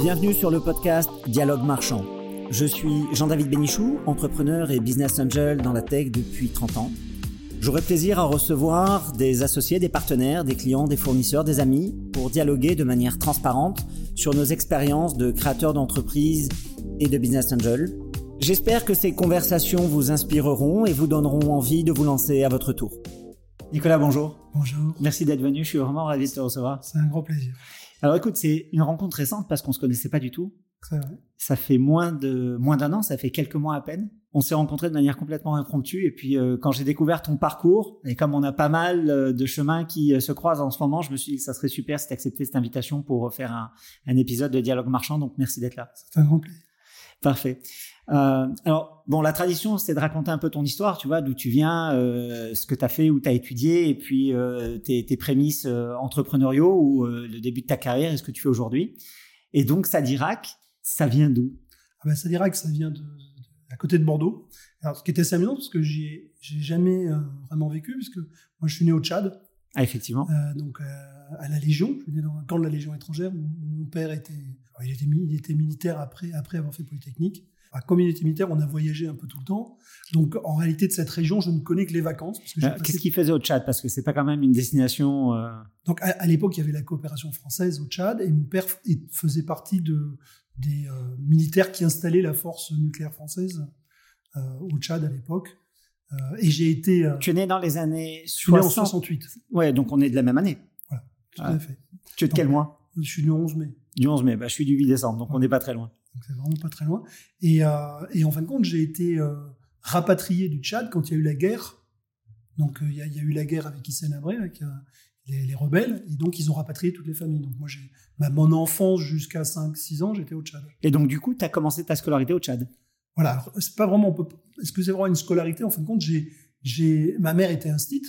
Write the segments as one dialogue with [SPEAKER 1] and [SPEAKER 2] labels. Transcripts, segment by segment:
[SPEAKER 1] Bienvenue sur le podcast Dialogue Marchand. Je suis Jean-David Bénichou, entrepreneur et business angel dans la tech depuis 30 ans. J'aurai plaisir à recevoir des associés, des partenaires, des clients, des fournisseurs, des amis pour dialoguer de manière transparente sur nos expériences de créateurs d'entreprises et de business angel. J'espère que ces conversations vous inspireront et vous donneront envie de vous lancer à votre tour. Nicolas, bonjour.
[SPEAKER 2] Bonjour.
[SPEAKER 1] Merci d'être venu. Je suis vraiment ravi de te recevoir.
[SPEAKER 2] C'est un grand plaisir.
[SPEAKER 1] Alors écoute, c'est une rencontre récente parce qu'on se connaissait pas du tout.
[SPEAKER 2] C'est vrai.
[SPEAKER 1] Ça fait moins de moins d'un an, ça fait quelques mois à peine. On s'est rencontrés de manière complètement impromptue et puis euh, quand j'ai découvert ton parcours et comme on a pas mal euh, de chemins qui euh, se croisent en ce moment, je me suis dit que ça serait super si tu acceptais cette invitation pour euh, faire un, un épisode de Dialogue Marchand. Donc merci d'être là.
[SPEAKER 2] C'est un grand plaisir.
[SPEAKER 1] Parfait. Euh, alors, bon, la tradition, c'est de raconter un peu ton histoire, tu vois, d'où tu viens, euh, ce que tu as fait, où tu as étudié, et puis euh, tes, tes prémices euh, entrepreneuriaux ou euh, le début de ta carrière et ce que tu fais aujourd'hui. Et donc, Sadirac, ça vient d'où
[SPEAKER 2] Ah ben, Sadirac, ça vient de, de- à côté de Bordeaux. Alors, ce qui était assez amusant, parce que j'y ai, j'ai jamais euh, vraiment vécu, puisque moi, je suis né au Tchad,
[SPEAKER 1] Ah, effectivement.
[SPEAKER 2] euh, donc euh, à la Légion. Je suis né dans un camp de la Légion étrangère où mon père était, alors, il était, mi- il était militaire après, après avoir fait Polytechnique. Enfin, comme il était militaire, on a voyagé un peu tout le temps. Donc, en réalité, de cette région, je ne connais que les vacances. parce que j'ai
[SPEAKER 1] Euh,
[SPEAKER 2] passé-
[SPEAKER 1] Qu'est-ce qu'il faisait au Tchad Parce que c'est pas quand même une destination. euh,
[SPEAKER 2] Donc à, à l'époque, il y avait la coopération française au Tchad et mon père f- il faisait partie de, des euh, militaires qui installaient la force nucléaire française euh, au Tchad à l'époque. Euh, et j'ai été euh,
[SPEAKER 1] Tu es né dans les années
[SPEAKER 2] je suis né en
[SPEAKER 1] 60.
[SPEAKER 2] 68,
[SPEAKER 1] Ouais, donc on est de la même année.
[SPEAKER 2] tout
[SPEAKER 1] Ah.
[SPEAKER 2] à fait.
[SPEAKER 1] Tu es de quel mois
[SPEAKER 2] Je suis né le 11 mai,
[SPEAKER 1] Du 11 mai. Bah, je suis du 8 décembre, donc on n'est pas très loin.
[SPEAKER 2] donc c'est vraiment pas très loin. Et, euh, et en fin de compte, j'ai été euh, rapatrié du Tchad quand il y a eu la guerre. Donc euh, il y, a- il y a eu la guerre avec Hissène Abré, avec euh, les, les rebelles, et donc ils ont rapatrié toutes les familles. Donc moi, j'ai bah, mon enfance jusqu'à 5-6 ans, j'étais au Tchad.
[SPEAKER 1] Et donc, du coup, tu as commencé ta scolarité au Tchad.
[SPEAKER 2] Voilà, alors, c'est pas vraiment. on peut- Est-ce que c'est vraiment une scolarité En fin de compte, j'ai, j'ai, ma mère était instite,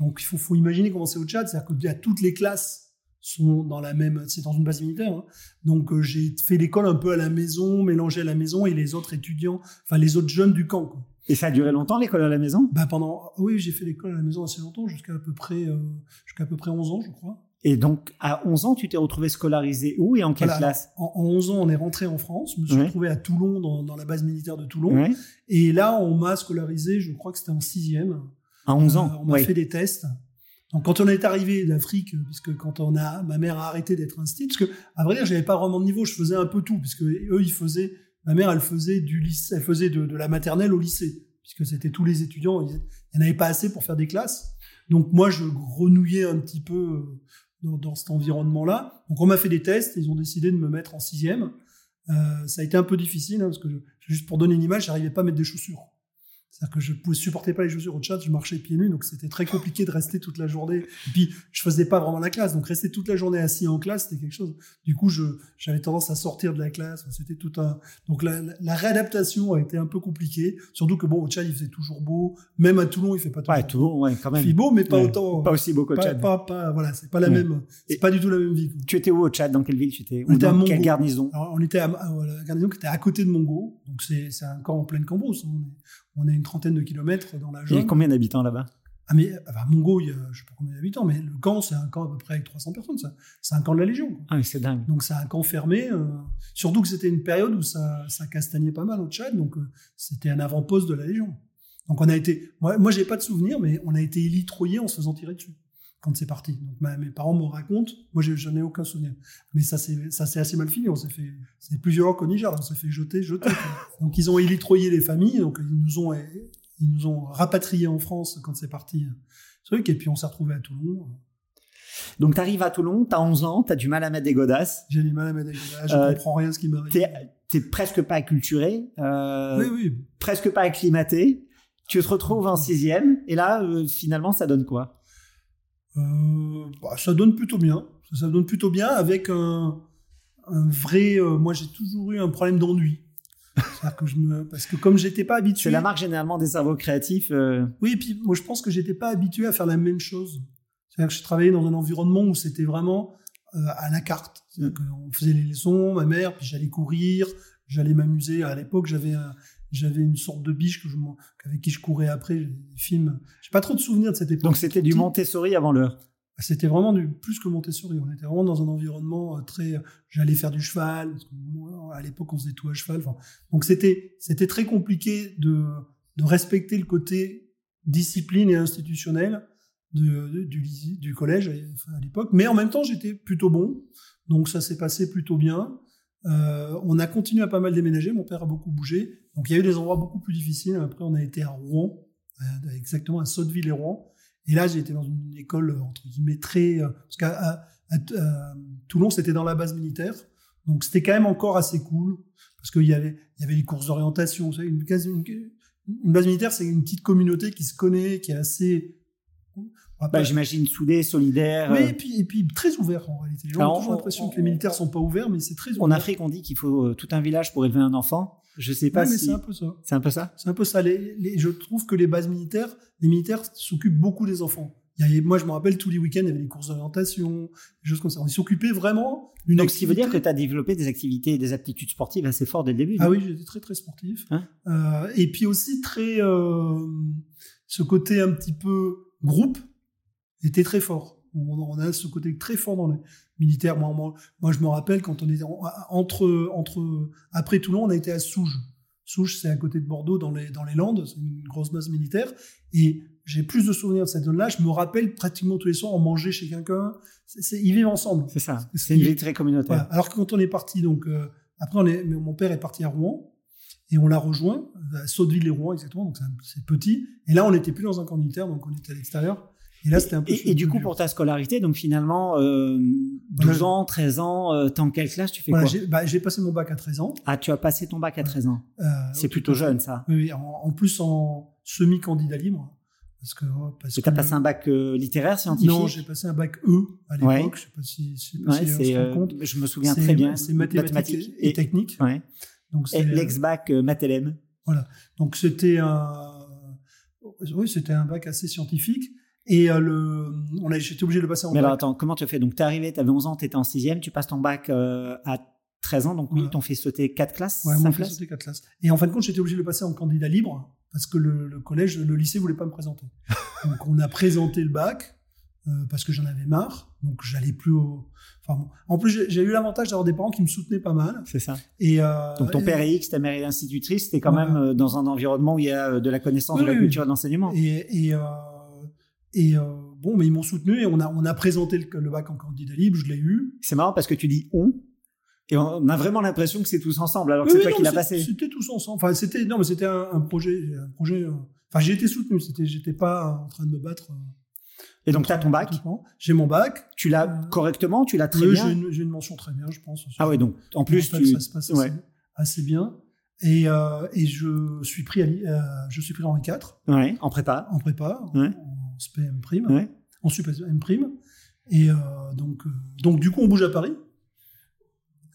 [SPEAKER 2] donc il faut, faut imaginer comment c'est au Tchad, c'est-à-dire que à toutes les classes sont dans la même, c'est dans une base militaire. hein. Donc euh, j'ai fait l'école un peu à la maison, mélangée à la maison et les autres étudiants, enfin les autres jeunes du camp. Quoi.
[SPEAKER 1] Et ça a duré longtemps, l'école à la maison
[SPEAKER 2] Bah pendant, oui, j'ai fait l'école à la maison assez longtemps, jusqu'à à peu près, euh, jusqu'à à peu près 11 ans, je crois.
[SPEAKER 1] Et donc, à 11 ans, tu t'es retrouvé scolarisé où et en quelle
[SPEAKER 2] Voilà.
[SPEAKER 1] classe
[SPEAKER 2] En, en 11 ans, on est rentré en France. Je me suis
[SPEAKER 1] Ouais.
[SPEAKER 2] retrouvé à Toulon, dans, dans la base militaire de Toulon.
[SPEAKER 1] Ouais.
[SPEAKER 2] Et là, on m'a scolarisé, je crois que c'était en sixième.
[SPEAKER 1] À 11 ans
[SPEAKER 2] Euh, on m'a
[SPEAKER 1] ouais.
[SPEAKER 2] fait des tests. Donc, quand on est arrivé d'Afrique, euh, parce que quand on a, ma mère a arrêté d'être institut, parce que, à vrai dire, j'avais pas vraiment de niveau, je faisais un peu tout, parce que eux, ils faisaient, ma mère, elle faisait du lycée, elle faisait de, de la maternelle au lycée, puisque c'était tous les étudiants, ils- il n'y en avait pas assez pour faire des classes. Donc, moi, je grenouillais un petit peu euh, dans, dans cet environnement-là. Donc, on m'a fait des tests, ils ont décidé de me mettre en sixième. Euh, ça a été un peu difficile, hein, parce que je- juste pour donner une image, j'arrivais pas à mettre des chaussures. C'est-à-dire que je ne supportais pas les chaussures au Tchad, je marchais pieds nus, donc c'était très compliqué de rester toute la journée. Et puis, je faisais pas vraiment la classe, donc rester toute la journée assis en classe, c'était quelque chose. Du coup, je- j'avais tendance à sortir de la classe. Enfin, C'était tout un. Donc, la, la- la réadaptation a été un peu compliquée. Surtout que, bon, au Tchad, il faisait toujours beau. Même à Toulon, il fait pas toujours
[SPEAKER 1] Ouais, Toulon, ouais, quand
[SPEAKER 2] beau. Il
[SPEAKER 1] même.
[SPEAKER 2] fait beau, mais pas
[SPEAKER 1] Ouais.
[SPEAKER 2] autant.
[SPEAKER 1] Pas aussi beau qu'au
[SPEAKER 2] pas,
[SPEAKER 1] Tchad.
[SPEAKER 2] pas- pas- voilà, c'est pas la
[SPEAKER 1] Ouais.
[SPEAKER 2] même. C'est
[SPEAKER 1] Et-
[SPEAKER 2] pas du tout la même vie. quoi.
[SPEAKER 1] Tu étais où au Tchad Dans quelle ville tu étais
[SPEAKER 2] On
[SPEAKER 1] Ou
[SPEAKER 2] était à
[SPEAKER 1] dans
[SPEAKER 2] Mongo.
[SPEAKER 1] quelle garnison
[SPEAKER 2] Alors, on était à, à la garnison qui était à côté de Mongo. Donc, c'est c'est encore en pleine Cambrousse. On est, on est à une trentaine de kilomètres dans la
[SPEAKER 1] Il y a
[SPEAKER 2] jungle.
[SPEAKER 1] combien d'habitants là-bas
[SPEAKER 2] Ah mais euh, bah, Mongo, il y a, je sais pas combien d'habitants, mais le camp, c'est un camp à peu près avec 300 personnes. ça. C'est un camp de la Légion. quoi.
[SPEAKER 1] Ah, mais c'est dingue.
[SPEAKER 2] Donc c'est un camp fermé. euh, surtout que c'était une période où ça, ça castagnait pas mal au Tchad, donc euh, c'était un avant-poste de la Légion. Donc on a été, moi, moi j'ai pas de souvenir, mais on a été élitroyés en se faisant tirer dessus quand c'est parti. Donc ma- mes parents me racontent, moi j'ai- j'en ai aucun souvenir. Mais ça s'est ça s'est assez mal fini. On s'est fait, c'est plus violent qu'au Niger. On s'est fait jeter, jeter. quoi. donc ils ont élitroyé les familles, donc ils nous ont ils nous ont rapatriés en France quand c'est parti. euh, Truc, et puis on s'est retrouvés à Toulon.
[SPEAKER 1] Donc, tu arrives à Toulon, tu as 11 ans, tu as du mal à mettre des godasses,
[SPEAKER 2] J'ai du mal à mettre des- je
[SPEAKER 1] Euh,
[SPEAKER 2] comprends rien à ce qui m'arrive.
[SPEAKER 1] tu n'es presque pas acculturé, euh,
[SPEAKER 2] Oui, oui,
[SPEAKER 1] presque pas acclimaté. Tu te retrouves en sixième, et là, euh, finalement, ça donne quoi
[SPEAKER 2] Euh, bah, ça donne plutôt bien. Ça, ça donne plutôt bien avec un, un vrai. euh, moi, j'ai toujours eu un problème d'ennui. C'est-à-dire que je me, parce que comme j'étais pas habitué.
[SPEAKER 1] C'est la marque généralement des cerveaux créatifs. euh,
[SPEAKER 2] Oui, et puis moi, je pense que j'étais pas habitué à faire la même chose. C'est-à-dire que je travaillais dans un environnement où c'était vraiment euh, à la carte. C'est-à-dire qu'on faisait les leçons, ma mère, puis j'allais courir, j'allais m'amuser. À l'époque, j'avais un- j'avais une sorte de biche que je, m'en- avec qui je courais après les films. J'ai pas trop de souvenirs de cette époque.
[SPEAKER 1] Donc, c'était du
[SPEAKER 2] Petit.
[SPEAKER 1] Montessori avant l'heure.
[SPEAKER 2] Bah, c'était vraiment du, plus que Montessori. On était vraiment dans un environnement euh, très. J'allais faire du cheval. Parce que moi, à l'époque, on faisait tout à cheval. Enfin, donc c'était, c'était très compliqué de, de respecter le côté discipline et institutionnel de, de, du, du, collège à l'époque. Mais en même temps, j'étais plutôt bon. Donc ça s'est passé plutôt bien. Euh, on a continué à pas mal déménager. Mon père a beaucoup bougé. Donc il y a eu des endroits beaucoup plus difficiles. Après, on a été à Rouen, euh, exactement à Sotteville et Rouen. Et là, j'ai été dans une école, entre guillemets, très. euh, Parce qu'à à, à, à Toulon, c'était dans la base militaire. Donc, c'était quand même encore assez cool. Parce qu'il y avait, il y avait les courses d'orientation. Vous savez, une, une, une, base militaire, c'est une petite communauté qui se connaît, qui est assez.
[SPEAKER 1] Bah, J'imagine soudée, solidaire. euh,
[SPEAKER 2] Oui, et puis, et puis très ouvert en réalité. Les gens Alors, ont toujours l'impression que les militaires sont pas ouverts, mais c'est très ouvert.
[SPEAKER 1] En Afrique, on dit qu'il faut euh, tout un village pour élever un enfant. Je sais pas
[SPEAKER 2] oui, mais
[SPEAKER 1] si...
[SPEAKER 2] C'est un peu ça.
[SPEAKER 1] C'est un peu ça.
[SPEAKER 2] C'est un peu ça. Les, les, je trouve que les bases militaires, les militaires s'occupent beaucoup des enfants. Il y a, moi, je me rappelle tous les week-ends, il y avait des courses d'orientation, des choses comme ça. On s'occupait vraiment d'une
[SPEAKER 1] Donc, activité. ce qui veut dire que tu as développé des activités et des aptitudes sportives assez fortes dès le début.
[SPEAKER 2] Ah oui, j'étais très très sportif. Hein euh, et puis aussi très euh, ce côté un petit peu groupe était très fort. On, on a ce côté très fort dans les, militaire. Moi, moi, moi, je me rappelle quand on était en, entre, entre, après Toulon, on a été à Souges. Souges, c'est à côté de Bordeaux, dans les, dans les Landes, c'est une grosse base militaire. Et j'ai plus de souvenirs de cette zone-là. Je me rappelle pratiquement tous les soirs, on mangeait chez quelqu'un. ils vivent ensemble.
[SPEAKER 1] C'est ça. C'est une vie très communautaire. Voilà.
[SPEAKER 2] Alors que quand on est parti, donc, euh, après, on est, mon père est parti à Rouen. Et on l'a rejoint, à Saudeville et Rouen, exactement, donc c'est petit. Et là, on n'était plus dans un camp militaire, donc on était à l'extérieur. Et là, c'était un peu.
[SPEAKER 1] Et, et du coup, dur. pour ta scolarité, donc finalement, euh, 12 voilà. ans, 13 ans, euh, t'es en quelle classe Tu fais voilà, quoi
[SPEAKER 2] J'ai bah, passé mon bac à 13 ans.
[SPEAKER 1] Ah, tu as passé ton bac à 13 ans. Euh,
[SPEAKER 2] Bah
[SPEAKER 1] c'est plutôt tout jeune, ça.
[SPEAKER 2] Oui, en, en plus en semi-candidat libre. Parce que. euh, Parce
[SPEAKER 1] et t'as passé un bac euh, littéraire, scientifique
[SPEAKER 2] Non, j'ai passé un bac E à l'époque. Ouais. Je sais pas hein, si, si, ouais, si euh,
[SPEAKER 1] c'est euh, Je me souviens très bien.
[SPEAKER 2] C'est mathématiques, mathématiques, et, et technique. euh,
[SPEAKER 1] Ouais. Donc et l'ex-bac euh, Mathelem.
[SPEAKER 2] Voilà. Donc c'était un. Oui, c'était un bac assez scientifique. Et euh, le, on a, j'étais obligé de le passer en
[SPEAKER 1] Mais
[SPEAKER 2] bac.
[SPEAKER 1] alors attends, comment tu as fait Donc t'es arrivé, t'avais 11 ans, t'étais en 6 tu passes ton bac euh, à 13 ans, donc oui, voilà. t'en fait sauter 4 classes
[SPEAKER 2] Ouais, on fait sauter 4 classes. Et en fin de compte, j'étais obligé de le passer en candidat libre, parce que le, le collège, le lycée voulait pas me présenter. donc on a présenté le bac, euh, parce que j'en avais marre, donc j'allais plus au... Enfin, bon. En plus, j'ai eu l'avantage d'avoir des parents qui me soutenaient pas mal.
[SPEAKER 1] C'est ça.
[SPEAKER 2] Et euh,
[SPEAKER 1] donc ton
[SPEAKER 2] Bah, et...
[SPEAKER 1] père est X, ta mère est institutrice, t'es quand ouais. même euh, dans un environnement où il y a euh, de la connaissance, oui, de la culture oui. et de l'enseignement.
[SPEAKER 2] Et, et et euh, bon, mais ils m'ont soutenu et on a, on a présenté le, le bac en candidat libre, je l'ai eu.
[SPEAKER 1] C'est marrant parce que tu dis on. Et on a vraiment l'impression que c'est tous ensemble, alors que oui, c'est toi qui l'as passé.
[SPEAKER 2] C'était tous ensemble. Enfin, c'était non, mais c'était un, un, projet, un projet. Euh, enfin, j'ai été soutenu. C'était, j'étais pas en train de me battre. Euh,
[SPEAKER 1] et donc, tu as ton bac.
[SPEAKER 2] J'ai mon bac.
[SPEAKER 1] Tu l'as
[SPEAKER 2] Euh,
[SPEAKER 1] correctement, tu l'as très bien.
[SPEAKER 2] J'ai une, une, mention très bien, je pense.
[SPEAKER 1] Ah oui, donc en plus,
[SPEAKER 2] tu... ça se passe ouais. assez, assez, bien. Et, euh, et, je suis pris, à, euh, je suis pris en 4
[SPEAKER 1] Ouais, en prépa.
[SPEAKER 2] En prépa.
[SPEAKER 1] Ouais.
[SPEAKER 2] En, en SPM prime, ouais. en Sup M prime. Et euh, donc, euh, donc, du coup, on bouge à Paris.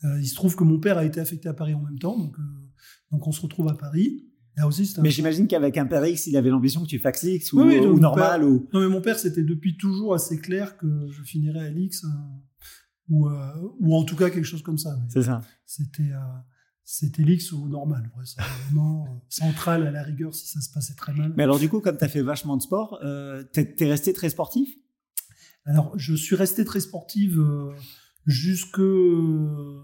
[SPEAKER 2] Euh, il se trouve que mon père a été affecté à Paris en même temps, donc, euh, donc on se retrouve à Paris. Là aussi,
[SPEAKER 1] mais j'imagine qu'avec un père X, il avait l'ambition que tu fasses X ou, oui, oui, ou normal.
[SPEAKER 2] Père,
[SPEAKER 1] ou...
[SPEAKER 2] Non, mais mon père, c'était depuis toujours assez clair que je finirais à l'X ou, euh, ou en tout cas quelque chose comme ça.
[SPEAKER 1] C'est ça.
[SPEAKER 2] C'était euh, c'était l'X ou normal. Ouais, c'est vraiment euh, central à la rigueur si ça se passait très mal.
[SPEAKER 1] Mais alors, du coup, comme tu as fait vachement de sport, euh, t'es tu es resté très sportif
[SPEAKER 2] Alors, je suis resté très sportive euh, jusque euh,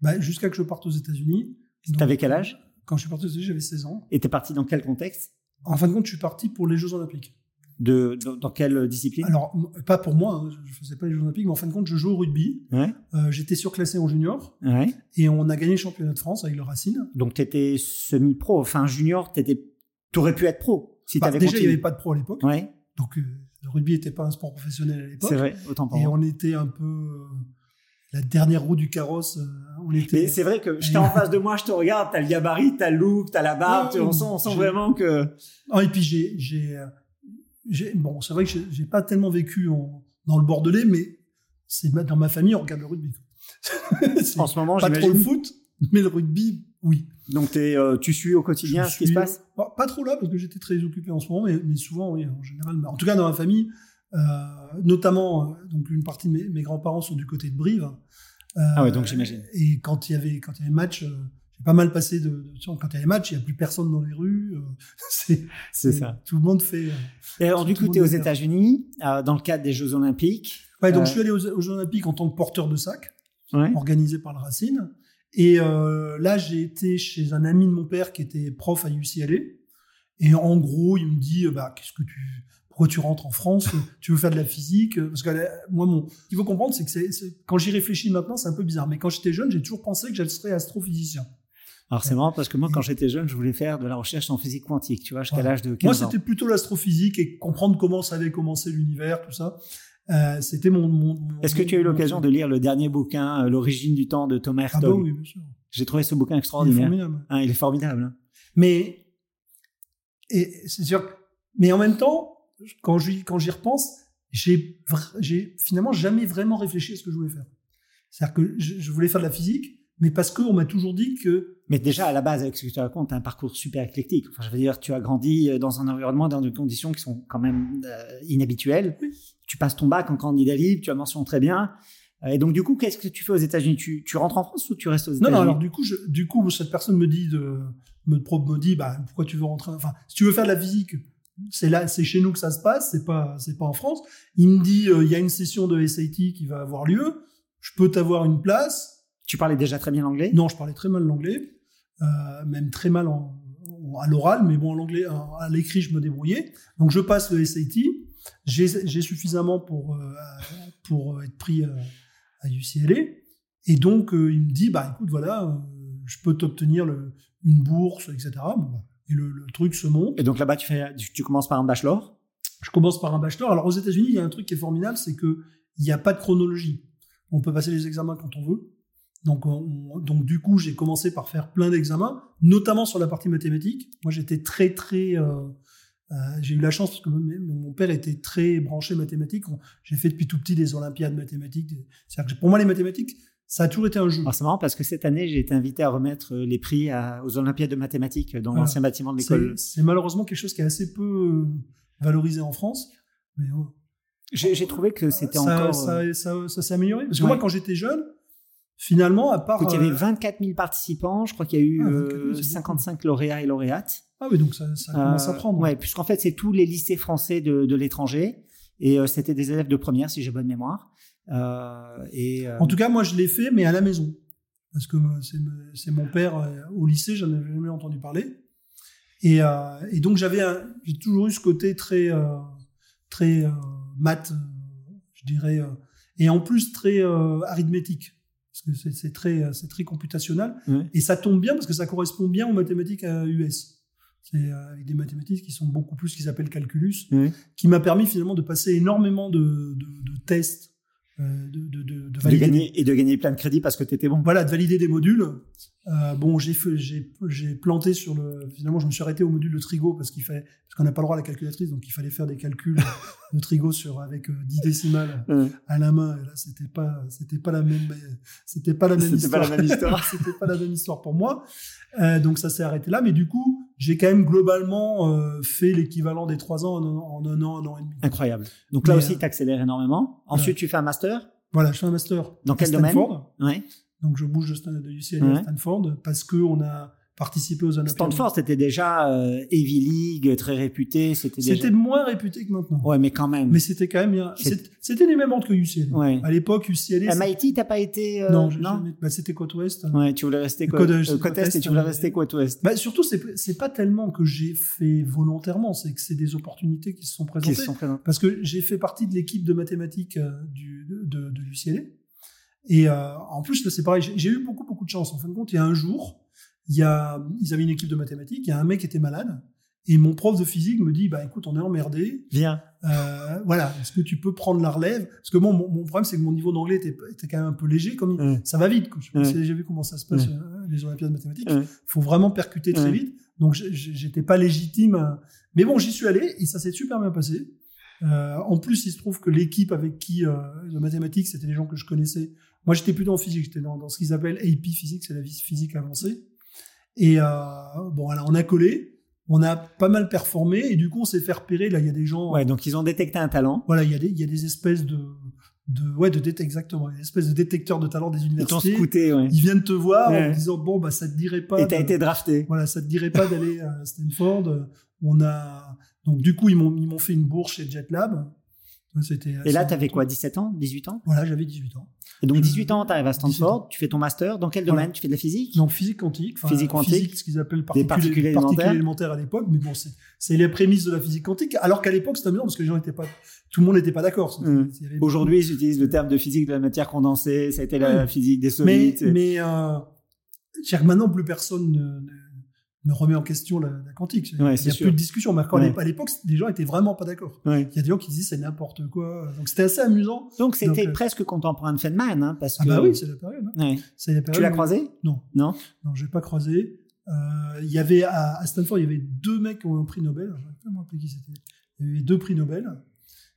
[SPEAKER 2] bah, jusqu'à que je parte aux États-Unis.
[SPEAKER 1] T'avais quel âge
[SPEAKER 2] Quand je suis parti aux États-Unis, j'avais 16 ans.
[SPEAKER 1] Et t'es parti dans quel contexte
[SPEAKER 2] En fin de compte, je suis parti pour les Jeux Olympiques.
[SPEAKER 1] De, dans, dans, quelle discipline
[SPEAKER 2] Alors, pas pour moi, hein, je ne faisais pas les Jeux Olympiques, mais en fin de compte, je jouais au rugby.
[SPEAKER 1] Ouais.
[SPEAKER 2] Euh, J'étais surclassé en junior.
[SPEAKER 1] Ouais.
[SPEAKER 2] Et on a gagné le championnat de France avec le Racine.
[SPEAKER 1] Donc, tu étais semi-pro, enfin junior, tu aurais pu être pro si
[SPEAKER 2] bah,
[SPEAKER 1] avais
[SPEAKER 2] Déjà,
[SPEAKER 1] continué.
[SPEAKER 2] il n'y avait pas de pro à l'époque.
[SPEAKER 1] Ouais.
[SPEAKER 2] Donc, euh, le rugby n'était pas un sport professionnel à l'époque.
[SPEAKER 1] C'est vrai, autant pour
[SPEAKER 2] Et
[SPEAKER 1] moi.
[SPEAKER 2] on était un peu. Euh, la dernière roue du carrosse. euh, On était...
[SPEAKER 1] c'est vrai que j'étais en face de moi, je te regarde, t'as le gabarit, t'as le look, t'as la barbe, ouais, on, sent, on sent vraiment que.
[SPEAKER 2] Ah, et puis j'ai, bon, c'est vrai que j'ai pas tellement vécu en, dans le Bordelais, mais c'est dans ma famille, on regarde le rugby.
[SPEAKER 1] en ce moment,
[SPEAKER 2] pas trop le foot, mais le rugby, oui.
[SPEAKER 1] Donc es, euh, tu suis au quotidien
[SPEAKER 2] je
[SPEAKER 1] ce qui se passe
[SPEAKER 2] bon, Pas trop là parce que j'étais très occupé en ce moment, mais, mais, souvent, oui, en général. bah, En tout cas, dans ma famille, euh, notamment, euh, donc une partie de mes, mes grands-parents sont du côté de Brive. Euh,
[SPEAKER 1] ah oui, donc j'imagine.
[SPEAKER 2] Et quand il y avait quand il y avait match euh, j'ai pas mal passé de, de tu sais, quand il y a les matchs, il n'y a plus personne dans les rues. euh, c'est
[SPEAKER 1] C'est ça.
[SPEAKER 2] Tout le monde fait. euh,
[SPEAKER 1] Et alors,
[SPEAKER 2] tout-
[SPEAKER 1] du
[SPEAKER 2] tout
[SPEAKER 1] coup,
[SPEAKER 2] le monde
[SPEAKER 1] tu es aux
[SPEAKER 2] est là.
[SPEAKER 1] États-unis, euh, dans le cadre des Jeux Olympiques.
[SPEAKER 2] Ouais, donc
[SPEAKER 1] Ouais.
[SPEAKER 2] je suis allé aux, aux Jeux Olympiques en tant que porteur de sac,
[SPEAKER 1] Ouais.
[SPEAKER 2] organisé par le Racine. Et euh, là, j'ai été chez un ami de mon père qui était prof à UCLA. Et en gros, il me dit, euh, bah, qu'est-ce que tu, pourquoi tu rentres en France Tu veux faire de la physique Parce que euh, moi, mon, ce qu'il faut comprendre, c'est que c'est- c'est- quand j'y réfléchis maintenant, c'est un peu bizarre. Mais quand j'étais jeune, j'ai toujours pensé que je serais astrophysicien.
[SPEAKER 1] Alors, c'est marrant parce que moi, quand j'étais jeune, je voulais faire de la recherche en physique quantique, tu vois, jusqu'à
[SPEAKER 2] Voilà.
[SPEAKER 1] l'âge de
[SPEAKER 2] Moi,
[SPEAKER 1] 15 ans.
[SPEAKER 2] c'était plutôt l'astrophysique et comprendre comment ça avait commencé l'univers, tout ça. Euh, c'était mon, mon- mon-
[SPEAKER 1] Est-ce que tu as eu
[SPEAKER 2] mon-
[SPEAKER 1] l'occasion de lire le dernier bouquin, euh, L'origine du temps de Thomas
[SPEAKER 2] Ah bah
[SPEAKER 1] Hertel
[SPEAKER 2] oui, bien sûr.
[SPEAKER 1] J'ai trouvé ce bouquin
[SPEAKER 2] Il est
[SPEAKER 1] extraordinaire.
[SPEAKER 2] formidable.
[SPEAKER 1] Hein, il est formidable. hein.
[SPEAKER 2] Mais et c'est sûr. que- Mais en même temps, quand j'y quand j'y repense, j'ai vr- j'ai finalement jamais vraiment réfléchi à ce que je voulais faire. C'est-à-dire que je, je voulais faire de la physique, mais parce qu'on m'a toujours dit que
[SPEAKER 1] Mais déjà, à la base, avec ce que tu racontes, t'as un parcours super éclectique. Enfin, je veux dire, tu as grandi euh, dans un environnement, dans des conditions qui sont quand même euh, inhabituelles.
[SPEAKER 2] Oui.
[SPEAKER 1] Tu passes ton bac en candidat libre, tu as mention très bien. Euh, Et donc, du coup, qu'est-ce que tu fais aux États-Unis tu, tu rentres en France ou tu restes aux
[SPEAKER 2] non
[SPEAKER 1] États-Unis
[SPEAKER 2] non alors du coup je- du coup cette personne me dit de me, pro- me dit bah pourquoi tu veux rentrer enfin si tu veux faire de la physique c'est là c'est chez nous que ça se passe c'est pas c'est pas en France il me dit euh, il y a une session de SAT qui va avoir lieu je peux t'avoir une place
[SPEAKER 1] Tu parlais déjà très bien l'anglais
[SPEAKER 2] Non, je parlais très mal l'anglais, euh, même très mal en- en- à l'oral, mais bon, à l'anglais, à à l'écrit, je me débrouillais. Donc, je passe le SAT. J'ai j'ai suffisamment pour, euh, pour être pris euh, à UCLA. Et donc, euh, il me dit, bah, écoute, voilà, euh, je peux t'obtenir le- une bourse, etc. Bon, bah, et le, le truc se monte.
[SPEAKER 1] Et donc là-bas, tu, fais, tu, tu commences par un bachelor.
[SPEAKER 2] Je commence par un bachelor. Alors, aux États-Unis, il y a un truc qui est formidable, c'est que il n'y a pas de chronologie. On peut passer les examens quand on veut. Donc, on- on- donc du coup, j'ai commencé par faire plein d'examens, notamment sur la partie mathématique. Moi, j'étais très, très. euh, euh, j'ai eu la chance parce que mon- mon père était très branché mathématiques. On- J'ai fait depuis tout petit des Olympiades mathématiques. des- C'est-à-dire que pour moi, les mathématiques, ça a toujours été un jeu.
[SPEAKER 1] Alors Ah, c'est marrant parce que cette année, j'ai été invité à remettre euh, les prix à- aux Olympiades de mathématiques euh, dans
[SPEAKER 2] Voilà.
[SPEAKER 1] l'ancien bâtiment de l'école.
[SPEAKER 2] Ah. C'est c'est malheureusement quelque chose qui est assez peu euh, valorisé en France. Mais euh, ouais.
[SPEAKER 1] J'ai j'ai trouvé que c'était
[SPEAKER 2] ça,
[SPEAKER 1] encore...
[SPEAKER 2] ça,
[SPEAKER 1] euh,
[SPEAKER 2] ça- ça s'est amélioré. Parce que
[SPEAKER 1] Ouais.
[SPEAKER 2] moi, quand j'étais jeune, finalement, à part.
[SPEAKER 1] Écoute, il y avait
[SPEAKER 2] euh,
[SPEAKER 1] 24 000 participants, je crois qu'il y a eu
[SPEAKER 2] Ah,
[SPEAKER 1] euh,
[SPEAKER 2] 24 000, c'est
[SPEAKER 1] 55 lauréats et lauréates.
[SPEAKER 2] Ah oui, donc ça, ça commence à
[SPEAKER 1] Euh,
[SPEAKER 2] prendre.
[SPEAKER 1] Ouais, puisqu'en fait, c'est tous les lycées français de, de l'étranger. Et euh, c'était des élèves de première, si j'ai bonne mémoire. Euh, et, euh,
[SPEAKER 2] En tout cas, moi, je l'ai fait, mais à la maison. Parce que euh, c'est c'est mon père euh, au lycée, j'en avais jamais entendu parler. Et, euh, et donc, j'avais un- j'ai toujours eu ce côté très, euh, très euh, maths, euh, je dirais, euh, et en plus très euh, arithmétique. Parce que c'est- c'est très, euh, c'est très computationnel.
[SPEAKER 1] Ouais.
[SPEAKER 2] Et ça tombe bien parce que ça correspond bien aux mathématiques euh, US. C'est euh, avec des mathématiques qui sont beaucoup plus ce qu'ils appellent calculus,
[SPEAKER 1] Ouais.
[SPEAKER 2] qui m'a permis finalement de passer énormément de, de- de tests, euh, de, de, de, de
[SPEAKER 1] de
[SPEAKER 2] valider
[SPEAKER 1] gagner, et de gagner plein de crédits parce que t'étais bon.
[SPEAKER 2] voilà, de valider des modules. Euh, bon, j'ai fait- j'ai j'ai planté sur le. Finalement, je me suis arrêté au module de trigo parce qu'il fallait parce qu'on n'a pas le droit à la calculatrice, donc il fallait faire des calculs de trigo sur avec euh, 10 décimales
[SPEAKER 1] Ouais.
[SPEAKER 2] à la main. Et là, c'était pas c'était pas la même c'était pas la même
[SPEAKER 1] C'était pas
[SPEAKER 2] histoire.
[SPEAKER 1] la même histoire.
[SPEAKER 2] c'était pas la même histoire pour moi. Euh, donc ça s'est arrêté là, mais du coup, j'ai quand même globalement euh, fait l'équivalent des trois ans en, un- en un an, un an et demi.
[SPEAKER 1] Incroyable. Donc là
[SPEAKER 2] Mais,
[SPEAKER 1] aussi,
[SPEAKER 2] euh,
[SPEAKER 1] t'accélères énormément. Ensuite, tu fais un master.
[SPEAKER 2] Voilà, je fais un master
[SPEAKER 1] Dans
[SPEAKER 2] à
[SPEAKER 1] quel domaine
[SPEAKER 2] Stanford.
[SPEAKER 1] Ouais.
[SPEAKER 2] Donc je bouge de, Stan- de UCLA
[SPEAKER 1] Ouais.
[SPEAKER 2] à Stanford parce que on a participé aux Olympiades.
[SPEAKER 1] Stanford, c'était déjà euh, Heavy League, très réputé. C'était déjà...
[SPEAKER 2] C'était moins réputé que maintenant.
[SPEAKER 1] Ouais, mais quand même.
[SPEAKER 2] Mais c'était quand même bien.
[SPEAKER 1] C'est-
[SPEAKER 2] C'est- C'était les mêmes ordres que UCLA.
[SPEAKER 1] Ouais.
[SPEAKER 2] À l'époque, UCLA. c'est-
[SPEAKER 1] MIT, t'as pas été. euh,
[SPEAKER 2] non, je- je- bah, c'était côte ouest.
[SPEAKER 1] Ouais, tu voulais rester côte,
[SPEAKER 2] Côte-
[SPEAKER 1] euh,
[SPEAKER 2] côte
[SPEAKER 1] côte est et
[SPEAKER 2] est,
[SPEAKER 1] tu voulais
[SPEAKER 2] euh,
[SPEAKER 1] rester côte ouest.
[SPEAKER 2] Bah, surtout, c'est c'est pas tellement que j'ai fait volontairement, c'est que c'est des opportunités qui se sont
[SPEAKER 1] Qui
[SPEAKER 2] présentées.
[SPEAKER 1] sont présents.
[SPEAKER 2] Parce que j'ai fait partie de l'équipe de mathématiques euh, du, de, de l'UCLA. Et euh, en plus, là, c'est pareil, j'ai j'ai eu beaucoup, beaucoup de chance. En fin de compte, il y a un jour, il y a, ils avaient une équipe de mathématiques, il y a un mec qui était malade. Et mon prof de physique me dit, bah écoute, on est emmerdé.
[SPEAKER 1] Viens.
[SPEAKER 2] Euh, voilà, est-ce que tu peux prendre la relève Parce que bon, mon, mon problème, c'est que mon niveau d'anglais était, était quand même un peu léger. Comme il-
[SPEAKER 1] Ouais.
[SPEAKER 2] ça va vite. Quoi. Je sais pas
[SPEAKER 1] Ouais.
[SPEAKER 2] si vous avez déjà vu comment ça se passe
[SPEAKER 1] Ouais.
[SPEAKER 2] euh, les Olympiades mathématiques.
[SPEAKER 1] Ouais.
[SPEAKER 2] faut vraiment percuter très
[SPEAKER 1] Ouais.
[SPEAKER 2] vite. Donc j'ai- j'ai- j'étais pas légitime. à- Mais bon, j'y suis allé et ça s'est super bien passé. Euh, en plus, il se trouve que l'équipe avec qui euh, de mathématiques, c'était des gens que je connaissais. Moi, j'étais plutôt en physique. J'étais dans, dans ce qu'ils appellent AP physique, c'est la vis- physique avancée. Et euh, bon, voilà, on a collé, on a pas mal performé et du coup, on s'est fait repérer. Là, il y a des gens.
[SPEAKER 1] Ouais, donc ils ont détecté un talent.
[SPEAKER 2] Voilà, il y, a des- il y a des espèces de, de ouais de détecteur exactement une espèce de détecteur de talent des
[SPEAKER 1] Ils t'ont
[SPEAKER 2] universités
[SPEAKER 1] scouté, ouais.
[SPEAKER 2] ils viennent te voir en
[SPEAKER 1] Ouais.
[SPEAKER 2] te disant bon bah ça te dirait pas
[SPEAKER 1] Et t'as
[SPEAKER 2] de-
[SPEAKER 1] été drafté.
[SPEAKER 2] voilà ça te dirait pas d'aller à Stanford on a donc du coup ils m'ont ils m'ont fait une bourse chez JetLab Ouais, c'était
[SPEAKER 1] Et là,
[SPEAKER 2] assez-
[SPEAKER 1] t'avais quoi, 17 ans, 18 ans
[SPEAKER 2] voilà j'avais 18 ans
[SPEAKER 1] Et donc
[SPEAKER 2] Je-
[SPEAKER 1] 18 ans, t'arrives à
[SPEAKER 2] 18 ans.
[SPEAKER 1] Stanford, tu fais ton master. Dans quel
[SPEAKER 2] Voilà.
[SPEAKER 1] domaine Tu fais de la physique
[SPEAKER 2] donc physique quantique enfin,
[SPEAKER 1] Physique quantique,
[SPEAKER 2] ce qu'ils appellent
[SPEAKER 1] des
[SPEAKER 2] particules,
[SPEAKER 1] particules
[SPEAKER 2] particules
[SPEAKER 1] élémentaires.
[SPEAKER 2] élémentaires à l'époque mais bon c'est c'est les prémices de la physique quantique alors qu'à l'époque c'était amusant parce que les gens étaient pas tout le monde n'était pas d'accord
[SPEAKER 1] Hum.
[SPEAKER 2] Il y avait-
[SPEAKER 1] Aujourd'hui, j'utilise le terme de physique de la matière condensée. Ça a été la
[SPEAKER 2] Oui.
[SPEAKER 1] physique des
[SPEAKER 2] Mais,
[SPEAKER 1] solides.
[SPEAKER 2] mais euh, c'est-à-dire que maintenant, plus personne ne, ne- ne remet en question la, la quantique. Il
[SPEAKER 1] Ouais,
[SPEAKER 2] n'y
[SPEAKER 1] c'est
[SPEAKER 2] a
[SPEAKER 1] sûr.
[SPEAKER 2] plus de discussion. Mais quand
[SPEAKER 1] Ouais.
[SPEAKER 2] à l'époque, les gens étaient vraiment pas d'accord.
[SPEAKER 1] Ouais.
[SPEAKER 2] Il y a des gens qui disaient c'est n'importe quoi. Donc c'était assez amusant.
[SPEAKER 1] Donc c'était
[SPEAKER 2] Donc, euh,
[SPEAKER 1] presque contemporain de Feynman, hein, parce
[SPEAKER 2] Ah
[SPEAKER 1] que
[SPEAKER 2] bah oui, c'est la période. hein.
[SPEAKER 1] Ouais.
[SPEAKER 2] C'est la
[SPEAKER 1] tu
[SPEAKER 2] période
[SPEAKER 1] l'as
[SPEAKER 2] où-
[SPEAKER 1] croisé.
[SPEAKER 2] Non.
[SPEAKER 1] Bah Non
[SPEAKER 2] Non, je l'ai pas croisé. Euh, Il y avait à, à Stanford, il y avait deux mecs qui ont eu un prix Nobel. Je ne pas me rappeler qui c'était. Il y avait deux prix Nobel.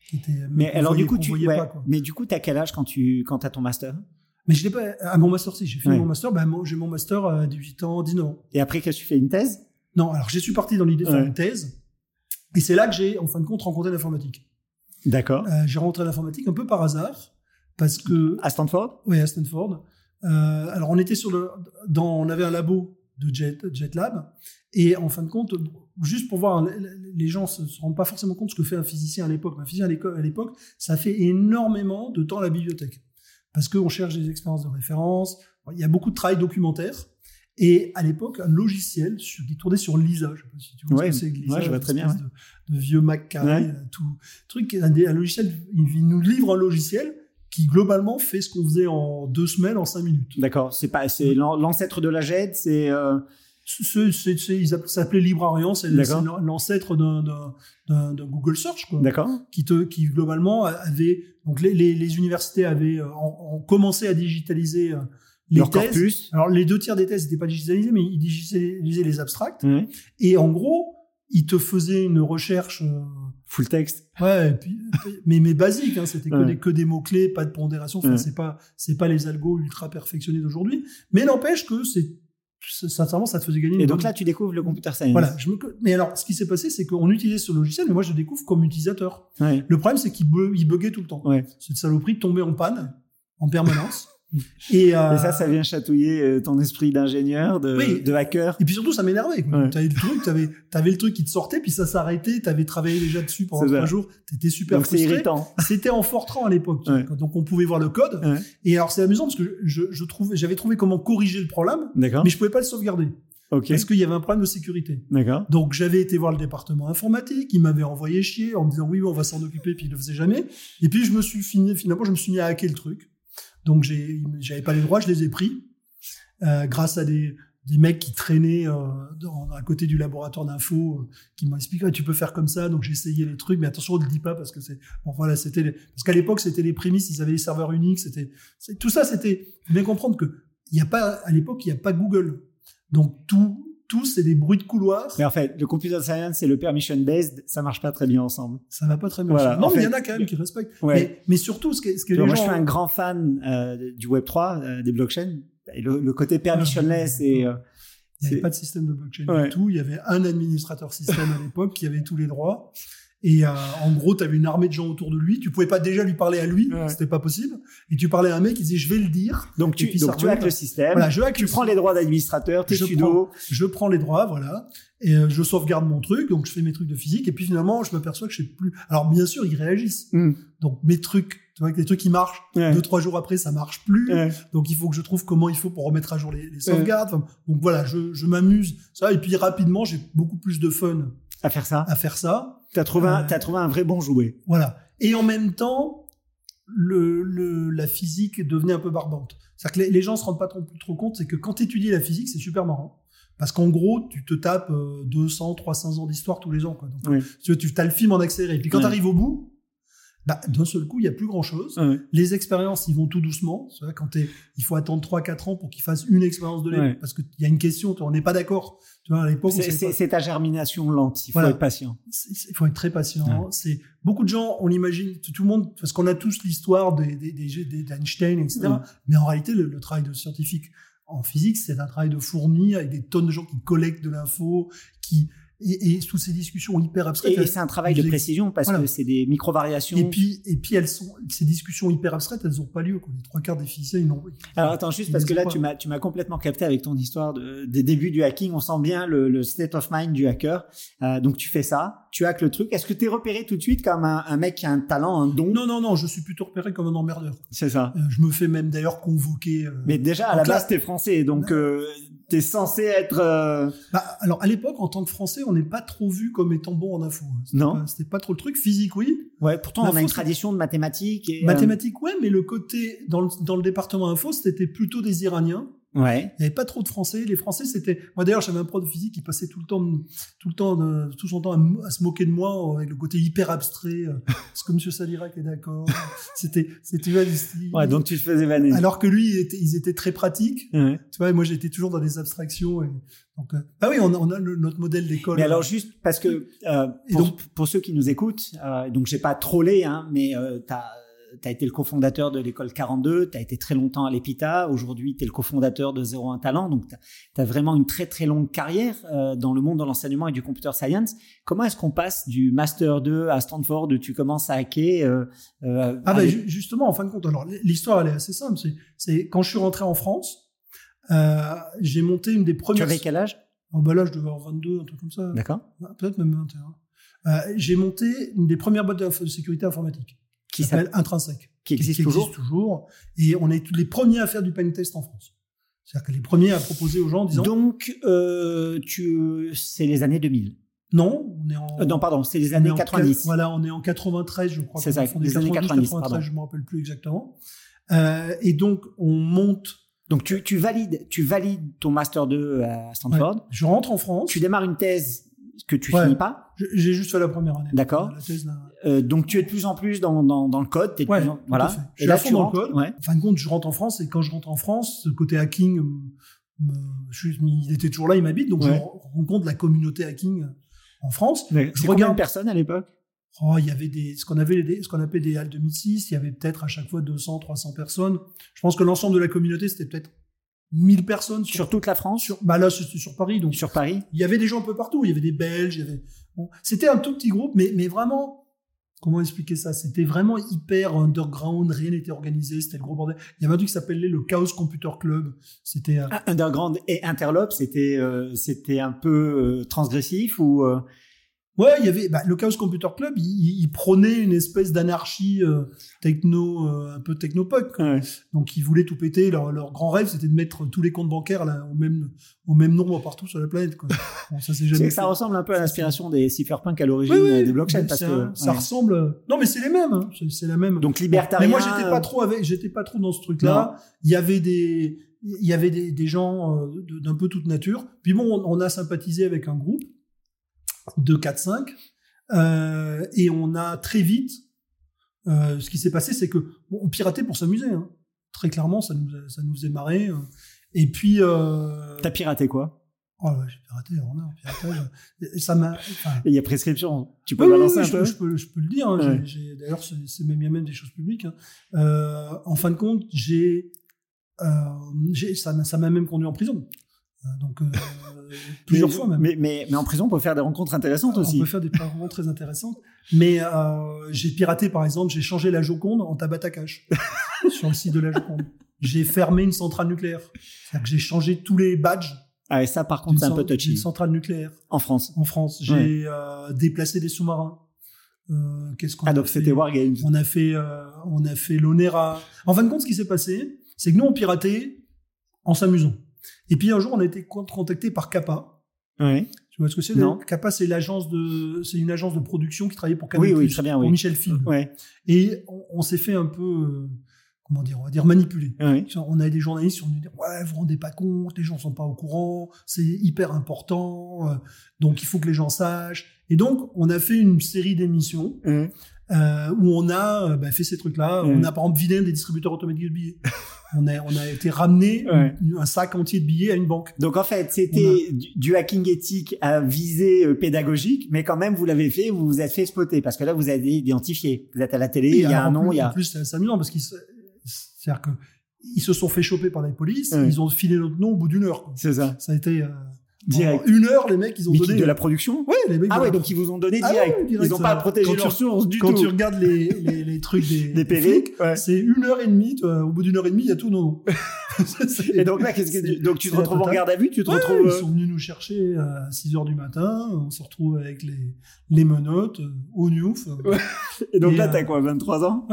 [SPEAKER 2] Qui étaient,
[SPEAKER 1] Mais
[SPEAKER 2] qu'on
[SPEAKER 1] alors du
[SPEAKER 2] voyait-
[SPEAKER 1] coup,
[SPEAKER 2] qu'on
[SPEAKER 1] tu,
[SPEAKER 2] voyait
[SPEAKER 1] ouais.
[SPEAKER 2] pas, quoi.
[SPEAKER 1] mais du coup, t'as quel âge quand tu quand t'as ton master
[SPEAKER 2] Mais je l'ai pas euh, à mon master si j'ai fait
[SPEAKER 1] Ouais.
[SPEAKER 2] mon master. Bah, mon- j'ai mon master à 18 ans, 19 ans.
[SPEAKER 1] Et après, qu'est-ce que tu fais une thèse
[SPEAKER 2] Non, alors je suis parti dans l'idée de faire
[SPEAKER 1] Ouais.
[SPEAKER 2] une thèse. Et c'est là que j'ai, en fin de compte, rencontré l'informatique.
[SPEAKER 1] D'accord.
[SPEAKER 2] Euh, j'ai rencontré l'informatique un peu par hasard, parce que,
[SPEAKER 1] À Stanford
[SPEAKER 2] oui, à Stanford. Euh, alors, on était sur le, dans, on avait un labo de Jet, Jet Lab, et en fin de compte, juste pour voir, les gens se, se rendent pas forcément compte de ce que fait un physicien à l'époque. Un physicien à l'éco- à l'époque, ça fait énormément de temps à la bibliothèque, parce qu'on cherche des expériences de référence. Il y a beaucoup de travail documentaire. Et à l'époque, un logiciel sur- qui tournait sur Lisa, je sais pas si tu vois
[SPEAKER 1] Ouais,
[SPEAKER 2] ce que c'est Lisa,
[SPEAKER 1] ouais, je vois
[SPEAKER 2] une
[SPEAKER 1] très bien,
[SPEAKER 2] espèce De, de vieux Mac carré,
[SPEAKER 1] Ouais.
[SPEAKER 2] là, tout truc, un, des- un logiciel, il nous livre un logiciel qui globalement fait ce qu'on faisait en deux semaines, en cinq minutes.
[SPEAKER 1] D'accord. C'est pas c'est l'an- l'ancêtre de la GED, c'est euh,
[SPEAKER 2] C'est- c'est- c'est- ils appellent- ça s'appelait LibreOrient, c'est c'est
[SPEAKER 1] D'accord.
[SPEAKER 2] l'an- l'ancêtre d'un- d'un d'un- d'un Google Search, quoi,
[SPEAKER 1] d'accord.
[SPEAKER 2] qui, te, qui globalement avait. Donc les, les- les universités avaient euh, ont, ont commencé à digitaliser euh, les
[SPEAKER 1] Leur
[SPEAKER 2] thèses.
[SPEAKER 1] corpus.
[SPEAKER 2] Alors les deux tiers des thèses n'étaient pas digitalisées, mais ils digitalisaient les abstracts.
[SPEAKER 1] Ouais.
[SPEAKER 2] Et en gros, ils te faisaient une recherche. euh,
[SPEAKER 1] Full text.
[SPEAKER 2] Ouais, et puis, mais, mais basique, hein, c'était que,
[SPEAKER 1] Ouais.
[SPEAKER 2] des, que des mots-clés, pas de pondération, enfin,
[SPEAKER 1] Ouais.
[SPEAKER 2] c'est pas, c'est pas les algos ultra perfectionnés d'aujourd'hui, mais n'empêche que c'est, c'est- sincèrement, ça te faisait gagner. une
[SPEAKER 1] Et donc
[SPEAKER 2] bonne-
[SPEAKER 1] là, tu découvres le computer science.
[SPEAKER 2] voilà, je me, mais alors, ce qui s'est passé, c'est qu'on utilisait ce logiciel, mais moi, je le découvre comme utilisateur.
[SPEAKER 1] Ouais.
[SPEAKER 2] Le problème, c'est qu'il bu- il buguait tout le temps.
[SPEAKER 1] Ouais.
[SPEAKER 2] Cette saloperie tombait en panne, en permanence. et, euh,
[SPEAKER 1] Et ça, ça vient chatouiller euh, ton esprit d'ingénieur, de,
[SPEAKER 2] Oui.
[SPEAKER 1] de hacker.
[SPEAKER 2] et puis surtout, ça m'énervait. quoi.
[SPEAKER 1] Ouais.
[SPEAKER 2] T'avais le truc, t'avais, t'avais le truc qui te sortait, puis ça s'arrêtait, t'avais travaillé déjà dessus pendant
[SPEAKER 1] C'est ça.
[SPEAKER 2] trois jours, t'étais super
[SPEAKER 1] Donc c'est
[SPEAKER 2] frustré.
[SPEAKER 1] irritant.
[SPEAKER 2] C'était en Fortran à l'époque, tu
[SPEAKER 1] Ouais.
[SPEAKER 2] vois, donc on pouvait voir le code.
[SPEAKER 1] Ouais.
[SPEAKER 2] Et alors c'est amusant parce que je, je- je trouvais, j'avais trouvé comment corriger le problème,
[SPEAKER 1] D'accord.
[SPEAKER 2] mais je pouvais pas le sauvegarder
[SPEAKER 1] Hein Ok.
[SPEAKER 2] parce qu'il y avait un problème de sécurité.
[SPEAKER 1] D'accord.
[SPEAKER 2] Donc j'avais été voir le département informatique, il m'avait envoyé chier en me disant oui, on va s'en occuper, puis il le faisait jamais. Et puis je me suis fini, finalement je me suis mis à hacker le truc. Donc j'ai- j'avais pas les droits, je les ai pris euh, grâce à des des mecs qui traînaient euh, dans- à côté du laboratoire d'info euh, qui m'ont expliqué Ah, tu peux faire comme ça donc j'ai essayé les trucs mais attention on le dit pas parce que c'est bon voilà c'était les- parce qu'à l'époque c'était les prémices ils avaient les serveurs Unix c'était c'est- tout ça c'était mais comprendre que il y a pas à l'époque il y a pas Google donc tout tout c'est des bruits de couloir
[SPEAKER 1] Mais en fait, le computer science et le permission based, ça marche pas très bien ensemble.
[SPEAKER 2] ça va pas très bien.
[SPEAKER 1] Voilà,
[SPEAKER 2] non,
[SPEAKER 1] en
[SPEAKER 2] mais il y
[SPEAKER 1] fait-
[SPEAKER 2] en a quand même qui respectent.
[SPEAKER 1] Ouais.
[SPEAKER 2] Mais, mais surtout, ce que, ce que
[SPEAKER 1] Tu vois,
[SPEAKER 2] les
[SPEAKER 1] moi,
[SPEAKER 2] gens.
[SPEAKER 1] je suis un grand fan euh, du Web 3, euh, des blockchains. Et le, le côté permissionless et
[SPEAKER 2] Ah.
[SPEAKER 1] euh,
[SPEAKER 2] Il n'y
[SPEAKER 1] c'est-
[SPEAKER 2] avait pas de système de blockchain
[SPEAKER 1] Ouais.
[SPEAKER 2] du tout. Il y avait un administrateur système à l'époque qui avait tous les droits. Et euh, en gros, tu avais une armée de gens autour de lui. Tu pouvais pas déjà lui parler à lui.
[SPEAKER 1] Ouais.
[SPEAKER 2] C'était pas possible. Et tu parlais à un mec qui disait Je vais le dire.
[SPEAKER 1] donc
[SPEAKER 2] Et
[SPEAKER 1] tu,
[SPEAKER 2] puis, ça
[SPEAKER 1] donc tu hackes
[SPEAKER 2] remonte.
[SPEAKER 1] le système,
[SPEAKER 2] Voilà, je, hack-
[SPEAKER 1] tu prends les droits d'administrateur, tes
[SPEAKER 2] Je
[SPEAKER 1] sudo,
[SPEAKER 2] je prends les droits, voilà. Et euh, je sauvegarde mon truc. Donc, je fais mes trucs de physique. Et puis, finalement, je m'aperçois que je sais plus. Alors, bien sûr, ils réagissent.
[SPEAKER 1] Mm.
[SPEAKER 2] Donc, mes trucs, tu vois, que les trucs qui marchent,
[SPEAKER 1] Ouais.
[SPEAKER 2] deux, trois jours après, ça marche plus.
[SPEAKER 1] Ouais.
[SPEAKER 2] Donc il faut que je trouve comment il faut pour remettre à jour les, les sauvegardes. Enfin, donc voilà, je, je m'amuse. Ça, et puis rapidement, j'ai beaucoup plus de fun
[SPEAKER 1] à faire ça.
[SPEAKER 2] à faire ça.
[SPEAKER 1] T'as trouvé, un-
[SPEAKER 2] Euh.
[SPEAKER 1] t'as trouvé un vrai bon jouet.
[SPEAKER 2] Voilà. Et en même temps, le, le- la physique devenait un peu barbante. C'est-à-dire que les, les gens se rendent pas trop, trop compte, c'est que quand tu étudies la physique, c'est super marrant. Parce qu'en gros, tu te tapes euh, 200, 300 ans d'histoire tous les ans. Quoi. Donc,
[SPEAKER 1] Oui.
[SPEAKER 2] tu, vois, tu as le film en accéléré. Et puis quand
[SPEAKER 1] Ouais.
[SPEAKER 2] tu arrives au bout, bah, d'un seul coup, il y a plus grand-chose. Les expériences, ils vont tout doucement. C'est vrai, quand t'es- il faut attendre 3-4 ans pour qu'ils fassent une expérience de l'époque.
[SPEAKER 1] Ouais.
[SPEAKER 2] Parce qu'il y a une question, tu vois, on n'est pas d'accord. Tu vois, à l'époque, on
[SPEAKER 1] C'est-
[SPEAKER 2] savait
[SPEAKER 1] C'est
[SPEAKER 2] pas.
[SPEAKER 1] c'est ta germination lente, il faut
[SPEAKER 2] Voilà.
[SPEAKER 1] être patient.
[SPEAKER 2] C'est- c'est- il faut être très patient. C'est Beaucoup de gens, on imagine, tout tout le monde, parce qu'on a tous l'histoire des, des, des- des- d'Einstein, etc.
[SPEAKER 1] Ouais.
[SPEAKER 2] Mais en réalité, le, le travail de scientifique en physique, c'est un travail de fourmi avec des tonnes de gens qui collectent de l'info, qui Et, et sous ces discussions hyper abstraites.
[SPEAKER 1] Et, et c'est un travail de
[SPEAKER 2] j'ai-
[SPEAKER 1] précision parce
[SPEAKER 2] Voilà.
[SPEAKER 1] que c'est des micro-variations.
[SPEAKER 2] Et puis, et puis elles sont, ces discussions hyper abstraites, elles n'ont pas lieu. Quoi. Les trois quarts des physiciens, ils n'ont.
[SPEAKER 1] Alors attends, juste
[SPEAKER 2] ils
[SPEAKER 1] parce
[SPEAKER 2] les
[SPEAKER 1] que
[SPEAKER 2] ont
[SPEAKER 1] là,
[SPEAKER 2] pas.
[SPEAKER 1] tu m'as, tu m'as complètement capté avec ton histoire de- des débuts du hacking. On sent bien le, le state of mind du hacker. Euh, donc tu fais ça, tu hackes le truc. Est-ce que t'es repéré tout de suite comme un, un mec qui a un talent, un don
[SPEAKER 2] Non, non, non, je suis plutôt repéré comme un emmerdeur.
[SPEAKER 1] C'est ça.
[SPEAKER 2] Euh, je me fais même d'ailleurs convoquer. euh,
[SPEAKER 1] Mais déjà, à la
[SPEAKER 2] Donc là-
[SPEAKER 1] base, t'es français, donc euh, t'es censé être... euh,
[SPEAKER 2] Bah, alors, à l'époque, en tant que Français, on n'est pas trop vu comme étant bon en info. hein. C'était
[SPEAKER 1] Non.
[SPEAKER 2] pas- C'était pas trop le truc. Physique, oui.
[SPEAKER 1] Ouais, pourtant,
[SPEAKER 2] La
[SPEAKER 1] on a une
[SPEAKER 2] fausse-
[SPEAKER 1] tradition de mathématiques. Et, euh,
[SPEAKER 2] Mathématiques, ouais, mais le côté, dans le, dans le département info, c'était plutôt des Iraniens.
[SPEAKER 1] euh, Ouais.
[SPEAKER 2] Il n'y avait pas trop de Français. Les Français, c'était. Moi, d'ailleurs, j'avais un prof de physique qui passait tout le temps, tout le temps, de- tout son temps à, m- à se moquer de moi euh, avec le côté hyper abstrait. euh, Est-ce que M. Salirac est d'accord C'était, c'était. il-
[SPEAKER 1] Ouais, donc tu te faisais vanner.
[SPEAKER 2] Alors que lui, il était- ils étaient très pratiques.
[SPEAKER 1] Ouais.
[SPEAKER 2] Tu vois, et moi, j'étais toujours dans des abstractions. Et, donc, euh, bah oui, on a, on a le- notre modèle d'école.
[SPEAKER 1] Mais alors juste parce que euh,
[SPEAKER 2] Et
[SPEAKER 1] pour,
[SPEAKER 2] donc-
[SPEAKER 1] pour ceux qui nous écoutent, euh, donc j'ai pas trollé, hein, mais euh, t'as as été le cofondateur de l'école 42, t'as été très longtemps à l'EPITA, aujourd'hui t'es le cofondateur de 01 Talent, donc t'as as vraiment une très très longue carrière euh, dans le monde de l'enseignement et du computer science. Comment est-ce qu'on passe du master 2 à Stanford, où tu commences à hacker euh, euh,
[SPEAKER 2] Ah bah,
[SPEAKER 1] avec-
[SPEAKER 2] ju- justement, en fin de compte, alors l- l'histoire elle est assez simple. C'est, c'est quand je suis rentré en France, euh, j'ai monté une des
[SPEAKER 1] tu
[SPEAKER 2] premières.
[SPEAKER 1] avais quel âge
[SPEAKER 2] Oh, bah là, je devais avoir 22, un truc comme ça.
[SPEAKER 1] D'accord.
[SPEAKER 2] Ouais, Peut-être même 21. Euh, j'ai monté une des premières boîtes de sécurité informatique
[SPEAKER 1] Qui
[SPEAKER 2] qui s'appelle Intrinsèque,
[SPEAKER 1] qui existe toujours.
[SPEAKER 2] bah, toujours. Et on est tous les premiers à faire du pen test en France. C'est-à-dire que les premiers à proposer aux gens en disant
[SPEAKER 1] Donc euh, tu c'est les années 2000.
[SPEAKER 2] non, on est en
[SPEAKER 1] Euh, non pardon, c'est les
[SPEAKER 2] on est
[SPEAKER 1] années
[SPEAKER 2] en
[SPEAKER 1] 90.
[SPEAKER 2] quatre- voilà, on est en 93, je crois.
[SPEAKER 1] C'est
[SPEAKER 2] qu'on
[SPEAKER 1] ça,
[SPEAKER 2] a fondé,
[SPEAKER 1] les années 93,
[SPEAKER 2] 92, 93, je me rappelle plus exactement. Euh, et donc, on monte.
[SPEAKER 1] Donc tu, tu valides tu valides ton master 2 à Stanford.
[SPEAKER 2] Je rentre en France.
[SPEAKER 1] Tu démarres une thèse que tu
[SPEAKER 2] Ouais.
[SPEAKER 1] finis pas.
[SPEAKER 2] Je- J'ai juste fait la première année.
[SPEAKER 1] D'accord.
[SPEAKER 2] La thèse, là.
[SPEAKER 1] Euh, donc tu es de plus en plus dans, dans, dans le code. t'es de
[SPEAKER 2] Ouais,
[SPEAKER 1] plus en-
[SPEAKER 2] tout à
[SPEAKER 1] voilà.
[SPEAKER 2] fait.
[SPEAKER 1] Et
[SPEAKER 2] Je suis
[SPEAKER 1] là
[SPEAKER 2] à fond
[SPEAKER 1] tu
[SPEAKER 2] dans le
[SPEAKER 1] rentres-
[SPEAKER 2] code.
[SPEAKER 1] ouais.
[SPEAKER 2] En fin de compte, je rentre en France et quand je rentre en France, ce côté hacking, euh, me- je suis- il était toujours là, il m'habite, donc je
[SPEAKER 1] Ouais.
[SPEAKER 2] re- rencontre la communauté hacking euh, en France.
[SPEAKER 1] Je regarde
[SPEAKER 2] regarde-
[SPEAKER 1] personne à l'époque.
[SPEAKER 2] Oh, il y avait des, ce qu'on avait des- ce qu'on appelait des HAL 2006, il y avait peut-être à chaque fois 200, 300 personnes. Je pense que l'ensemble de la communauté, c'était peut-être 1000 personnes sur,
[SPEAKER 1] Sur toute la France, sur,
[SPEAKER 2] sur- bah là, c'était sur Paris, donc
[SPEAKER 1] sur Paris.
[SPEAKER 2] il y avait des gens un peu partout, il y avait des Belges, il y avait. bon, c'était un tout petit groupe, mais, mais vraiment. Comment expliquer ça C'était vraiment hyper underground, rien n'était organisé, c'était le gros bordel. Il y avait un truc qui s'appelait le Chaos Computer Club. C'était. euh,
[SPEAKER 1] Ah, Underground et Interlope, c'était euh, c'était un peu euh, transgressif ou euh,
[SPEAKER 2] Ouais, il y avait. bah, le Chaos Computer Club, il, il- il prônait une espèce d'anarchie euh, techno, euh, un peu technopunk. quoi. Donc ils voulaient tout péter. Leur, leur grand rêve, c'était de mettre tous les comptes bancaires là, au, même, au même nombre partout sur la planète. Quoi. Bon, ça, c'est
[SPEAKER 1] C'est
[SPEAKER 2] jamais.
[SPEAKER 1] que ça
[SPEAKER 2] fait.
[SPEAKER 1] ressemble un peu à
[SPEAKER 2] Ça,
[SPEAKER 1] l'inspiration des cypherpunks à
[SPEAKER 2] Oui,
[SPEAKER 1] l'origine
[SPEAKER 2] oui,
[SPEAKER 1] euh, des blockchains
[SPEAKER 2] mais
[SPEAKER 1] parce
[SPEAKER 2] c'est
[SPEAKER 1] que
[SPEAKER 2] un- ça
[SPEAKER 1] ouais.
[SPEAKER 2] ressemble. euh, Non, mais c'est les mêmes. hein. C'est- C'est la même.
[SPEAKER 1] donc libertarien.
[SPEAKER 2] Mais moi, j'étais
[SPEAKER 1] euh,
[SPEAKER 2] pas trop avec, j'étais pas trop dans ce truc-là. Il y avait des, il y avait des, des gens euh, de- d'un peu toute nature. Puis bon, on, on a sympathisé avec un groupe de 4-5. euh, et on a très vite, euh, ce qui s'est passé, c'est que bon, on piratait pour s'amuser. hein. Très clairement, ça nous, a- ça nous faisait marrer. euh. Et puis, euh,
[SPEAKER 1] T'as piraté quoi
[SPEAKER 2] oh, ouais, j'ai piraté, alors là, piratage. Et ça m'a, enfin,
[SPEAKER 1] Il y a prescription. Tu peux
[SPEAKER 2] oui, oui,
[SPEAKER 1] balancer
[SPEAKER 2] oui,
[SPEAKER 1] un
[SPEAKER 2] je,
[SPEAKER 1] peu
[SPEAKER 2] je peux, je peux le dire. hein.
[SPEAKER 1] Ouais.
[SPEAKER 2] J'ai- j'ai- D'ailleurs, c'est c'est même, il y a même des choses publiques. hein. Euh, en fin de compte, j'ai, euh, j'ai- ça m'a ça m'a même conduit en prison. Euh, donc, euh, plusieurs
[SPEAKER 1] mais,
[SPEAKER 2] fois même.
[SPEAKER 1] Mais, mais, mais en prison, on peut faire des rencontres intéressantes
[SPEAKER 2] On
[SPEAKER 1] aussi.
[SPEAKER 2] peut faire des parents très intéressantes. Mais euh, j'ai piraté, par exemple, j'ai changé la Joconde en Tabata Cash sur le site de la Joconde. J'ai fermé une centrale nucléaire. C'est-à-dire que j'ai changé tous les badges
[SPEAKER 1] Ah, et ça, par contre,
[SPEAKER 2] d'une
[SPEAKER 1] c'est un peu
[SPEAKER 2] cen- d'une
[SPEAKER 1] touchy.
[SPEAKER 2] centrale nucléaire
[SPEAKER 1] En France.
[SPEAKER 2] en France. J'ai
[SPEAKER 1] Ouais.
[SPEAKER 2] euh, déplacé des sous-marins. Euh, Qu'est-ce qu'on
[SPEAKER 1] Ah,
[SPEAKER 2] a
[SPEAKER 1] donc
[SPEAKER 2] fait
[SPEAKER 1] c'était Wargames.
[SPEAKER 2] on a fait, euh, on a fait l'Onera. En fin de compte, ce qui s'est passé, c'est que nous, on piratait en s'amusant. Et puis un jour, on a été con- contacté par Kappa.
[SPEAKER 1] Ouais.
[SPEAKER 2] Tu vois ce que c'est
[SPEAKER 1] Non.
[SPEAKER 2] le- Kappa, c'est l'agence de, c'est une agence de production qui travaillait pour Canal+,
[SPEAKER 1] Oui, oui, très bien,
[SPEAKER 2] pour
[SPEAKER 1] oui.
[SPEAKER 2] Michel Film.
[SPEAKER 1] Ouais,
[SPEAKER 2] Et on, on s'est fait un peu, euh, comment dire, on va dire manipuler.
[SPEAKER 1] ouais.
[SPEAKER 2] On a des journalistes qui sont venus dire Ouais, vous vous rendez pas compte, les gens sont pas au courant, c'est hyper important, euh, donc il faut que les gens sachent. Et donc, on a fait une série d'émissions
[SPEAKER 1] Ouais.
[SPEAKER 2] euh, où on a euh, bah, fait ces trucs-là.
[SPEAKER 1] Ouais.
[SPEAKER 2] On a par exemple vidé un des distributeurs automatiques de billets. on, a, on a été ramené
[SPEAKER 1] Ouais.
[SPEAKER 2] un sac entier de billets à une banque.
[SPEAKER 1] Donc en fait, c'était du, du hacking éthique à visée euh, pédagogique, mais quand même, vous l'avez fait, vous vous êtes fait spotter, parce que là, vous avez identifié. Vous êtes à la télé, il y a un
[SPEAKER 2] alors, en
[SPEAKER 1] nom,
[SPEAKER 2] plus-
[SPEAKER 1] il y
[SPEAKER 2] En
[SPEAKER 1] a...
[SPEAKER 2] plus, c'est assez amusant parce qu'ils se- c'est-à-dire que ils se sont fait choper par la police.
[SPEAKER 1] Ouais.
[SPEAKER 2] Ils ont filé notre nom au bout d'une heure. quoi.
[SPEAKER 1] C'est ça.
[SPEAKER 2] Ça a été. euh,
[SPEAKER 1] Direct.
[SPEAKER 2] En une heure, les mecs, ils ont
[SPEAKER 1] Mais qui-
[SPEAKER 2] donné. euh,
[SPEAKER 1] de la production
[SPEAKER 2] Ouais, les mecs.
[SPEAKER 1] Ah
[SPEAKER 2] de la-
[SPEAKER 1] ouais, donc ils vous ont donné
[SPEAKER 2] Ah
[SPEAKER 1] direct.
[SPEAKER 2] ouais, direct,
[SPEAKER 1] ils n'ont
[SPEAKER 2] ça.
[SPEAKER 1] pas protégé
[SPEAKER 2] Quand tu-
[SPEAKER 1] leurs sources du
[SPEAKER 2] Quand
[SPEAKER 1] tout.
[SPEAKER 2] tu regardes les, les, les trucs des,
[SPEAKER 1] Les
[SPEAKER 2] des
[SPEAKER 1] PV.
[SPEAKER 2] flics,
[SPEAKER 1] ouais.
[SPEAKER 2] c'est une heure et demie. toi, au bout d'une heure et demie, il y a tout non.
[SPEAKER 1] Et donc là, qu'est-ce que tu... donc tu te
[SPEAKER 2] c'est la
[SPEAKER 1] retrouves en
[SPEAKER 2] totale.
[SPEAKER 1] garde à vue, tu te
[SPEAKER 2] Ouais,
[SPEAKER 1] retrouves
[SPEAKER 2] ils
[SPEAKER 1] euh,
[SPEAKER 2] sont venus nous chercher à 6 h du matin. On se retrouve avec les, les menottes, euh, au newf. euh,
[SPEAKER 1] Ouais. Et donc
[SPEAKER 2] et,
[SPEAKER 1] là,
[SPEAKER 2] euh,
[SPEAKER 1] t'as quoi, 23 ans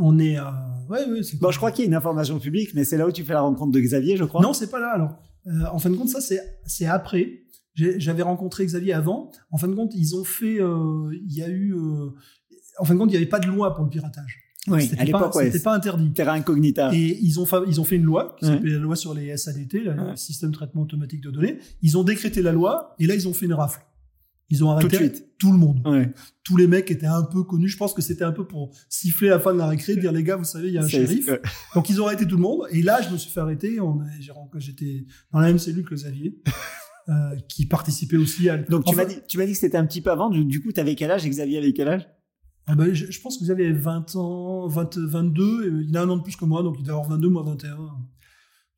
[SPEAKER 2] On est. euh, Ouais, ouais, c'est
[SPEAKER 1] Bon, Bah, je crois qu'il y a une information publique, mais c'est là où tu fais la rencontre de Xavier, je crois.
[SPEAKER 2] Non, c'est pas là. Alors, Euh, en fin de compte, ça c'est c'est après. J'ai- J'avais rencontré Xavier avant. En fin de compte, ils ont fait. euh, Il y a eu. euh, en fin de compte, il n'y avait pas de loi pour le piratage.
[SPEAKER 1] oui,
[SPEAKER 2] C'était
[SPEAKER 1] à
[SPEAKER 2] pas-
[SPEAKER 1] l'époque, ouais.
[SPEAKER 2] C'était pas interdit.
[SPEAKER 1] Terra Incognita.
[SPEAKER 2] Et ils ont, fa- ils ont fait une loi, qui
[SPEAKER 1] Ouais. Ah.
[SPEAKER 2] s'appelait la loi sur les SADT, le
[SPEAKER 1] Ouais.
[SPEAKER 2] système de traitement automatique de données. Ils ont décrété la loi, et là, ils ont fait une rafle. Ils ont
[SPEAKER 1] Tout
[SPEAKER 2] arrêté
[SPEAKER 1] de suite.
[SPEAKER 2] tout le monde.
[SPEAKER 1] Ouais.
[SPEAKER 2] Tous les mecs étaient un peu connus. Je pense que c'était un peu pour siffler à la fin de la récré, dire les gars, vous savez, il y a un
[SPEAKER 1] C'est-
[SPEAKER 2] shérif.
[SPEAKER 1] ouais.
[SPEAKER 2] Donc ils ont arrêté tout le monde. Et là, je me suis fait arrêter. On a- j'ai rencontré- J'étais dans la même cellule que Xavier, euh, qui participait aussi à.
[SPEAKER 1] Donc tu
[SPEAKER 2] Enfin,
[SPEAKER 1] m'as dit, tu m'as dit que c'était un petit peu avant. Du, du coup, t'avais quel âge et Xavier avait quel âge
[SPEAKER 2] ah ben, je, je pense que vous avez 20 ans, 20, 22. et, euh, il a un an de plus que moi, donc il doit avoir 22, moi 21.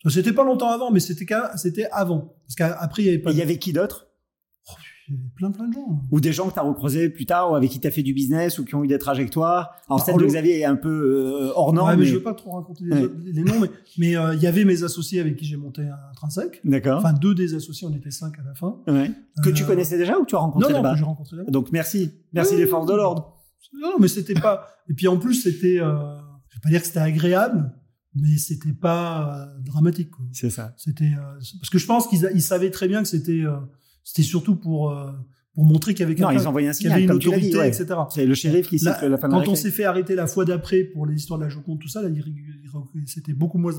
[SPEAKER 2] Ça, C'était pas longtemps avant, mais c'était quand- c'était avant. Parce qu'après, il y avait
[SPEAKER 1] Et
[SPEAKER 2] pas.
[SPEAKER 1] Il y avait qui d'autre
[SPEAKER 2] il y avait plein plein de gens.
[SPEAKER 1] Ou des gens que t'as recroisés plus tard, ou avec qui t'as fait du business, ou qui ont eu des trajectoires. Alors
[SPEAKER 2] Bah,
[SPEAKER 1] celle
[SPEAKER 2] en
[SPEAKER 1] de
[SPEAKER 2] le-
[SPEAKER 1] Xavier est un peu euh, hors
[SPEAKER 2] Non,
[SPEAKER 1] norme.
[SPEAKER 2] mais
[SPEAKER 1] mais-
[SPEAKER 2] je veux pas trop raconter les,
[SPEAKER 1] Ouais.
[SPEAKER 2] autres- les noms, mais mais, euh, il y avait mes associés avec qui j'ai monté un Trinsec.
[SPEAKER 1] D'accord.
[SPEAKER 2] Enfin, deux des associés, on était cinq à la fin.
[SPEAKER 1] Ouais. Que tu
[SPEAKER 2] Euh,
[SPEAKER 1] connaissais déjà ou que tu as
[SPEAKER 2] Non,
[SPEAKER 1] rencontré
[SPEAKER 2] non,
[SPEAKER 1] là-bas
[SPEAKER 2] que j'ai rencontré là-bas.
[SPEAKER 1] Donc merci, merci
[SPEAKER 2] Oui,
[SPEAKER 1] les forces de l'ordre.
[SPEAKER 2] Non, non, mais c'était pas. Et puis en plus, c'était. euh, je vais pas dire que c'était agréable, mais c'était pas euh, dramatique. quoi.
[SPEAKER 1] C'est ça.
[SPEAKER 2] C'était euh, c'est- parce que je pense qu'ils a- ils savaient très bien que c'était euh, c'était surtout pour euh, pour montrer qu'il y avait
[SPEAKER 1] Non,
[SPEAKER 2] quelqu'un,
[SPEAKER 1] ils envoyaient un
[SPEAKER 2] qu'il y
[SPEAKER 1] signal,
[SPEAKER 2] avait une
[SPEAKER 1] comme tu l'as dit.
[SPEAKER 2] autorité,
[SPEAKER 1] ouais.
[SPEAKER 2] etc.
[SPEAKER 1] C'est le shérif qui
[SPEAKER 2] Là,
[SPEAKER 1] siffle la fin de la
[SPEAKER 2] Quand on
[SPEAKER 1] récré.
[SPEAKER 2] s'est fait arrêter la fois d'après pour les histoires de la Joconde, tout ça, là, ils rigu- ils rigu- c'était beaucoup moins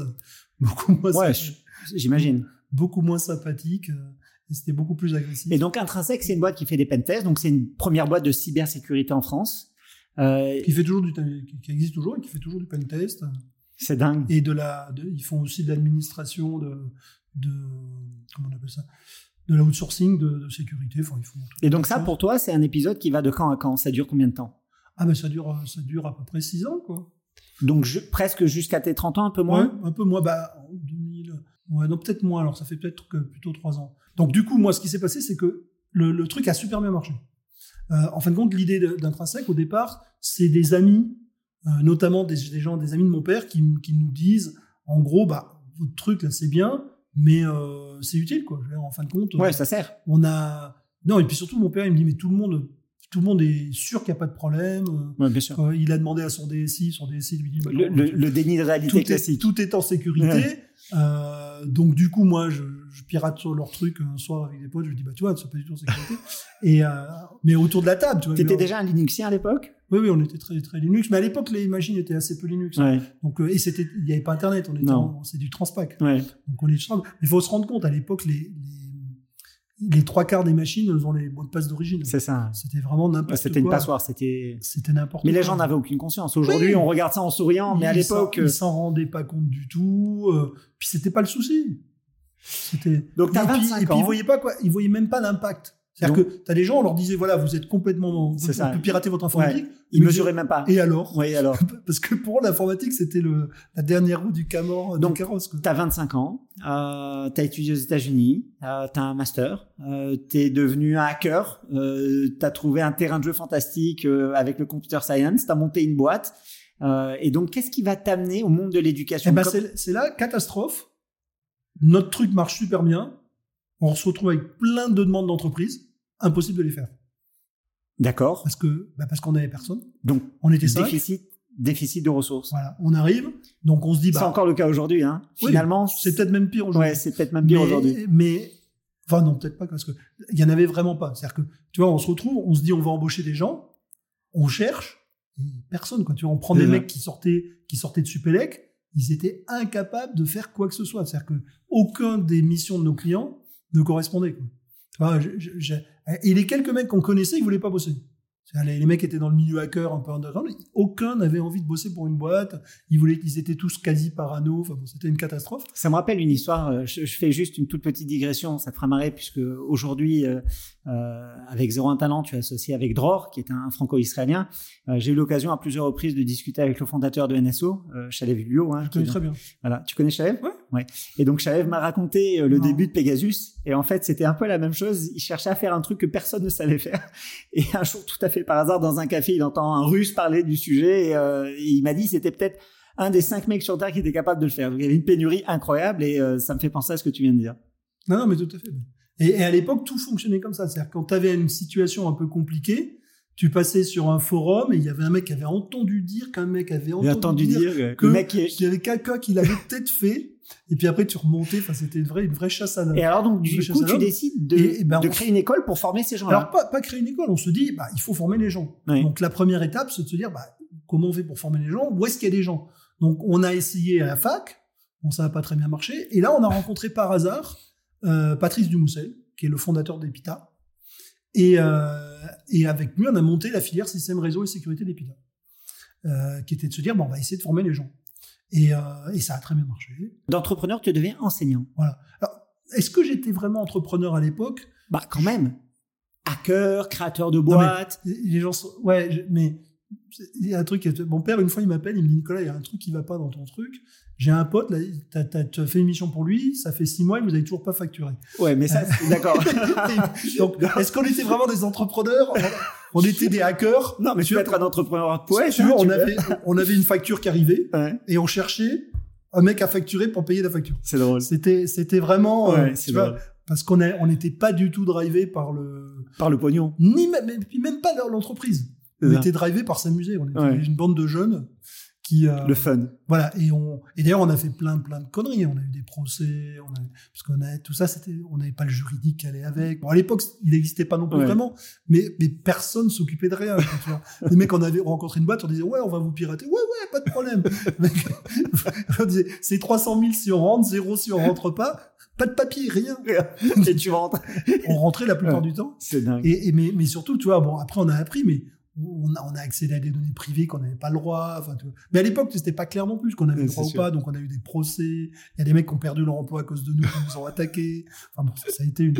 [SPEAKER 2] beaucoup moins
[SPEAKER 1] Ouais,
[SPEAKER 2] sympa-
[SPEAKER 1] J'imagine.
[SPEAKER 2] beaucoup moins sympathique. euh, et C'était beaucoup plus agressif.
[SPEAKER 1] Et donc Intrinsèque, c'est une boîte qui fait des pentests. Donc c'est une première boîte de cybersécurité en France. Euh,
[SPEAKER 2] qui fait toujours du qui qui existe toujours et qui fait toujours du pentest.
[SPEAKER 1] c'est dingue.
[SPEAKER 2] et de la de- ils font aussi de l'administration de, de comment on appelle ça de l'outsourcing de, de sécurité enfin ils font tout-
[SPEAKER 1] Et donc ça,
[SPEAKER 2] tout.
[SPEAKER 1] pour toi, c'est un épisode qui va de camp à camp. Ça dure combien de temps
[SPEAKER 2] ah ben ça dure euh, ça dure à peu près 6 ans quoi
[SPEAKER 1] Donc je- presque jusqu'à tes 30 ans, un peu moins.
[SPEAKER 2] Ouais, un peu moins bah en 2000 ouais non peut-être moins alors ça fait peut-être que plutôt 3 ans donc du coup moi ce qui s'est passé c'est que le, le truc a super bien marché Euh, en fin de compte l'idée de- d'intrinsèque au départ c'est des amis euh, notamment des, des gens des amis de mon père qui, m- qui nous disent en gros bah votre truc là c'est bien mais euh, c'est utile quoi Je veux dire, en fin de compte
[SPEAKER 1] Ouais, ça sert.
[SPEAKER 2] on a non et puis surtout mon père il me dit mais tout le monde tout le monde est sûr qu'il n'y a pas de problème
[SPEAKER 1] Ouais, bien sûr.
[SPEAKER 2] Euh, il a demandé à son DSI son DSI lui dit bah,
[SPEAKER 1] Le,
[SPEAKER 2] non,
[SPEAKER 1] le- le déni de
[SPEAKER 2] tout,
[SPEAKER 1] réalité
[SPEAKER 2] est,
[SPEAKER 1] classique.
[SPEAKER 2] tout est en sécurité
[SPEAKER 1] Ouais.
[SPEAKER 2] Euh, donc du coup moi je, je pirate sur leur truc un soir avec des potes je lui dis bah tu vois c'est pas du tout en sécurité et euh, mais autour de la table tu vois
[SPEAKER 1] T'étais
[SPEAKER 2] mais on-
[SPEAKER 1] déjà un Linuxien à l'époque
[SPEAKER 2] oui oui on était très très Linux mais à l'époque les machines étaient assez peu Linux
[SPEAKER 1] Ouais,
[SPEAKER 2] donc euh, et c'était il n'y avait pas internet on était
[SPEAKER 1] Non.
[SPEAKER 2] en- c'est du transpac
[SPEAKER 1] ouais.
[SPEAKER 2] donc on les change. Mais il faut se rendre compte, à l'époque, les, les, les trois quarts des machines, elles ont les mots de passe d'origine.
[SPEAKER 1] C'est ça.
[SPEAKER 2] C'était vraiment n'importe quoi.
[SPEAKER 1] C'était une passoire. C'était.
[SPEAKER 2] C'était n'importe
[SPEAKER 1] Mais
[SPEAKER 2] quoi.
[SPEAKER 1] les gens n'avaient aucune conscience. Aujourd'hui,
[SPEAKER 2] Oui.
[SPEAKER 1] on regarde ça en souriant, mais à
[SPEAKER 2] Ils
[SPEAKER 1] l'époque. euh,
[SPEAKER 2] s'en- Ils s'en rendaient pas compte du tout. euh, puis c'était pas le souci. C'était.
[SPEAKER 1] Donc, t'as
[SPEAKER 2] Et puis-
[SPEAKER 1] 25
[SPEAKER 2] Et puis
[SPEAKER 1] ans.
[SPEAKER 2] ils voyaient pas quoi. Ils voyaient même pas l'impact. C'est-à-dire que t'as des gens, on leur disait voilà, vous êtes complètement.
[SPEAKER 1] C'est
[SPEAKER 2] Vous,
[SPEAKER 1] ça.
[SPEAKER 2] on peut pirater votre informatique.
[SPEAKER 1] Ils
[SPEAKER 2] Mais-
[SPEAKER 1] mesuraient même pas.
[SPEAKER 2] Et alors
[SPEAKER 1] Oui, alors.
[SPEAKER 2] Parce que pour eux, l'informatique, c'était le- la dernière roue du, camor,
[SPEAKER 1] Donc,
[SPEAKER 2] du carrosse. quoi.
[SPEAKER 1] T'as 25 ans, euh, t'as étudié aux États-Unis, euh, t'as un master, euh, t'es devenu un hacker, euh, t'as trouvé un terrain de jeu fantastique euh, avec le computer science, t'as monté une boîte. euh, et donc, qu'est-ce qui va t'amener au monde de l'éducation
[SPEAKER 2] Eh ben,
[SPEAKER 1] Comme-
[SPEAKER 2] c'est c'est là, catastrophe. Notre truc marche super bien. On se retrouve avec plein de demandes d'entreprises. Impossible de les faire.
[SPEAKER 1] D'accord.
[SPEAKER 2] Parce que, bah, parce qu'on n'avait personne.
[SPEAKER 1] Donc,
[SPEAKER 2] On était cinq.
[SPEAKER 1] déficit, déficit de ressources.
[SPEAKER 2] Voilà. On arrive. Donc, on se dit,
[SPEAKER 1] c'est
[SPEAKER 2] bah,
[SPEAKER 1] encore le cas aujourd'hui. Hein.
[SPEAKER 2] Oui,
[SPEAKER 1] Finalement,
[SPEAKER 2] c'est peut-être même pire aujourd'hui.
[SPEAKER 1] ouais, c'est peut-être même pire
[SPEAKER 2] Mais-
[SPEAKER 1] aujourd'hui.
[SPEAKER 2] Mais, enfin, non, peut-être pas, parce que il y en avait vraiment pas. C'est-à-dire que, tu vois, on se retrouve, on se dit, on va embaucher des gens. On cherche. et personne, quoi. Tu vois, on prend des
[SPEAKER 1] Déjà.
[SPEAKER 2] mecs qui sortaient, qui sortaient de Supélec. Ils étaient incapables de faire quoi que ce soit. C'est-à-dire que aucun des missions de nos clients ne correspondait. quoi. Tu vois, je- je- je- et les quelques mecs qu'on connaissait, ils voulaient pas bosser. C'est-à-dire, Les, les mecs étaient dans le milieu hacker, un peu underground. Aucun n'avait envie de bosser pour une boîte. Ils voulaient, ils étaient tous quasi parano. Enfin bon, c'était une catastrophe.
[SPEAKER 1] Ça me rappelle une histoire. euh, Je, je fais juste une toute petite digression. Ça te fera marrer puisque aujourd'hui, euh, euh, avec 01 Talent, tu es associé avec Dror, qui est un, franco-israélien. Euh, J'ai eu l'occasion à plusieurs reprises de discuter avec le fondateur de NSO, euh, Chalev Ulio. Hein,
[SPEAKER 2] Je
[SPEAKER 1] qui est
[SPEAKER 2] connais
[SPEAKER 1] dans-
[SPEAKER 2] très bien.
[SPEAKER 1] voilà. Tu connais Chalev
[SPEAKER 2] Ouais.
[SPEAKER 1] Ouais. Et donc Chaev m'a raconté euh, le début de Pegasus. Et en fait, c'était un peu la même chose. Il cherchait à faire un truc que personne ne savait faire. Et un jour, tout à fait par hasard, dans un café, il entend un Russe parler du sujet. Et, euh, et il m'a dit, c'était peut-être un des cinq mecs sur Terre qui était capable de le faire. Donc il y avait une pénurie incroyable. Et euh, ça me fait penser à ce que tu viens de dire.
[SPEAKER 2] Non, non, mais tout à fait. Et, et à l'époque, tout fonctionnait comme ça. C'est-à-dire quand tu avais une situation un peu compliquée, tu passais sur un forum et il y avait un mec qui avait entendu dire qu'un mec avait
[SPEAKER 1] J'ai
[SPEAKER 2] entendu,
[SPEAKER 1] entendu
[SPEAKER 2] dire,
[SPEAKER 1] dire euh,
[SPEAKER 2] que
[SPEAKER 1] le mec qui est-
[SPEAKER 2] qu'il y avait quelqu'un qui l'avait peut-être fait. Et puis après, tu remontais. Enfin, c'était une vraie, une vraie chasse à l'homme.
[SPEAKER 1] Et alors donc
[SPEAKER 2] Je
[SPEAKER 1] du
[SPEAKER 2] cherche
[SPEAKER 1] coup
[SPEAKER 2] un
[SPEAKER 1] tu
[SPEAKER 2] homme.
[SPEAKER 1] décides de,
[SPEAKER 2] Et- et ben,
[SPEAKER 1] de
[SPEAKER 2] on-
[SPEAKER 1] créer une école pour former ces gens-là.
[SPEAKER 2] Alors, pas, pas créer une école, on se dit, bah, il faut former les gens.
[SPEAKER 1] Oui.
[SPEAKER 2] Donc, la première étape, c'est de se dire, bah, comment on fait pour former les gens Où est-ce qu'il y a des gens Donc, on a essayé à la fac, bon, ça n'a pas très bien marché. Et là, on a rencontré par hasard euh, Patrice Dumoussel, qui est le fondateur d'Epita. Et, euh, et avec lui, on a monté la filière système réseau et sécurité d'Epita, euh, qui était de se dire, bon, on va essayer de former les gens. Et, euh, et ça a très bien marché.
[SPEAKER 1] D'entrepreneur tu deviens enseignant.
[SPEAKER 2] Est-ce que j'étais vraiment entrepreneur à l'époque
[SPEAKER 1] Bah quand même. Hacker, créateur de boîtes.
[SPEAKER 2] Les gens sont... Ouais, je- mais il y a un truc. Mon père, une fois, il m'appelle, il me dit Nicolas, il y a un truc qui va pas dans ton truc. J'ai un pote, là, t'as, t'as- tu as fait une mission pour lui, ça fait six mois, et vous avez toujours pas facturé.
[SPEAKER 1] Ouais mais ça c'est- d'accord.
[SPEAKER 2] Donc, est-ce qu'on était vraiment des entrepreneurs on, on était des hackers
[SPEAKER 1] non mais tu
[SPEAKER 2] Tu
[SPEAKER 1] vas
[SPEAKER 2] vois,
[SPEAKER 1] être un entrepreneur de
[SPEAKER 2] Si
[SPEAKER 1] poète.
[SPEAKER 2] tu
[SPEAKER 1] hein,
[SPEAKER 2] veux, on,
[SPEAKER 1] tu
[SPEAKER 2] avait, on avait une facture qui arrivait,
[SPEAKER 1] peux. Ouais,
[SPEAKER 2] et on cherchait un mec à facturer pour payer la facture.
[SPEAKER 1] c'est drôle.
[SPEAKER 2] C'était, c'était vraiment. euh,
[SPEAKER 1] Ouais,
[SPEAKER 2] tu
[SPEAKER 1] c'est
[SPEAKER 2] vois,
[SPEAKER 1] drôle.
[SPEAKER 2] parce qu'on a- on n'était pas du tout drivé par le,
[SPEAKER 1] Par le pognon.
[SPEAKER 2] ni même, et puis même pas leur- l'entreprise.
[SPEAKER 1] C'est
[SPEAKER 2] On
[SPEAKER 1] ça.
[SPEAKER 2] était drivé par s'amuser. On était
[SPEAKER 1] Ouais.
[SPEAKER 2] une bande de jeunes qui euh,
[SPEAKER 1] Le fun.
[SPEAKER 2] voilà et on et d'ailleurs on a fait plein plein de conneries. On a eu des procès, on a, parce qu'on a tout ça c'était on n'avait pas le juridique qui allait avec. Bon, à l'époque il n'existait pas non plus
[SPEAKER 1] Ouais.
[SPEAKER 2] vraiment, mais mais personne s'occupait de rien. quoi, tu vois. Les mecs on avait rencontré une boîte, on disait ouais on va vous pirater, ouais ouais pas de problème. Le mec, on disait c'est 300 000 si on rentre, zéro si on rentre pas, pas de papier, rien.
[SPEAKER 1] Et tu rentres.
[SPEAKER 2] On rentrait la plupart
[SPEAKER 1] Ouais.
[SPEAKER 2] du temps.
[SPEAKER 1] C'est dingue.
[SPEAKER 2] Et, et mais, mais surtout, tu vois, bon, après, on a appris, mais on a, on a accédé à des données privées qu'on n'avait pas le droit. Enfin, tu vois. Mais à l'époque, c'était pas clair non plus qu'on avait
[SPEAKER 1] Ouais,
[SPEAKER 2] le droit
[SPEAKER 1] c'est
[SPEAKER 2] ou
[SPEAKER 1] sûr.
[SPEAKER 2] pas. Donc, on a eu des procès. Il y a des mecs qui ont perdu leur emploi à cause de nous, qui nous ont attaqués. Enfin, bon, ça, ça a été une,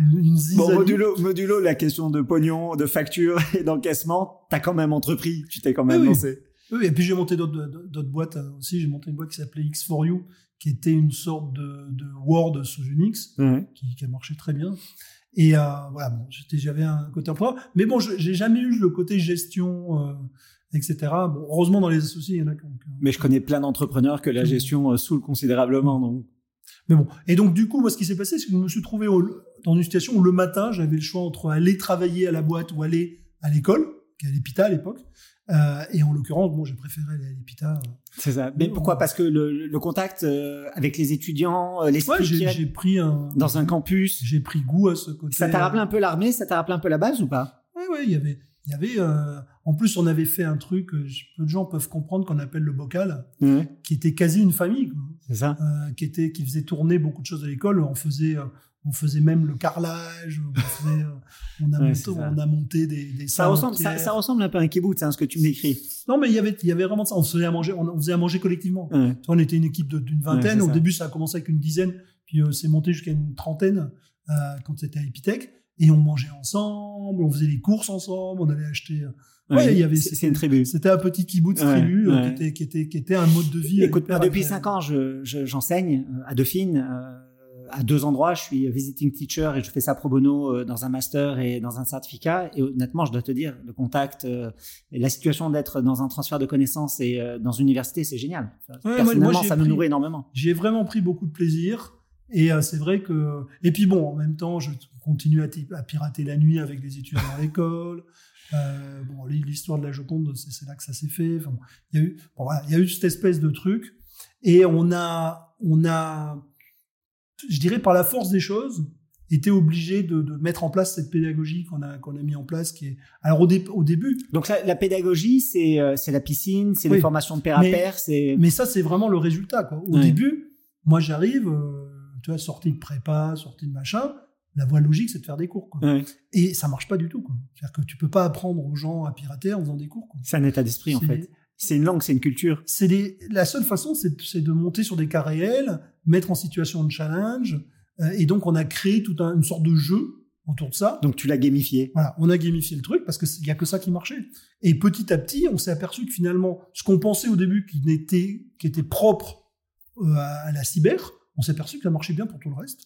[SPEAKER 2] une, une
[SPEAKER 1] Bon,
[SPEAKER 2] zizanie.
[SPEAKER 1] modulo, modulo la question de pognon, de facture et d'encaissement, t'as quand même entrepris, tu t'es quand même
[SPEAKER 2] Oui, oui.
[SPEAKER 1] lancé.
[SPEAKER 2] Oui, et puis j'ai monté d'autres d'autres- d'autres boîtes euh, aussi. J'ai monté une boîte qui s'appelait X4U, qui était une sorte de, de Word sous Unix.
[SPEAKER 1] Ouais.
[SPEAKER 2] qui, qui a marché très bien. Et euh, voilà, bon, j'étais- j'avais un côté emploi, mais bon, je- j'ai jamais eu le côté gestion, euh, etc. Bon, heureusement dans les associés, il y en a qui ont- qui ont-
[SPEAKER 1] Mais je connais plein d'entrepreneurs que
[SPEAKER 2] Mm.
[SPEAKER 1] la gestion euh, saoule considérablement, donc.
[SPEAKER 2] Mais bon, et donc du coup, moi, ce qui s'est passé, c'est que je me suis trouvé au- dans une situation où le matin, j'avais le choix entre aller travailler à la boîte ou aller à l'école, qui est à l'EPITA à l'époque. Euh, et en l'occurrence, bon, j'ai préféré aller à l'EPITA.
[SPEAKER 1] C'est ça. Mais pourquoi Parce que le, le contact euh, avec les étudiants, euh, l'esprit
[SPEAKER 2] Ouais,
[SPEAKER 1] qu'il y
[SPEAKER 2] j'ai
[SPEAKER 1] a
[SPEAKER 2] j'ai pris un,
[SPEAKER 1] dans un campus,
[SPEAKER 2] j'ai pris goût à ce côté.
[SPEAKER 1] ça t'a rappelé un peu l'armée, ça t'a rappelé un peu la base ou pas
[SPEAKER 2] Oui, oui, il y avait. Il y avait euh, en plus, on avait fait un truc que je- peu de gens peuvent comprendre qu'on appelle le bocal, qui était quasi une famille, quoi.
[SPEAKER 1] C'est ça.
[SPEAKER 2] Euh, qui était qui faisait tourner beaucoup de choses de l'école. On faisait euh, on faisait même le carrelage. On, faisait, euh, on, a,
[SPEAKER 1] Ouais,
[SPEAKER 2] monté,
[SPEAKER 1] c'est ça.
[SPEAKER 2] on a monté des, des
[SPEAKER 1] Ça
[SPEAKER 2] salles en
[SPEAKER 1] ressemble, ça,
[SPEAKER 2] pierre.
[SPEAKER 1] ça ressemble un peu à un kibbutz, hein, ce que tu me décris.
[SPEAKER 2] Non, mais il y avait il y avait vraiment ça. On se faisait à manger, on, on faisait à manger collectivement.
[SPEAKER 1] Ouais.
[SPEAKER 2] Tu vois, On était une équipe de- d'une
[SPEAKER 1] Ouais,
[SPEAKER 2] vingtaine.
[SPEAKER 1] c'est
[SPEAKER 2] Au
[SPEAKER 1] ça.
[SPEAKER 2] début, ça a commencé avec une dizaine, puis euh, c'est monté jusqu'à une trentaine euh, quand c'était à Epitech. Et on mangeait ensemble, on faisait les courses ensemble, on allait acheter. euh, Ouais, il y avait-
[SPEAKER 1] C'est c'est une tribu.
[SPEAKER 2] C'était un petit kibbutz
[SPEAKER 1] Ouais,
[SPEAKER 2] tribu euh,
[SPEAKER 1] ouais.
[SPEAKER 2] Qui, était, qui, était, qui était un mode de vie.
[SPEAKER 1] Écoute,
[SPEAKER 2] hyper
[SPEAKER 1] moi, depuis
[SPEAKER 2] agréable.
[SPEAKER 1] cinq ans, je- je- j'enseigne euh, à Dauphine, euh, à deux endroits. Je suis visiting teacher et je fais ça pro bono euh, dans un master et dans un certificat. Et honnêtement, je dois te dire, le contact, euh, et la situation d'être dans un transfert de connaissances et euh, dans une université, c'est génial.
[SPEAKER 2] moi-
[SPEAKER 1] Personnellement,
[SPEAKER 2] moi, j'ai
[SPEAKER 1] ça me
[SPEAKER 2] pris-
[SPEAKER 1] nourrit énormément.
[SPEAKER 2] J'ai vraiment pris beaucoup de plaisir. Et euh, c'est vrai que. Et puis bon, en même temps, je continue à, ti- à pirater la nuit avec les étudiants à l'école. Euh, bon, l- l'histoire de la Joconde, c'est c'est là que ça s'est fait. Enfin, bon, il y a eu, bon, voilà, il y a eu cette espèce de truc. Et on a, on a, je dirais par la force des choses, été obligé de, de mettre en place cette pédagogie qu'on a, qu'on a mis en place, qui est. Alors au, dé- au début,
[SPEAKER 1] Donc la, la pédagogie, c'est euh, c'est la piscine, c'est les
[SPEAKER 2] Oui.
[SPEAKER 1] formations de pair à
[SPEAKER 2] Mais-
[SPEAKER 1] pair, c'est
[SPEAKER 2] Mais ça, c'est vraiment le résultat. Quoi. Au
[SPEAKER 1] Ouais.
[SPEAKER 2] début, moi, j'arrive, euh, tu vois, sortie de prépa, sortie de machin. La voie logique, c'est de faire des cours. Quoi.
[SPEAKER 1] Ouais.
[SPEAKER 2] Et ça marche pas du tout. quoi. C'est-à-dire que tu peux pas apprendre aux gens à pirater en faisant des cours. quoi.
[SPEAKER 1] c'est un état d'esprit en
[SPEAKER 2] C'est-
[SPEAKER 1] fait. C'est une langue, c'est une culture.
[SPEAKER 2] c'est des- la seule façon, c'est de- c'est de monter sur des cas réels, mettre en situation de challenge. Euh, et donc, on a créé toute un- une sorte de jeu autour de ça.
[SPEAKER 1] Donc tu l'as gamifié.
[SPEAKER 2] Voilà, on a gamifié le truc parce qu'il n'y a que ça qui marchait. Et petit à petit, on s'est aperçu que finalement, ce qu'on pensait au début qui n'était, qui était propre euh, à la cyber, on s'est aperçu que ça marchait bien pour tout le reste.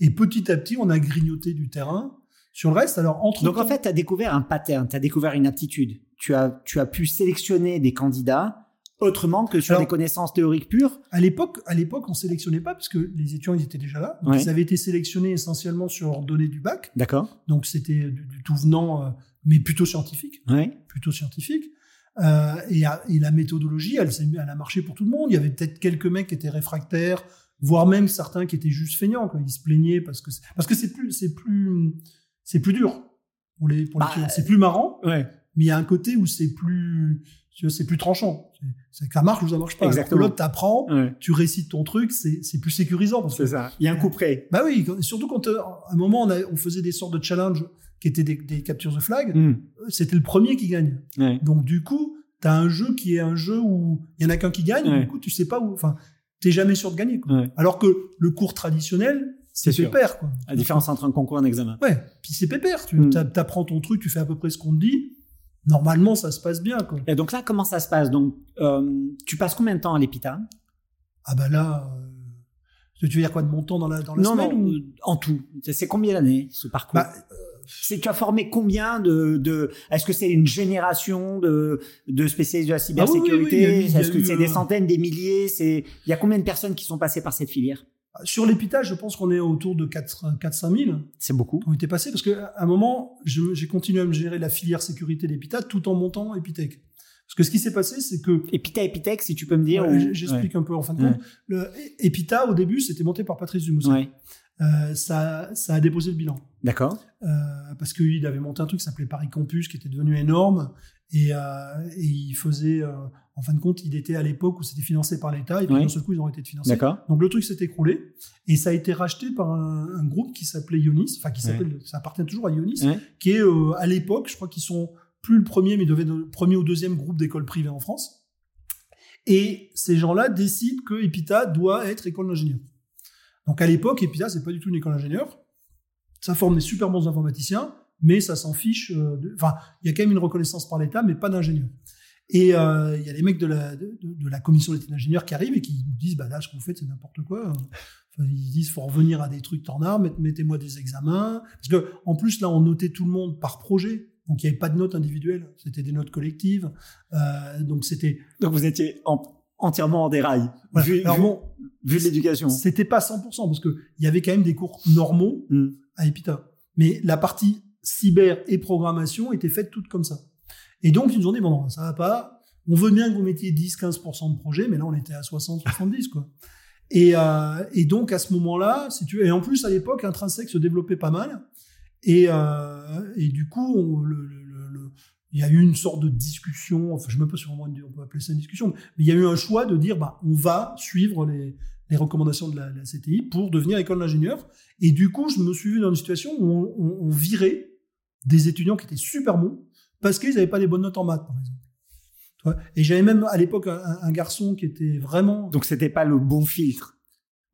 [SPEAKER 2] Et petit à petit, on a grignoté du terrain sur le reste. Alors, entre
[SPEAKER 1] Donc en fait, tu as découvert un pattern, tu as découvert une aptitude. Tu as, tu as pu sélectionner des candidats autrement que sur
[SPEAKER 2] Alors-
[SPEAKER 1] des connaissances théoriques pures.
[SPEAKER 2] à l'époque, à l'époque, on sélectionnait pas parce que les étudiants ils étaient déjà là. Donc,
[SPEAKER 1] Ouais.
[SPEAKER 2] Ils avaient été sélectionnés essentiellement sur leurs données du bac,
[SPEAKER 1] D'accord.
[SPEAKER 2] donc c'était du, du tout venant, euh, mais plutôt scientifique,
[SPEAKER 1] Oui.
[SPEAKER 2] plutôt scientifique. Euh, et, à- et la méthodologie, elle, s'est- elle a marché pour tout le monde. Il y avait peut-être quelques mecs qui étaient réfractaires, voire même certains qui étaient juste feignants. Quoi. Ils se plaignaient parce que c'est- parce que c'est plus c'est plus c'est plus dur pour les pour les
[SPEAKER 1] Bah,
[SPEAKER 2] étudiants. c'est plus marrant,
[SPEAKER 1] Ouais.
[SPEAKER 2] mais il y a un côté où c'est plus tu vois, c'est plus tranchant. C'est c'est que ça marche ou ça marche pas. Alors que
[SPEAKER 1] Exactement.
[SPEAKER 2] L'autre t'apprend
[SPEAKER 1] ouais.
[SPEAKER 2] tu récites ton truc, c'est c'est plus sécurisant. Parce que,
[SPEAKER 1] ça. Il y a un coup près.
[SPEAKER 2] bah oui, quand- surtout quand euh, à un moment on, a- on faisait des sortes de challenges qui étaient des, des captures de flag,
[SPEAKER 1] Mm. Hmm.
[SPEAKER 2] euh, c'était le premier qui gagne.
[SPEAKER 1] Ouais.
[SPEAKER 2] Donc du coup, t'as un jeu qui est un jeu où il y en a qu'un qui gagne,
[SPEAKER 1] Ouais.
[SPEAKER 2] du coup tu sais pas où, enfin, t'es jamais sûr de gagner. quoi.
[SPEAKER 1] Ouais.
[SPEAKER 2] Alors que le cours traditionnel, c'est
[SPEAKER 1] sûr.
[SPEAKER 2] pépère. Quoi.
[SPEAKER 1] La différence entre un concours et un examen.
[SPEAKER 2] Ouais, puis c'est pépère. Tu
[SPEAKER 1] Mm.
[SPEAKER 2] t'a- t'apprends ton truc, tu fais à peu près ce qu'on te dit. Normalement, ça se passe bien. Quoi.
[SPEAKER 1] Et donc là, comment ça se passe Donc, euh, tu passes combien de temps à l'EPITA
[SPEAKER 2] Ah bah là, euh, tu veux dire quoi de mon temps dans la, dans la
[SPEAKER 1] Non,
[SPEAKER 2] semaine
[SPEAKER 1] non,
[SPEAKER 2] ou-
[SPEAKER 1] euh, en tout. C'est- C'est combien d'années ce parcours Euh,
[SPEAKER 2] Bah,
[SPEAKER 1] C'est tu as formé combien de, de est-ce que c'est une génération de, de spécialistes de la
[SPEAKER 2] Ah oui, oui, oui, il y a eu-
[SPEAKER 1] cybersécurité
[SPEAKER 2] il y a
[SPEAKER 1] Est-ce que
[SPEAKER 2] eu,
[SPEAKER 1] c'est des
[SPEAKER 2] euh,
[SPEAKER 1] centaines, des milliers C'est il y a combien de personnes qui sont passées par cette filière
[SPEAKER 2] Sur l'épita, je pense qu'on est autour de 4-5 000
[SPEAKER 1] C'est beaucoup.
[SPEAKER 2] qui ont été passés, parce qu'à un moment, je- j'ai continué à me gérer la filière sécurité d'épita tout en montant Epitech. Parce que ce qui s'est passé, c'est que,
[SPEAKER 1] Epita Epitech, si tu peux me dire.
[SPEAKER 2] euh,
[SPEAKER 1] ou-
[SPEAKER 2] j- j'explique un peu en fin de
[SPEAKER 1] Ouais.
[SPEAKER 2] compte, le Epita, au début, c'était monté par Patrice
[SPEAKER 1] Ouais.
[SPEAKER 2] Dumoussin.
[SPEAKER 1] Ouais.
[SPEAKER 2] Euh, ça, ça a déposé le bilan.
[SPEAKER 1] D'accord.
[SPEAKER 2] Euh, parce qu'il avait monté un truc qui s'appelait Paris Campus, qui était devenu énorme. Et, euh, et il faisait, euh, en fin de compte, il était à l'époque où c'était financé par l'État, et puis
[SPEAKER 1] Ouais.
[SPEAKER 2] d'un seul coup, ils ont arrêté de financer.
[SPEAKER 1] D'accord.
[SPEAKER 2] Donc le truc s'est écroulé et ça a été racheté par un, un groupe qui s'appelait Ionis, enfin qui s'appelle, ça appartient toujours à Ionis,
[SPEAKER 1] Ouais.
[SPEAKER 2] qui est euh, à l'époque, je crois qu'ils sont plus le premier, mais ils devaient être le premier ou deuxième groupe d'écoles privées en France. Et ces gens-là décident que Epita doit être école d'ingénieur. Donc à l'époque, Epita, c'est pas du tout une école d'ingénieur. Ça forme des super bons informaticiens, mais ça s'en fiche. euh, de- Enfin, il y a quand même une reconnaissance par l'État, mais pas d'ingénieur. Et euh, il y a les mecs de la, de, de- de la commission d'état d'ingénieur qui arrivent et qui nous disent bah là, ce que vous faites, c'est n'importe quoi. Enfin, ils disent faut revenir à des trucs tendard, mettez-moi des examens. Parce que en plus, là, on notait tout le monde par projet. Donc, il n'y avait pas de notes individuelles, c'était des notes collectives. Euh, donc, c'était.
[SPEAKER 1] Donc vous étiez en- entièrement en dérail
[SPEAKER 2] voilà.
[SPEAKER 1] vu,
[SPEAKER 2] Alors,
[SPEAKER 1] vu-
[SPEAKER 2] bon,
[SPEAKER 1] vu de l'éducation.
[SPEAKER 2] c'était pas 100%, parce qu'il y avait quand même des cours normaux
[SPEAKER 1] Mm.
[SPEAKER 2] à Epita. Mais la partie cyber et programmation était faite toute comme ça. Et donc, ils nous ont dit, bon, non, ça va pas. On veut bien que vous mettiez 10-15% de projet, mais là, on était à 60-70, quoi. Et, euh, et donc, à ce moment-là, si tu veux, et en plus, à l'époque, Intrinsec se développait pas mal. Et, euh, et du coup, on- le- le- le- le- il y a eu une sorte de discussion, enfin, je ne sais même pas si vraiment on peut appeler ça une discussion, mais il y a eu un choix de dire, bah, on va suivre les, les recommandations de la, la CTI pour devenir école d'ingénieur. Et du coup, je me suis vu dans une situation où on, on- on virait des étudiants qui étaient super bons parce qu'ils n'avaient pas des bonnes notes en maths, par exemple. Tu vois Et j'avais même à l'époque un, un- un garçon qui était vraiment.
[SPEAKER 1] Donc c'était pas le bon filtre.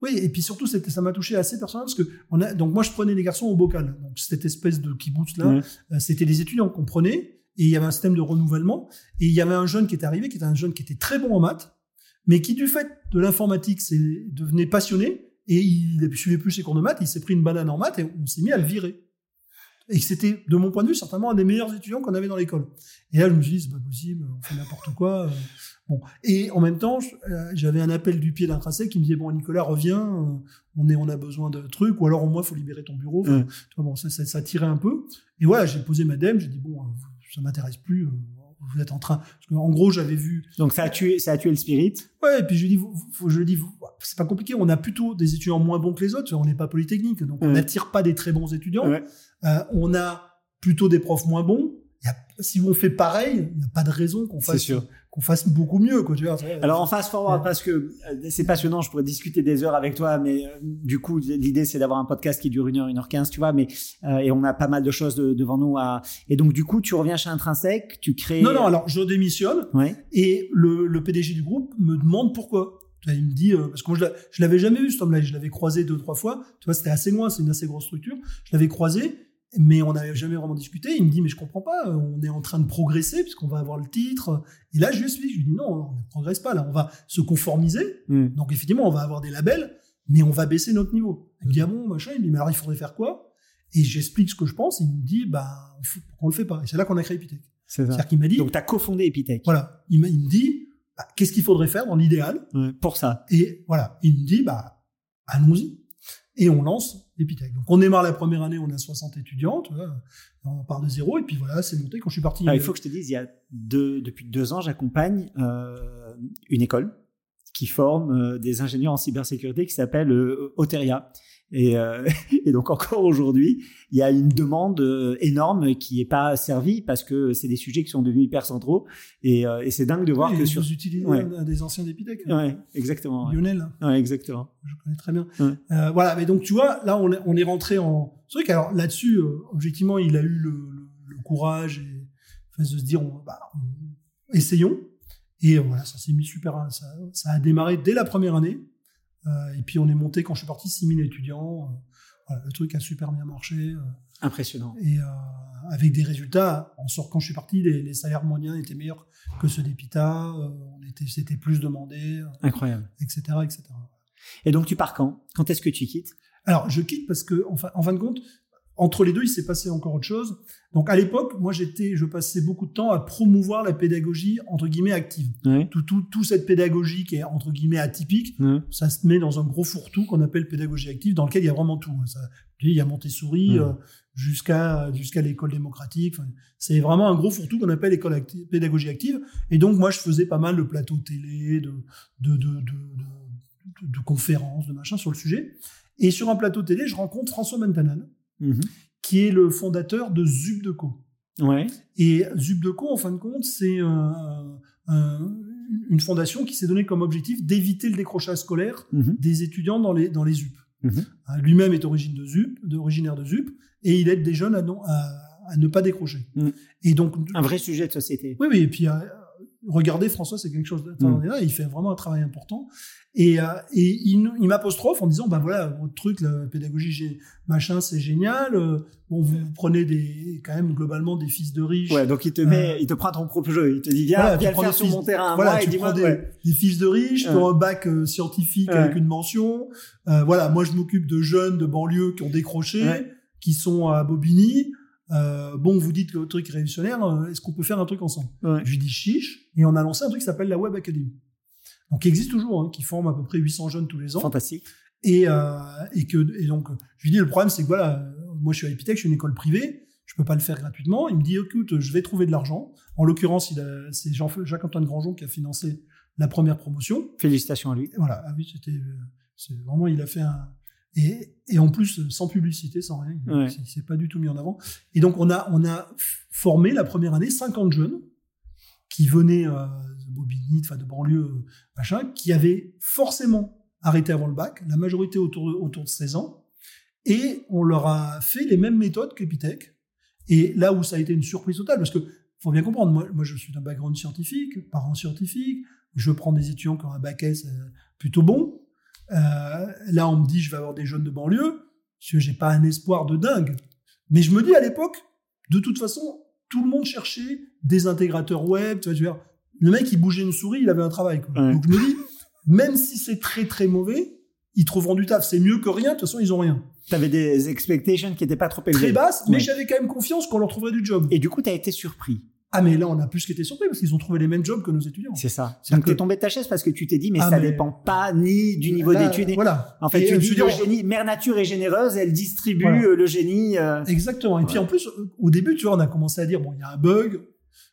[SPEAKER 2] Oui, et puis surtout, c'était- ça m'a touché assez personnellement parce que on a, donc moi, je prenais des garçons au bocal. Donc cette espèce de kibbutz là,
[SPEAKER 1] Ouais.
[SPEAKER 2] euh, c'était des étudiants qu'on prenait et il y avait un système de renouvellement. Et il y avait un jeune qui était arrivé, qui était un jeune qui était très bon en maths, mais qui du fait de l'informatique s'est- devenait passionné et il suivait plus ses cours de maths. Il s'est pris une banane en maths et on s'est mis à le virer. Et c'était, de mon point de vue, certainement un des meilleurs étudiants qu'on avait dans l'école. Et là, je me suis dit, c'est pas possible, on fait n'importe quoi. euh, Bon. Et en même temps, je- euh, j'avais un appel du pied d'un tracé qui me disait, bon, Nicolas, reviens, euh, on, est, on a besoin de trucs, ou alors au moins, faut libérer ton bureau. Enfin,
[SPEAKER 1] Ouais.
[SPEAKER 2] tu vois, bon, ça, ça, ça tirait un peu. Et voilà, j'ai posé ma dème, j'ai dit, bon, euh, ça m'intéresse plus, euh, vous êtes en train. Parce que, en gros, j'avais vu
[SPEAKER 1] Donc ça a tué, ça a tué le spirit.
[SPEAKER 2] Ouais, et puis je lui dis, vous- vous- je lui dis, vous- c'est pas compliqué, on a plutôt des étudiants moins bons que les autres, on n'est pas polytechnique, donc on
[SPEAKER 1] Ouais.
[SPEAKER 2] n'attire pas des très bons étudiants,
[SPEAKER 1] Ouais.
[SPEAKER 2] Euh, on a plutôt des profs moins bons, Il y a- si on fait pareil, il n'y a pas de raison qu'on fasse, qu'on fasse beaucoup mieux. Quoi, tu vois, c'est-
[SPEAKER 1] Alors en fast forward
[SPEAKER 2] Ouais.
[SPEAKER 1] parce que euh, c'est passionnant, je pourrais discuter des heures avec toi, mais euh, du coup l'idée c'est d'avoir un podcast qui dure une heure, une heure quinze, tu vois, mais euh, et on a pas mal de choses de- devant nous à et donc du coup tu reviens chez Intrinsèque, tu crées.
[SPEAKER 2] Non, non, alors je démissionne,
[SPEAKER 1] Ouais.
[SPEAKER 2] et le, le PDG du groupe me demande pourquoi. Tu vois, Il me dit, euh, parce que moi, je l'a- je l'avais jamais vu, cet homme-là, je l'avais croisé deux, trois fois, tu vois, c'était assez loin, c'est une assez grosse structure, je l'avais croisé, mais on n'avait jamais vraiment discuté. Il me dit, mais je comprends pas, euh, on est en train de progresser puisqu'on va avoir le titre. Et là, je lui explique, je lui dis, non, on ne progresse pas, là, on va se conformiser.
[SPEAKER 1] Mm.
[SPEAKER 2] Donc, effectivement, on va avoir des labels, mais on va baisser notre niveau. Il me dit, ah bon, machin, il me dit, mais alors, il faudrait faire quoi Et j'explique ce que je pense, il me dit, bah, on f- on le fait pas. Et c'est là qu'on a créé Epitech.
[SPEAKER 1] C'est ça.
[SPEAKER 2] C'est-à-dire qu'il m'a dit,
[SPEAKER 1] Donc, tu as cofondé Epitech
[SPEAKER 2] voilà, il, m'a- il me dit, bah, qu'est-ce qu'il faudrait faire dans l'idéal
[SPEAKER 1] Ouais, pour ça.
[SPEAKER 2] et voilà, il me dit, bah, allons-y. Et on lance l'épithèque. Donc, on démarre la première année, on a 60 étudiants, tu vois, on part de zéro, et puis voilà, c'est monté. Quand je suis parti,
[SPEAKER 1] Alors, Ah, il faut que je te dise, il y a deux, depuis deux ans, j'accompagne euh, une école qui forme euh, des ingénieurs en cybersécurité qui s'appelle euh, Oteria. Et, euh, et donc encore aujourd'hui, il y a une demande euh, énorme qui n'est pas servie parce que c'est des sujets qui sont devenus hyper centraux. Et, euh, et c'est dingue de voir
[SPEAKER 2] Oui,
[SPEAKER 1] que
[SPEAKER 2] vous
[SPEAKER 1] sur...
[SPEAKER 2] utilisez
[SPEAKER 1] ouais.
[SPEAKER 2] un des anciens d'épithèque,
[SPEAKER 1] Ouais, exactement. ouais.
[SPEAKER 2] Lionel,
[SPEAKER 1] Ouais, exactement.
[SPEAKER 2] je connais très bien.
[SPEAKER 1] Ouais.
[SPEAKER 2] Euh, voilà, mais donc, tu vois, là, on est, on est rentré en ce truc. Alors, là-dessus, euh, objectivement, il a eu le, le- le courage et, enfin, de se dire, on- bah, on- essayons. Et euh, voilà, ça s'est mis super. Ça, ça a démarré dès la première année. Euh, et puis on est monté, quand je suis parti, 6000 étudiants. Euh, voilà, le truc a super bien marché. euh,
[SPEAKER 1] Impressionnant.
[SPEAKER 2] et euh, avec des résultats, en sort, quand je suis parti, les, les salaires moyens étaient meilleurs que ceux des PITA. euh, on était, c'était plus demandé, euh,
[SPEAKER 1] Incroyable.
[SPEAKER 2] etc., etc.
[SPEAKER 1] Et donc tu pars quand Quand est-ce que tu quittes
[SPEAKER 2] Alors je quitte parce que, en fin, en fin de compte, entre les deux, il s'est passé encore autre chose. Donc à l'époque, moi, j'étais, je passais beaucoup de temps à promouvoir la pédagogie entre guillemets active.
[SPEAKER 1] ouais.
[SPEAKER 2] Tout, tout, tout cette pédagogie qui est entre guillemets atypique, ça se met dans un gros fourre-tout qu'on appelle pédagogie active, dans lequel il y a vraiment tout. hein. Ça, il y a Montessori
[SPEAKER 1] Mhm.
[SPEAKER 2] euh, jusqu'à jusqu'à l'école démocratique. Enfin, c'est vraiment un gros fourre-tout qu'on appelle école acti- pédagogie active. Et donc moi, je faisais pas mal de plateaux télé, de de, de, de, de- de- de conférences, de machin sur le sujet. Et sur un plateau télé, je rencontre François Mentanan,
[SPEAKER 1] Mhm.
[SPEAKER 2] qui est le fondateur de Zubdeco.
[SPEAKER 1] Ouais.
[SPEAKER 2] Et Zubdeco, en fin de compte, c'est un- un- une fondation qui s'est donnée comme objectif d'éviter le décrochage scolaire
[SPEAKER 1] Mhm.
[SPEAKER 2] des étudiants dans les, dans les ZUP.
[SPEAKER 1] Mhm.
[SPEAKER 2] Hein, Lui-même est origine de ZUP, de- originaire de ZUP, et il aide des jeunes à, non- à, à ne pas décrocher.
[SPEAKER 1] Mhm.
[SPEAKER 2] Et donc,
[SPEAKER 1] Un vrai sujet de société.
[SPEAKER 2] oui, oui, et puis euh, regardez, François, c'est quelque chose
[SPEAKER 1] Mhm.
[SPEAKER 2] d'extraordinaire, il fait vraiment un travail important. Et, euh, et il, nous- il m'apostrophe en disant, ben voilà, votre truc, la pédagogie, gé- machin, c'est génial, euh, bon, vous, vous prenez des, quand même globalement des fils de riches,
[SPEAKER 1] Ouais, donc il te
[SPEAKER 2] Euh,
[SPEAKER 1] met, il te prend ton propre jeu. Il te dit, viens,
[SPEAKER 2] voilà,
[SPEAKER 1] viens le
[SPEAKER 2] tu prends
[SPEAKER 1] faire
[SPEAKER 2] des
[SPEAKER 1] sur
[SPEAKER 2] fils-
[SPEAKER 1] mon terrain.
[SPEAKER 2] voilà,
[SPEAKER 1] moi, et
[SPEAKER 2] tu
[SPEAKER 1] dis-moi,
[SPEAKER 2] prends des,
[SPEAKER 1] ouais.
[SPEAKER 2] des fils de riches, tu
[SPEAKER 1] Ouais.
[SPEAKER 2] as un bac euh, scientifique
[SPEAKER 1] Ouais.
[SPEAKER 2] avec une mention. Euh, voilà, moi je m'occupe de jeunes de banlieue qui ont décroché,
[SPEAKER 1] Ouais.
[SPEAKER 2] qui sont à Bobigny. Euh, bon, vous dites que votre truc est révolutionnaire, euh, est-ce qu'on peut faire un truc ensemble
[SPEAKER 1] Ouais.
[SPEAKER 2] Je lui dis chiche, et on a lancé un truc qui s'appelle la Web Academy. Donc qui existe toujours, hein, qui forme à peu près 800 jeunes tous les ans.
[SPEAKER 1] Fantastique.
[SPEAKER 2] Et, euh, et, que, et donc, je lui dis, le problème, c'est que voilà, euh, moi, je suis à Epitech, je suis une école privée, je peux pas le faire gratuitement. Il me dit, écoute, je vais trouver de l'argent. En l'occurrence, il a- c'est Jean- Jacques-Antoine Grandjean qui a financé la première promotion.
[SPEAKER 1] Félicitations à lui.
[SPEAKER 2] Et voilà, ah oui, c'était, euh, c'est vraiment, il a fait un, et, et en plus, euh, sans publicité, sans rien, il-
[SPEAKER 1] Ouais.
[SPEAKER 2] il s'est pas du tout mis en avant. Et donc, on a, on a f- formé la première année 50 jeunes qui venaient euh, de Bobigny, enfin de banlieue, euh, machin, qui avaient forcément arrêté avant le bac, la majorité autour, de- autour de 16 ans, et on leur a fait les mêmes méthodes qu'Epitech. Et là où ça a été une surprise totale, parce que faut bien comprendre, moi, moi je suis d'un background scientifique, parent scientifique, je prends des étudiants qui ont un bac S euh, plutôt bon. Euh, là, on me dit, je vais avoir des jeunes de banlieue. Je j'ai pas un espoir de dingue. Mais je me dis à l'époque, de toute façon, tout le monde cherchait des intégrateurs web. Tu vois, je veux dire, le mec, il bougeait une souris, il avait un travail. quoi.
[SPEAKER 1] Ouais.
[SPEAKER 2] Donc je me dis, même si c'est très très mauvais, ils trouveront du taf. C'est mieux que rien. De toute façon, ils ont rien.
[SPEAKER 1] T'avais des expectations qui n'étaient pas trop élevées.
[SPEAKER 2] Très basse, mais
[SPEAKER 1] Ouais.
[SPEAKER 2] j'avais quand même confiance qu'on leur trouverait du job.
[SPEAKER 1] Et du coup, t'as été surpris.
[SPEAKER 2] Ah mais là, on a plus qu'était surpris parce qu'ils ont trouvé les mêmes jobs que nos étudiants.
[SPEAKER 1] C'est ça.
[SPEAKER 2] C'est
[SPEAKER 1] Donc
[SPEAKER 2] que-
[SPEAKER 1] t'es tombé de ta chaise parce que tu t'es dit, mais
[SPEAKER 2] Ah,
[SPEAKER 1] ça
[SPEAKER 2] mais-
[SPEAKER 1] dépend pas ni du niveau
[SPEAKER 2] Là,
[SPEAKER 1] d'études. ni-
[SPEAKER 2] Voilà.
[SPEAKER 1] En fait,
[SPEAKER 2] Et
[SPEAKER 1] tu
[SPEAKER 2] je
[SPEAKER 1] dis
[SPEAKER 2] suis
[SPEAKER 1] le
[SPEAKER 2] dit,
[SPEAKER 1] génie, mère nature est généreuse, elle distribue
[SPEAKER 2] Voilà.
[SPEAKER 1] euh, le génie. euh,
[SPEAKER 2] Exactement. Et puis
[SPEAKER 1] Ouais.
[SPEAKER 2] en plus, euh, au début, tu vois, on a commencé à dire bon, il y a un bug,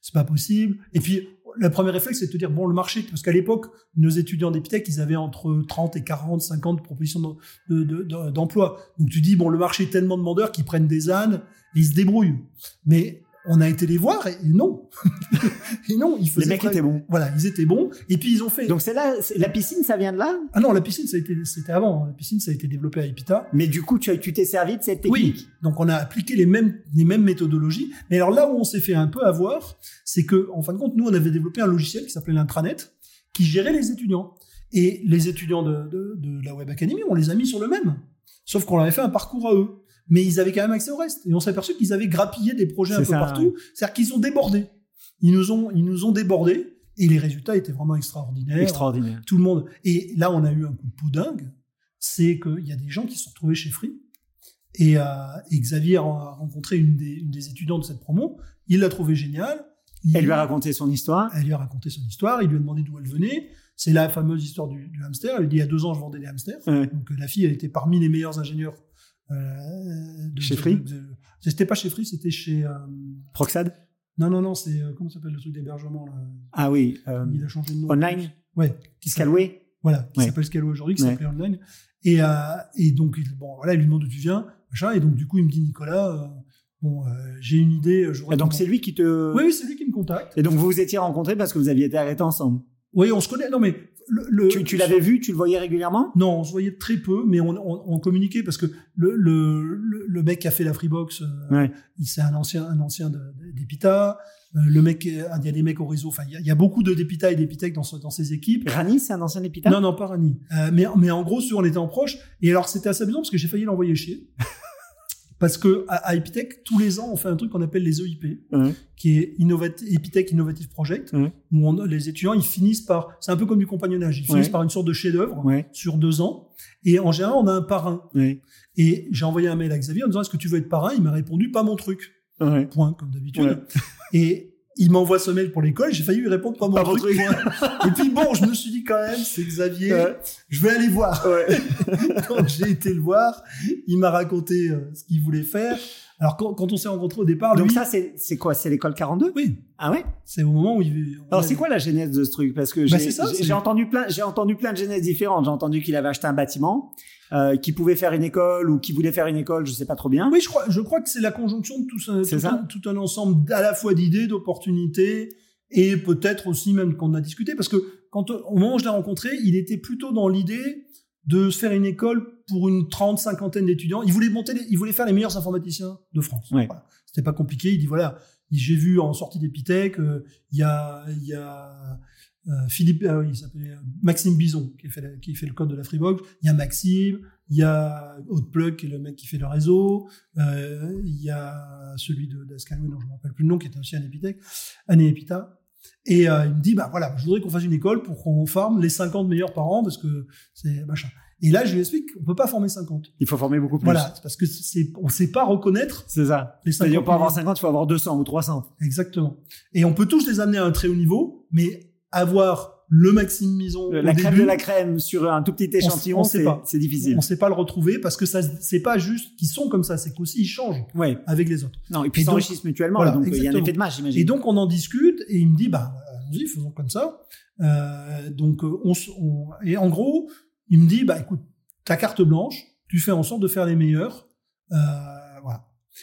[SPEAKER 2] c'est pas possible. Et puis le premier réflexe, c'est de te dire bon, le marché, parce qu'à l'époque, nos étudiants d'Epitech, ils avaient entre 30 et 40, 50 propositions d'en- de- de- de- d'emploi. Donc tu dis bon, le marché est tellement demandeur qu'ils prennent des ânes et ils se débrouillent. Mais on a été les voir et, et non, et non, ils faisaient
[SPEAKER 1] les mecs
[SPEAKER 2] pas-
[SPEAKER 1] étaient bons.
[SPEAKER 2] voilà, ils étaient bons. Et puis ils ont fait.
[SPEAKER 1] Donc c'est là, c'est- la piscine, ça vient de là.
[SPEAKER 2] ah non, la piscine, ça a été, c'était avant. hein. La piscine, ça a été développé à Epita.
[SPEAKER 1] Mais du coup, tu as- tu t'es servi de cette technique.
[SPEAKER 2] Oui, donc on a appliqué les mêmes, les mêmes méthodologies. Mais alors là où on s'est fait un peu avoir, c'est que, en fin de compte, nous, on avait développé un logiciel qui s'appelait l'intranet, qui gérait les étudiants. Et les étudiants de, de- de la Web Academy, on les a mis sur le même. Sauf qu'on leur avait fait un parcours à eux. mais ils avaient quand même accès au reste. Et on s'est aperçu qu'ils avaient grappillé des projets un
[SPEAKER 3] C'est
[SPEAKER 2] peu
[SPEAKER 3] ça.
[SPEAKER 2] partout. C'est-à-dire qu'ils ont débordé. Ils nous ont, ils nous ont débordé. Et les résultats étaient vraiment extraordinaires.
[SPEAKER 3] Extraordinaire.
[SPEAKER 2] Tout le monde. Et là, on a eu un coup de peau dingue. C'est qu'il y a des gens qui se sont retrouvés chez Free. Et, euh, et Xavier a rencontré une des, une des étudiantes de cette promo. Il l'a trouvée géniale. Il-
[SPEAKER 3] Elle lui a raconté son histoire.
[SPEAKER 2] elle lui a raconté son histoire, il lui a demandé d'où elle venait. C'est la fameuse histoire du, du hamster. Elle lui dit il y a deux ans, je vendais des hamsters.
[SPEAKER 3] Ouais.
[SPEAKER 2] Donc euh, la fille, elle était parmi les meilleurs ingénieurs. euh, de,
[SPEAKER 3] Chez Free
[SPEAKER 2] de- de- C'était pas chez Free, c'était chez. euh,
[SPEAKER 3] Proxad
[SPEAKER 2] non, non, non, c'est. euh, comment s'appelle le truc d'hébergement là
[SPEAKER 3] Ah oui. euh,
[SPEAKER 2] Il a changé de nom.
[SPEAKER 3] online
[SPEAKER 2] Ouais.
[SPEAKER 3] Scalway
[SPEAKER 2] Voilà, qui
[SPEAKER 3] Ouais.
[SPEAKER 2] s'appelle Scalo aujourd'hui, qui
[SPEAKER 3] Ouais.
[SPEAKER 2] s'appelait Online. Et, euh, et donc, il- bon, voilà, il lui demande d'où tu viens, machin. Et donc, du coup, il me dit Nicolas, euh, bon, euh, j'ai une idée. Je
[SPEAKER 3] Ah, Donc c'est lui qui te.
[SPEAKER 2] Oui, oui, c'est lui qui me contacte.
[SPEAKER 3] Et donc vous vous étiez rencontrés parce que vous aviez été arrêtés ensemble.
[SPEAKER 2] Oui, on se connaît. Non, mais le. le-
[SPEAKER 3] Tu, tu l'avais vu, tu le voyais régulièrement
[SPEAKER 2] Non, on se voyait très peu, mais on, on- on communiquait parce que le, le, le- le mec qui a fait la Freebox, euh,
[SPEAKER 3] Ouais.
[SPEAKER 2] il c'est un ancien, un ancien de- de- d'Epita. Euh, le mec, est- il y a des mecs au réseau. Enfin, il y a, il y a beaucoup de d'Epita et d'Epitech dans, ce- dans ces équipes.
[SPEAKER 3] Rani, c'est un ancien épitaphe
[SPEAKER 2] Non, non, pas Rani. Euh, mais, mais en gros, ceux, on était en proche. Et alors, c'était assez amusant parce que j'ai failli l'envoyer chier. parce que à, à Epitech, tous les ans, on fait un truc qu'on appelle les EIP,
[SPEAKER 3] Ouais.
[SPEAKER 2] qui est Innovat- Epitech Innovative Project,
[SPEAKER 3] Ouais.
[SPEAKER 2] où on- les étudiants, ils finissent par. C'est un peu comme du compagnonnage. Ils
[SPEAKER 3] Ouais.
[SPEAKER 2] finissent par une sorte de chef-d'œuvre
[SPEAKER 3] Ouais.
[SPEAKER 2] sur deux ans. Et en général, on a un parrain.
[SPEAKER 3] Ouais.
[SPEAKER 2] Et j'ai envoyé un mail à Xavier en disant Est-ce que tu veux être parrain Il m'a répondu Pas mon truc.
[SPEAKER 3] Ouais.
[SPEAKER 2] Point, comme d'habitude.
[SPEAKER 3] Ouais.
[SPEAKER 2] Et il m'envoie ce mail pour l'école. J'ai failli lui répondre Pas mon
[SPEAKER 3] Pas mon
[SPEAKER 2] truc. point. Et puis bon, je me suis dit quand même C'est Xavier,
[SPEAKER 3] Ouais.
[SPEAKER 2] je vais aller voir.
[SPEAKER 3] Ouais.
[SPEAKER 2] quand j'ai été le voir, il m'a raconté euh, ce qu'il voulait faire. Alors quand, quand on s'est rencontrés au départ,
[SPEAKER 3] Donc
[SPEAKER 2] lui-
[SPEAKER 3] ça, c'est c'est quoi C'est l'école 42
[SPEAKER 2] oui,
[SPEAKER 3] Ah ouais
[SPEAKER 2] c'est au moment où il. on
[SPEAKER 3] Alors
[SPEAKER 2] a-
[SPEAKER 3] c'est quoi la genèse de ce truc Parce que j'ai
[SPEAKER 2] Bah, c'est ça,
[SPEAKER 3] j'ai-
[SPEAKER 2] c'est-
[SPEAKER 3] j'ai entendu plein, j'ai entendu plein de genèses différentes. J'ai entendu qu'il avait acheté un bâtiment, euh, qu'il pouvait faire une école ou qu'il voulait faire une école, je sais pas trop bien.
[SPEAKER 2] Oui, je crois, je crois que c'est la conjonction de tout, ce-
[SPEAKER 3] hein. C'est
[SPEAKER 2] tout
[SPEAKER 3] ça.
[SPEAKER 2] un, tout un ensemble d- à la fois d'idées, d'opportunités et peut-être aussi même qu'on a discuté parce que quand euh, au moment où je l'ai rencontré, il était plutôt dans l'idée de se faire une école pour une trente, cinquantaine d'étudiants. Il voulait monter, les- il voulait faire les meilleurs informaticiens de France.
[SPEAKER 3] Ouais.
[SPEAKER 2] Voilà. C'était pas compliqué. Il dit voilà, j'ai vu en sortie d'Epitech, euh, il y a, il y a euh, Philippe, ah oui, il s'appelait euh, Maxime Bison qui fait, la- qui fait le code de la Freebox. Il y a Maxime, il y a Outplug qui est le mec qui fait le réseau. Euh, il y a celui de, de Skyway, dont je ne me rappelle plus le nom, qui était aussi un épithèque, un épita. Et euh, il me dit, bah voilà, je voudrais qu'on fasse une école pour qu'on forme les 50 meilleurs par an, parce que c'est machin. Et là, je lui explique qu'on peut pas former 50.
[SPEAKER 3] Il faut former beaucoup plus.
[SPEAKER 2] Voilà, c'est parce que c'est, on sait pas reconnaître
[SPEAKER 3] C'est ça.
[SPEAKER 2] les 50.
[SPEAKER 3] C'est-à-dire pour avoir
[SPEAKER 2] meilleurs.
[SPEAKER 3] 50, il faut avoir 200 ou 300.
[SPEAKER 2] Exactement. Et on peut tous les amener à un très haut niveau, mais avoir le maximum Mison
[SPEAKER 3] Euh, la
[SPEAKER 2] au
[SPEAKER 3] crème
[SPEAKER 2] début,
[SPEAKER 3] de la crème sur un tout petit échantillon,
[SPEAKER 2] on sait
[SPEAKER 3] c'est
[SPEAKER 2] pas.
[SPEAKER 3] c'est difficile.
[SPEAKER 2] on sait pas le retrouver parce que ça, c'est pas juste qu'ils sont comme ça, c'est qu'aussi ils changent
[SPEAKER 3] Ouais.
[SPEAKER 2] avec les autres.
[SPEAKER 3] Non, et puis ils
[SPEAKER 2] Et donc-
[SPEAKER 3] s'enrichissent mutuellement.
[SPEAKER 2] voilà,
[SPEAKER 3] donc euh, il y a un
[SPEAKER 2] exactement.
[SPEAKER 3] effet de match, j'imagine.
[SPEAKER 2] Et donc on en discute et il me dit bah allons-y faisons comme ça. Euh, donc euh, on, se- on- et en gros il me dit bah écoute ta carte blanche tu fais en sorte de faire les meilleurs. Euh, voilà.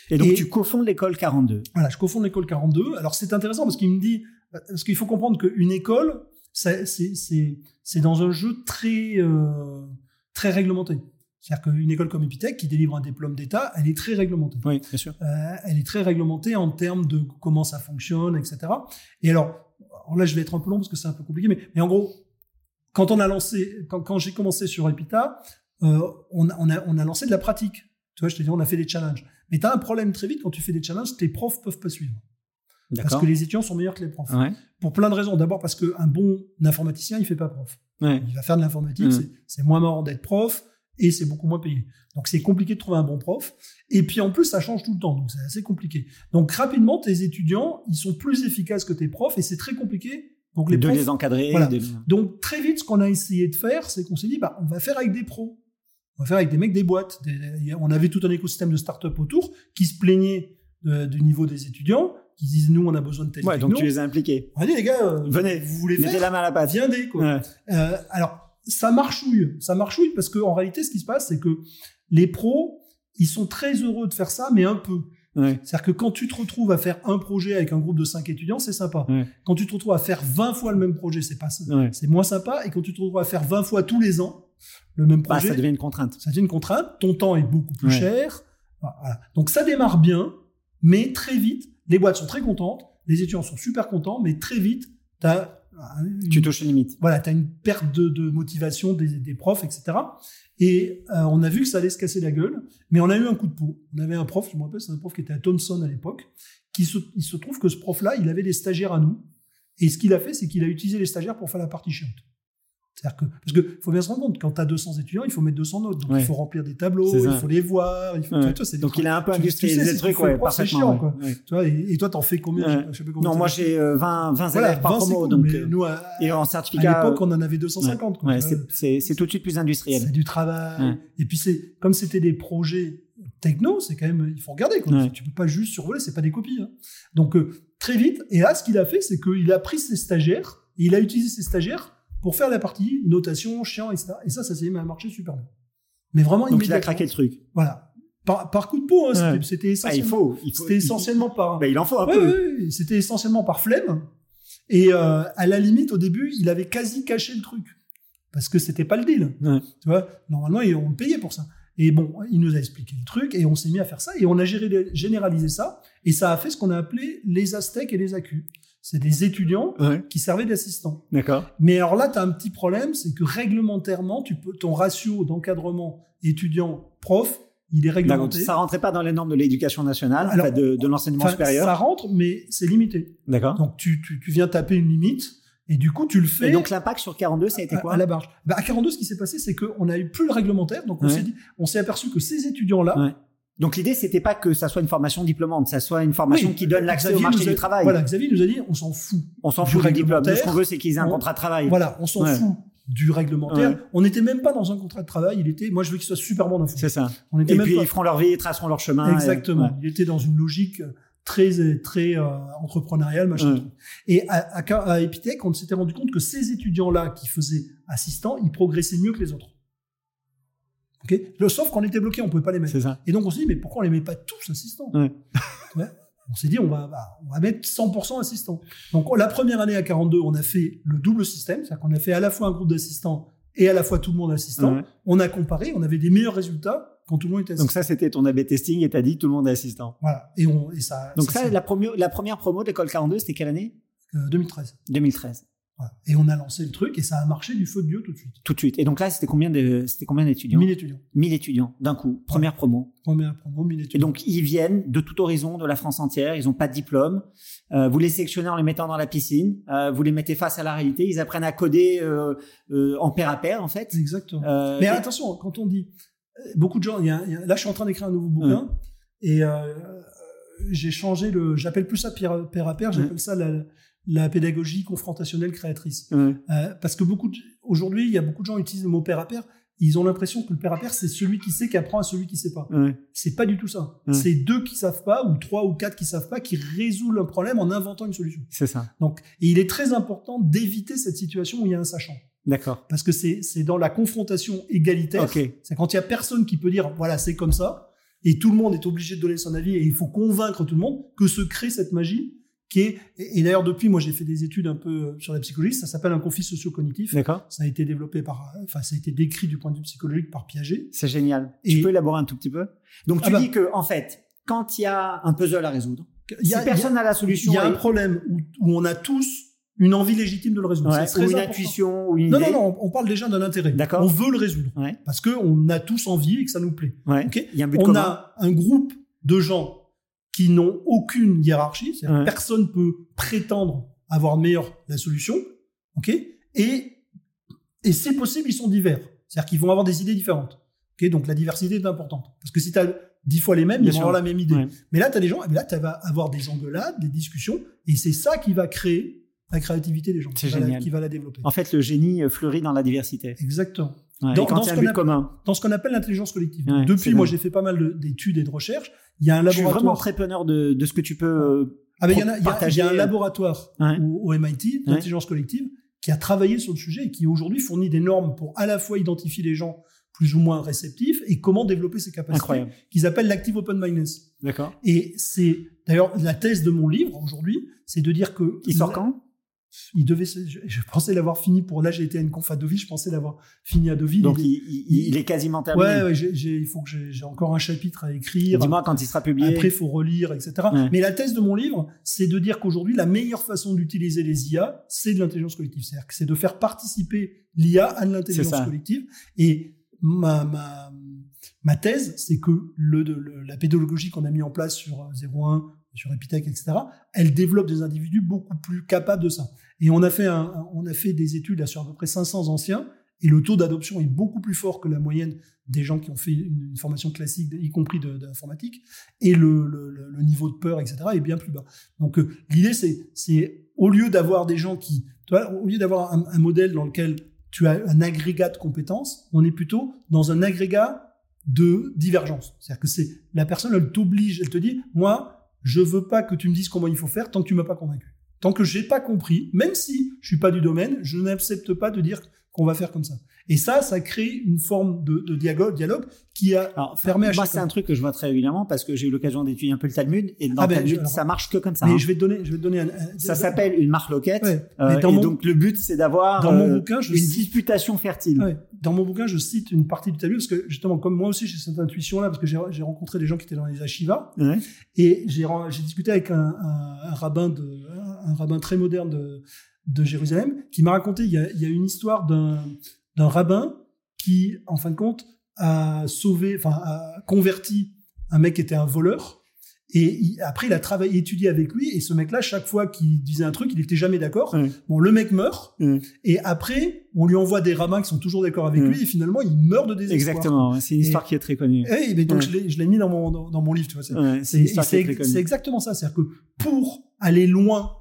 [SPEAKER 3] Et donc,
[SPEAKER 2] et-
[SPEAKER 3] tu cofondes l'école 42.
[SPEAKER 2] Voilà, je cofonde l'école 42. Alors c'est intéressant parce qu'il me dit, parce qu'il faut comprendre qu'une école, ça- c'est c'est- c'est dans un jeu très euh, très réglementé. C'est-à-dire qu'une école comme Epitech qui délivre un diplôme d'État, elle est très réglementée.
[SPEAKER 3] Oui, bien sûr.
[SPEAKER 2] Euh, elle est très réglementée en termes de comment ça fonctionne, etc. Et alors, alors là, je vais être un peu long parce que c'est un peu compliqué, mais, mais en gros, quand on a lancé, quand, quand j'ai commencé sur Epita, euh, on, a- on a, on a lancé de la pratique. Tu vois, je te dis, on a fait des challenges. Mais tu as un problème très vite quand tu fais des challenges, tes profs peuvent pas suivre. Parce
[SPEAKER 3] D'accord.
[SPEAKER 2] que les étudiants sont meilleurs que les profs.
[SPEAKER 1] Hein.
[SPEAKER 3] Ouais.
[SPEAKER 2] Pour plein de raisons. D'abord parce qu'un bon informaticien, il fait pas prof.
[SPEAKER 3] Ouais.
[SPEAKER 2] Il va faire de l'informatique,
[SPEAKER 3] Mm.
[SPEAKER 2] c'est- c'est moins marrant d'être prof et c'est beaucoup moins payé. Donc c'est compliqué de trouver un bon prof. Et puis en plus, ça change tout le temps, donc c'est assez compliqué. Donc rapidement, tes étudiants, ils sont plus efficaces que tes profs et c'est très compliqué. Donc les
[SPEAKER 3] de
[SPEAKER 2] profs-
[SPEAKER 3] les encadrer.
[SPEAKER 2] Voilà.
[SPEAKER 3] de-
[SPEAKER 2] Donc très vite, ce qu'on a essayé de faire, c'est qu'on s'est dit, bah, on va faire avec des pros. On va faire avec des mecs des boîtes. Des- on avait tout un écosystème de start-up autour qui se plaignait euh, du niveau des étudiants, qui disaient, nous, on a besoin de tel
[SPEAKER 3] Ouais, donc
[SPEAKER 2] techno.
[SPEAKER 3] tu les as impliqués.
[SPEAKER 2] On a dit, les gars, euh,
[SPEAKER 3] Venez,
[SPEAKER 2] vous voulez
[SPEAKER 3] Mettez
[SPEAKER 2] faire
[SPEAKER 3] la main à la pâte.
[SPEAKER 2] Viendez, quoi.
[SPEAKER 3] Ouais.
[SPEAKER 2] Euh, alors, ça marchouille. Ça marchouille parce qu'en réalité, ce qui se passe, c'est que les pros, ils sont très heureux de faire ça, mais un peu.
[SPEAKER 3] Ouais.
[SPEAKER 2] C'est-à-dire que quand tu te retrouves à faire un projet avec un groupe de 5 étudiants, c'est sympa.
[SPEAKER 3] Ouais.
[SPEAKER 2] Quand tu te retrouves à faire 20 fois le même projet, c'est pas
[SPEAKER 3] Ouais.
[SPEAKER 2] c'est moins sympa. Et quand tu te retrouves à faire 20 fois tous les ans le même
[SPEAKER 3] Bah,
[SPEAKER 2] projet,
[SPEAKER 3] ça devient une contrainte.
[SPEAKER 2] ça devient une contrainte, ton temps est beaucoup plus
[SPEAKER 3] Ouais.
[SPEAKER 2] cher. Voilà. Donc ça démarre bien, mais très vite, les boîtes sont très contentes, les étudiants sont super contents, mais très vite, tu as une-
[SPEAKER 1] Tu touches une limite.
[SPEAKER 2] voilà, tu as une perte de, de motivation des, des profs, etc. Et euh, on a vu que ça allait se casser la gueule, mais on a eu un coup de peau. On avait un prof, je me rappelle, c'est un prof qui était à Thomson à l'époque, qui se, il se trouve que ce prof-là, il avait des stagiaires à nous, et ce qu'il a fait, c'est qu'il a utilisé les stagiaires pour faire la partie chiante. C'est-à-dire que, parce que faut bien se rendre compte, quand tu as 200 étudiants, il faut mettre 200 notes, donc
[SPEAKER 1] Ouais.
[SPEAKER 2] il faut remplir des tableaux,
[SPEAKER 1] C'est ça.
[SPEAKER 2] il faut les voir, il faut,
[SPEAKER 1] Ouais.
[SPEAKER 2] tu vois, tu vois, c'est des
[SPEAKER 1] Donc il a un peu
[SPEAKER 2] Tu- tu sais,
[SPEAKER 1] industrialisé
[SPEAKER 2] si
[SPEAKER 1] le
[SPEAKER 2] tu
[SPEAKER 1] truc,
[SPEAKER 2] fais le
[SPEAKER 1] ouais,
[SPEAKER 2] prof, c'est
[SPEAKER 1] parfaitement.
[SPEAKER 2] chiant,
[SPEAKER 1] ouais. Ouais.
[SPEAKER 2] Tu vois, et, et toi, t'en fais combien, je sais
[SPEAKER 1] Ouais.
[SPEAKER 2] pas, je sais pas combien
[SPEAKER 1] Non,
[SPEAKER 2] t'en
[SPEAKER 1] moi
[SPEAKER 2] fais.
[SPEAKER 1] j'ai euh, 20, 20
[SPEAKER 2] voilà,
[SPEAKER 1] élèves par
[SPEAKER 2] 20, c'est
[SPEAKER 1] promo,
[SPEAKER 2] cool,
[SPEAKER 1] donc
[SPEAKER 2] mais
[SPEAKER 1] euh,
[SPEAKER 2] nous, à-
[SPEAKER 1] et en
[SPEAKER 2] à
[SPEAKER 1] certificat.
[SPEAKER 2] l'époque, on en avait 250. quoi.
[SPEAKER 1] ouais,
[SPEAKER 2] Tu vois,
[SPEAKER 1] c'est- c'est c'est tout de suite plus industriel.
[SPEAKER 2] c'est du travail.
[SPEAKER 1] Ouais.
[SPEAKER 2] Et puis, c'est comme c'était des projets techno, c'est quand même, il faut regarder. Quoi.
[SPEAKER 1] Ouais.
[SPEAKER 2] Tu peux pas juste survoler, c'est pas des copies. hein. Donc, euh, très vite, et là, ce qu'il a fait, c'est qu'il a pris ses stagiaires, et il a utilisé ses stagiaires pour faire la partie notation, chiant, etc. Et ça, ça s'est mis à marcher super bien. Mais vraiment,
[SPEAKER 1] Donc il a
[SPEAKER 2] immédiatement.
[SPEAKER 1] craqué le truc.
[SPEAKER 2] Voilà. Par, par coup de peau, hein, c'était-
[SPEAKER 1] Ouais.
[SPEAKER 2] c'était
[SPEAKER 1] Ah, il
[SPEAKER 2] essentiellement,
[SPEAKER 1] faut. il faut-
[SPEAKER 2] c'était
[SPEAKER 1] il-
[SPEAKER 2] essentiellement par.
[SPEAKER 1] Bah, il en faut un
[SPEAKER 2] Ouais,
[SPEAKER 1] peu.
[SPEAKER 2] ouais, ouais, c'était essentiellement par flemme. Et euh, à la limite, au début, il avait quasi caché le truc. Parce que c'était pas le deal.
[SPEAKER 1] Ouais.
[SPEAKER 2] Tu vois, normalement, ils- on le payait pour ça. Et bon, il nous a expliqué le truc et on s'est mis à faire ça. Et on a géré- généralisé ça. Et ça a fait ce qu'on a appelé les Aztèques et les ACU. C'est des étudiants
[SPEAKER 1] Ouais,
[SPEAKER 2] qui servaient d'assistants.
[SPEAKER 1] D'accord.
[SPEAKER 2] Mais alors là, tu as un petit problème, c'est que réglementairement, tu peux, ton ratio d'encadrement étudiant-prof, il est
[SPEAKER 1] D'accord.
[SPEAKER 2] réglementé.
[SPEAKER 1] Ça rentrait pas dans les normes de l'éducation nationale,
[SPEAKER 2] Alors,
[SPEAKER 1] enfin, de, de l'enseignement
[SPEAKER 2] Enfin,
[SPEAKER 1] supérieur.
[SPEAKER 2] ça rentre, mais c'est limité.
[SPEAKER 1] D'accord.
[SPEAKER 2] Donc tu, tu, tu viens taper une limite et du coup tu le fais
[SPEAKER 1] Et donc l'impact sur 42, ça a été
[SPEAKER 2] à,
[SPEAKER 1] quoi
[SPEAKER 2] à la barge. Bah, à 42, ce qui s'est passé, c'est qu'on n'a eu plus le réglementaire, donc on
[SPEAKER 1] Ouais.
[SPEAKER 2] s'est dit, on s'est aperçu que ces étudiants-là,
[SPEAKER 1] Ouais. Donc l'idée, c'était pas que ça soit une formation diplômante, ça soit une formation
[SPEAKER 2] Oui,
[SPEAKER 1] qui donne l'accès au
[SPEAKER 2] Xavier
[SPEAKER 1] marché
[SPEAKER 2] nous a-
[SPEAKER 1] du travail.
[SPEAKER 2] Voilà, Xavier nous a dit, on s'en fout.
[SPEAKER 1] On s'en
[SPEAKER 2] Du
[SPEAKER 1] fout du diplôme. Nous,
[SPEAKER 2] réglementaire.
[SPEAKER 1] ce qu'on veut, c'est qu'ils aient un
[SPEAKER 2] On-
[SPEAKER 1] contrat de travail.
[SPEAKER 2] Voilà, on s'en
[SPEAKER 1] Ouais.
[SPEAKER 2] fout du réglementaire.
[SPEAKER 1] Ouais.
[SPEAKER 2] On n'était même pas dans un contrat de travail. Il était, moi, je veux qu'il soit super bon dans le foot.
[SPEAKER 1] C'est ça.
[SPEAKER 2] On était
[SPEAKER 1] Et
[SPEAKER 2] même
[SPEAKER 1] puis
[SPEAKER 2] pas-
[SPEAKER 1] ils feront leur vie, ils traceront leur chemin. Ah, et-
[SPEAKER 2] Exactement.
[SPEAKER 1] ouais.
[SPEAKER 2] Il était dans une logique très très euh, entrepreneuriale, machin.
[SPEAKER 1] Ouais.
[SPEAKER 2] Et à, à, Ca- à Epitech, on s'était rendu compte que ces étudiants-là qui faisaient assistants, ils progressaient mieux que les autres. Ok. Le sauf qu'on était bloqué, on pouvait pas les mettre.
[SPEAKER 1] C'est ça.
[SPEAKER 2] Et donc on s'est dit, mais pourquoi on les met pas tous assistants
[SPEAKER 1] Ouais.
[SPEAKER 2] Ouais. On s'est dit, on va, bah, on va mettre 100% assistants. Donc la première année à 42, on a fait le double système, c'est-à-dire qu'on a fait à la fois un groupe d'assistants et à la fois tout le monde assistant.
[SPEAKER 1] Ouais.
[SPEAKER 2] On a comparé, on avait des meilleurs résultats quand tout le monde était assistant.
[SPEAKER 1] Donc ça, c'était ton AB testing et t'as dit tout le monde est assistant.
[SPEAKER 2] Voilà. Et, on, et ça.
[SPEAKER 1] Donc ça,
[SPEAKER 2] c'est-
[SPEAKER 1] la, promo- la première promo de l'école 42, c'était quelle année
[SPEAKER 2] euh, 2013.
[SPEAKER 1] 2013.
[SPEAKER 2] Voilà. Et on a lancé le truc et ça a marché du feu de Dieu tout de suite.
[SPEAKER 1] Tout de suite. Et donc là, c'était combien de, c'était combien d'étudiants
[SPEAKER 2] 1000 étudiants.
[SPEAKER 1] 1000 étudiants d'un coup, première promo.
[SPEAKER 2] Première promo, 1000
[SPEAKER 1] Et
[SPEAKER 2] étudiants.
[SPEAKER 1] donc ils viennent de tout horizon, de la France entière. Ils n'ont pas de diplôme. Euh, vous les sélectionnez en les mettant dans la piscine. Euh, vous les mettez face à la réalité. Ils apprennent à coder euh, euh, en pair à pair, en fait.
[SPEAKER 2] Exactement.
[SPEAKER 1] Euh,
[SPEAKER 2] Mais
[SPEAKER 1] et-
[SPEAKER 2] attention, quand on dit. euh, Beaucoup de gens. il y a- il y a- là, je suis en train d'écrire un nouveau bouquin et euh, j'ai changé le. J'appelle plus ça pair à pair, à pair, j'appelle ça la, la pédagogie confrontationnelle créatrice.
[SPEAKER 1] Ouais.
[SPEAKER 2] Euh, parce que beaucoup de- aujourd'hui, il y a beaucoup de gens qui utilisent le mot pair à pair. Ils ont l'impression que le pair à pair, c'est celui qui sait qui apprend à celui qui sait pas.
[SPEAKER 1] Ouais.
[SPEAKER 2] C'est pas du tout ça.
[SPEAKER 1] Mm.
[SPEAKER 2] C'est deux qui savent pas ou trois ou quatre qui savent pas qui résout un problème en inventant une solution.
[SPEAKER 1] C'est ça.
[SPEAKER 2] Donc, et il est très important d'éviter cette situation où il y a un sachant.
[SPEAKER 1] D'accord.
[SPEAKER 2] Parce que c'est c'est dans la confrontation égalitaire.
[SPEAKER 1] Ok.
[SPEAKER 2] C'est quand il y a personne qui peut dire voilà, c'est comme ça et tout le monde est obligé de donner son avis et il faut convaincre tout le monde que se crée cette magie qui est et et d'ailleurs depuis moi j'ai fait des études un peu euh, sur la psychologie, ça s'appelle un conflit socio-cognitif.
[SPEAKER 1] D'accord.
[SPEAKER 2] Ça a été développé par euh, enfin ça a été décrit du point de vue psychologique par Piaget.
[SPEAKER 1] C'est génial.
[SPEAKER 2] Et-
[SPEAKER 1] Tu peux élaborer un tout petit peu Donc tu
[SPEAKER 2] Ah bah.
[SPEAKER 1] dis que en fait, quand il y a un puzzle à résoudre,
[SPEAKER 2] Il y a-
[SPEAKER 1] si personne n'a la
[SPEAKER 2] Il
[SPEAKER 1] solution,
[SPEAKER 2] y a un
[SPEAKER 1] et-
[SPEAKER 2] problème où, où on a tous une envie légitime de le résoudre.
[SPEAKER 1] ouais,
[SPEAKER 2] C'est
[SPEAKER 1] ou
[SPEAKER 2] très
[SPEAKER 1] une
[SPEAKER 2] important.
[SPEAKER 1] intuition ou une
[SPEAKER 2] Non,
[SPEAKER 1] idée.
[SPEAKER 2] non, non, on- on parle déjà d'un intérêt.
[SPEAKER 1] D'accord.
[SPEAKER 2] On veut le résoudre.
[SPEAKER 1] Ouais.
[SPEAKER 2] Parce qu'on a tous envie et que ça nous plaît.
[SPEAKER 1] Ouais.
[SPEAKER 2] Ok.
[SPEAKER 1] Il y a un but
[SPEAKER 2] on
[SPEAKER 1] commun.
[SPEAKER 2] a un groupe de gens qui n'ont aucune hiérarchie. c'est-à-dire
[SPEAKER 1] Ouais.
[SPEAKER 2] Personne peut prétendre avoir meilleure la solution. ok et, et c'est possible, ils sont divers. C'est-à-dire qu'ils vont avoir des idées différentes. ok Donc la diversité est importante. Parce que si tu as dix fois les mêmes,
[SPEAKER 1] Bien
[SPEAKER 2] ils vont
[SPEAKER 1] sûr.
[SPEAKER 2] avoir la même idée.
[SPEAKER 1] Ouais.
[SPEAKER 2] Mais là, tu as des gens, et là, tu vas avoir des engueulades, des discussions, et c'est ça qui va créer la créativité des gens,
[SPEAKER 1] C'est
[SPEAKER 2] qui va la-
[SPEAKER 1] génial.
[SPEAKER 2] qui va la développer.
[SPEAKER 1] En fait, le génie euh, fleurit dans la diversité.
[SPEAKER 2] Exactement.
[SPEAKER 1] Ouais,
[SPEAKER 2] Dans-
[SPEAKER 1] et quand
[SPEAKER 2] dans
[SPEAKER 1] il y a
[SPEAKER 2] ce
[SPEAKER 1] un
[SPEAKER 2] qu'on
[SPEAKER 1] but
[SPEAKER 2] appelle-
[SPEAKER 1] commun.
[SPEAKER 2] Dans ce qu'on appelle l'intelligence collective.
[SPEAKER 1] Ouais, c'est
[SPEAKER 2] Depuis, moi,
[SPEAKER 1] dingue.
[SPEAKER 2] j'ai fait pas mal de- d'études et de recherches. Il y a un
[SPEAKER 1] Je suis
[SPEAKER 2] laboratoire.
[SPEAKER 1] vraiment très preneur de, de ce que tu peux. euh,
[SPEAKER 2] Ah ben, il y en a- il y a- il y
[SPEAKER 1] partagé,
[SPEAKER 2] a un
[SPEAKER 1] euh,
[SPEAKER 2] laboratoire
[SPEAKER 1] ouais.
[SPEAKER 2] au, au MIT d'intelligence collective qui a travaillé sur le sujet et qui aujourd'hui fournit des normes pour à la fois identifier les gens plus ou moins réceptifs et comment développer ces capacités
[SPEAKER 1] Incroyable.
[SPEAKER 2] qu'ils appellent l'active open-mindedness.
[SPEAKER 1] D'accord.
[SPEAKER 2] Et c'est d'ailleurs la thèse de mon livre aujourd'hui, c'est de dire que
[SPEAKER 1] Il sort quand
[SPEAKER 2] il devait, se- je, je pensais l'avoir fini pour là, j'ai été à une conf à Deauville, je pensais l'avoir fini à Deauville.
[SPEAKER 1] Donc,
[SPEAKER 2] Il-
[SPEAKER 1] il, il- il est quasiment terminé.
[SPEAKER 2] ouais, ouais, j'ai- j'ai- il faut que j'ai j'ai encore un chapitre à écrire.
[SPEAKER 1] Dis-moi quand il sera publié.
[SPEAKER 2] Après, il faut relire, etc.
[SPEAKER 1] Ouais.
[SPEAKER 2] Mais la thèse de mon livre, c'est de dire qu'aujourd'hui, la meilleure façon d'utiliser les IA, c'est de l'intelligence collective. C'est-à-dire que c'est de faire participer l'IA à de
[SPEAKER 1] C'est ça.
[SPEAKER 2] l'intelligence collective. Et ma, ma, ma thèse, c'est que le, le- la pédagogie qu'on a mis en place sur euh, 01, sur Epitech, etc., elle développe des individus beaucoup plus capables de ça. Et on a fait, un- un- on a fait des études là, sur à peu près 500 anciens, et le taux d'adoption est beaucoup plus fort que la moyenne des gens qui ont fait une, une formation classique, y compris de- d'informatique, et le, le- le- le niveau de peur, etc., est bien plus bas. Donc euh, l'idée, c'est, c'est au lieu d'avoir des gens qui, tu vois, au lieu d'avoir un, un modèle dans lequel tu as un agrégat de compétences, on est plutôt dans un agrégat de divergence. C'est-à-dire que c'est la personne, elle t'oblige, elle te dit, moi, je veux pas que tu me dises comment il faut faire tant que tu m'as pas convaincu. Tant que j'ai pas compris, même si je suis pas du domaine, je n'accepte pas de dire qu'on va faire comme ça. Et ça, ça crée une forme de, de dialogue, dialogue qui a
[SPEAKER 1] Alors,
[SPEAKER 2] fermé à
[SPEAKER 1] moi,
[SPEAKER 2] chacun.
[SPEAKER 1] c'est un truc que je vois très régulièrement parce que j'ai eu l'occasion d'étudier un peu le Talmud et dans
[SPEAKER 2] Ah
[SPEAKER 1] le
[SPEAKER 2] ben,
[SPEAKER 1] Talmud,
[SPEAKER 2] alors-
[SPEAKER 1] ça marche que comme ça.
[SPEAKER 2] Mais
[SPEAKER 1] hein.
[SPEAKER 2] je vais te donner, je vais te donner un, un-
[SPEAKER 1] Ça s'appelle une marloquette.
[SPEAKER 2] Ouais.
[SPEAKER 1] euh,
[SPEAKER 2] Mais dans
[SPEAKER 1] et
[SPEAKER 2] mon-
[SPEAKER 1] donc, le but, c'est d'avoir
[SPEAKER 2] Dans mon
[SPEAKER 1] euh,
[SPEAKER 2] bouquin, je
[SPEAKER 1] une
[SPEAKER 2] cite-
[SPEAKER 1] disputation fertile.
[SPEAKER 2] Ouais. Dans mon bouquin, je cite une partie du Talmud parce que justement, comme moi aussi, j'ai cette intuition-là parce que j'ai j'ai rencontré des gens qui étaient dans les ashivas
[SPEAKER 1] Ouais.
[SPEAKER 2] et j'ai ren- j'ai discuté avec un, un- un rabbin de, un rabbin très moderne de, de Jérusalem qui m'a raconté il y a, il y a une histoire d'un d'un rabbin qui, en fin de compte, a sauvé, enfin, a converti un mec qui était un voleur. Et il- après, il a travaillé, étudié avec lui. Et ce mec-là, chaque fois qu'il disait un truc, il n'était jamais d'accord.
[SPEAKER 1] Ouais.
[SPEAKER 2] Bon, le mec meurt.
[SPEAKER 1] Ouais.
[SPEAKER 2] Et après, on lui envoie des rabbins qui sont toujours d'accord avec
[SPEAKER 1] Ouais.
[SPEAKER 2] lui. Et finalement, il meurt de désespoir.
[SPEAKER 1] Exactement. ouais. C'est une
[SPEAKER 2] Et-
[SPEAKER 1] histoire qui est très connue.
[SPEAKER 2] Eh, mais donc,
[SPEAKER 1] Ouais.
[SPEAKER 2] je l'ai- je l'ai mis dans mon, dans, dans mon livre. Tu vois, c'est-
[SPEAKER 1] Ouais,
[SPEAKER 2] c'est
[SPEAKER 1] c'est une histoire qui est très
[SPEAKER 2] c'est- c'est
[SPEAKER 1] connue.
[SPEAKER 2] exactement ça. C'est-à-dire que pour aller loin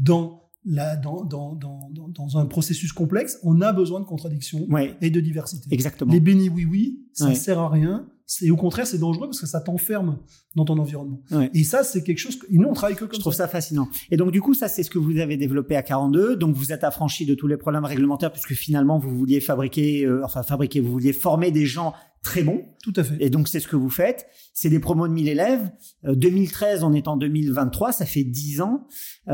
[SPEAKER 2] dans, la, dans, dans, dans, dans- dans un processus complexe, on a besoin de contradictions
[SPEAKER 1] Ouais,
[SPEAKER 2] et de diversité.
[SPEAKER 1] exactement.
[SPEAKER 2] Les bénis oui-oui, ça
[SPEAKER 1] Ouais.
[SPEAKER 2] sert à rien. C'est au contraire, c'est dangereux parce que ça t'enferme dans ton environnement.
[SPEAKER 1] Ouais.
[SPEAKER 2] Et ça, c'est quelque chose. Que, et nous, on travaille que comme
[SPEAKER 1] Je trouve ça fascinant. Et donc, du coup, ça, c'est ce que vous avez développé à 42. Donc, vous êtes affranchi de tous les problèmes réglementaires puisque finalement, vous vouliez fabriquer, euh, enfin, fabriquer, vous vouliez former des gens très bons.
[SPEAKER 2] Tout à fait.
[SPEAKER 1] Et donc, c'est ce que vous faites. C'est des promos de 1000 élèves. Euh, 2013, on est en 2023, ça fait 10 ans.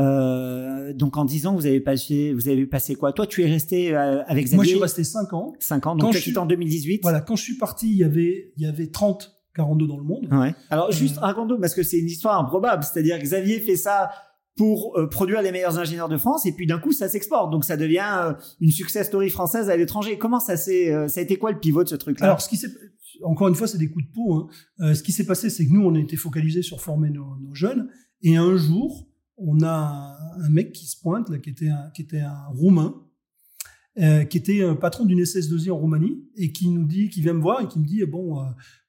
[SPEAKER 1] Euh, donc, en 10 ans, vous avez passé, vous avez passé quoi Toi, tu es resté euh, avec Xavier
[SPEAKER 2] Moi, je suis resté 5 ans.
[SPEAKER 1] 5 ans.
[SPEAKER 2] Quand
[SPEAKER 1] Donc, tu as
[SPEAKER 2] je suis-
[SPEAKER 1] quitté en 2018.
[SPEAKER 2] Voilà, quand je suis parti, il y avait, il y avait 30, 42 dans le monde.
[SPEAKER 1] Ouais. Alors, juste
[SPEAKER 2] Euh,
[SPEAKER 1] raconte-nous, parce que c'est une histoire improbable. C'est-à-dire, que Xavier fait ça pour euh, produire les meilleurs ingénieurs de France, et puis d'un coup, ça s'exporte. Donc, ça devient euh, une success story française à l'étranger. Comment ça s'est, euh, ça a été quoi le pivot de ce truc-là
[SPEAKER 2] Alors, ce qui s'est, encore une fois, c'est des coups de peau. hein. Euh, ce qui s'est passé, c'est que nous, on a été focalisés sur former nos, nos jeunes. Et un jour, on a un- un mec qui se pointe, là, qui était un, qui était un Roumain, euh, qui était un patron d'une SS2I en Roumanie, et qui nous dit, qui vient me voir et qui me dit, eh bon, euh,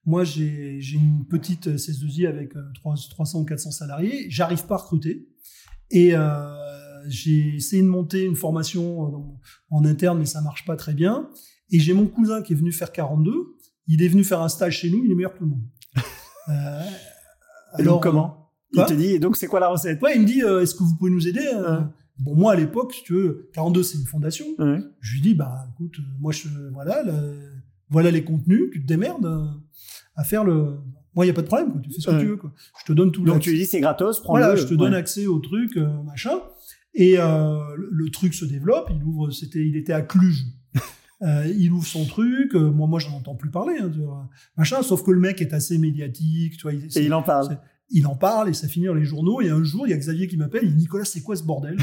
[SPEAKER 2] moi, j'ai j'ai une petite SS2I avec euh, trois- 300 ou 400 salariés, j'arrive pas à recruter. Et euh, j'ai essayé de monter une formation euh, dans- en interne, mais ça marche pas très bien. Et j'ai mon cousin qui est venu faire 42. Il est venu faire un stage chez nous. Il est meilleur que tout le monde. Euh,
[SPEAKER 1] Et donc, comment Il
[SPEAKER 2] quoi
[SPEAKER 1] te dit, et donc, c'est quoi la recette
[SPEAKER 2] Ouais, il me dit, euh, est-ce que vous pouvez nous aider Euh,
[SPEAKER 1] Ouais.
[SPEAKER 2] Bon, moi, à l'époque, si tu veux, 42, c'est une fondation.
[SPEAKER 1] Ouais.
[SPEAKER 2] Je lui dis, bah, écoute, euh, moi, je, voilà, le- voilà les contenus. Tu te démerdes euh, à faire le. Moi, il n'y a pas de problème. quoi, Tu fais ce que
[SPEAKER 1] Ouais.
[SPEAKER 2] tu veux. Quoi. Je te donne tout
[SPEAKER 1] Donc, tu
[SPEAKER 2] l'accès.
[SPEAKER 1] lui dis, c'est gratos, prends-le.
[SPEAKER 2] Voilà, je te donne
[SPEAKER 1] Ouais.
[SPEAKER 2] accès au truc, euh, machin. Et euh, le, le truc se développe. Il ouvre. C'était, il était à Cluj. Euh, il ouvre son truc. euh, moi, moi, je n'en entends plus parler. hein, tu vois, machin. Sauf que le mec est assez médiatique. Tu vois, il,
[SPEAKER 1] Et il en parle.
[SPEAKER 2] c'est- il en parle et ça finit dans les journaux. Et un jour, il y a Xavier qui m'appelle. Il dit Nicolas, c'est quoi ce bordel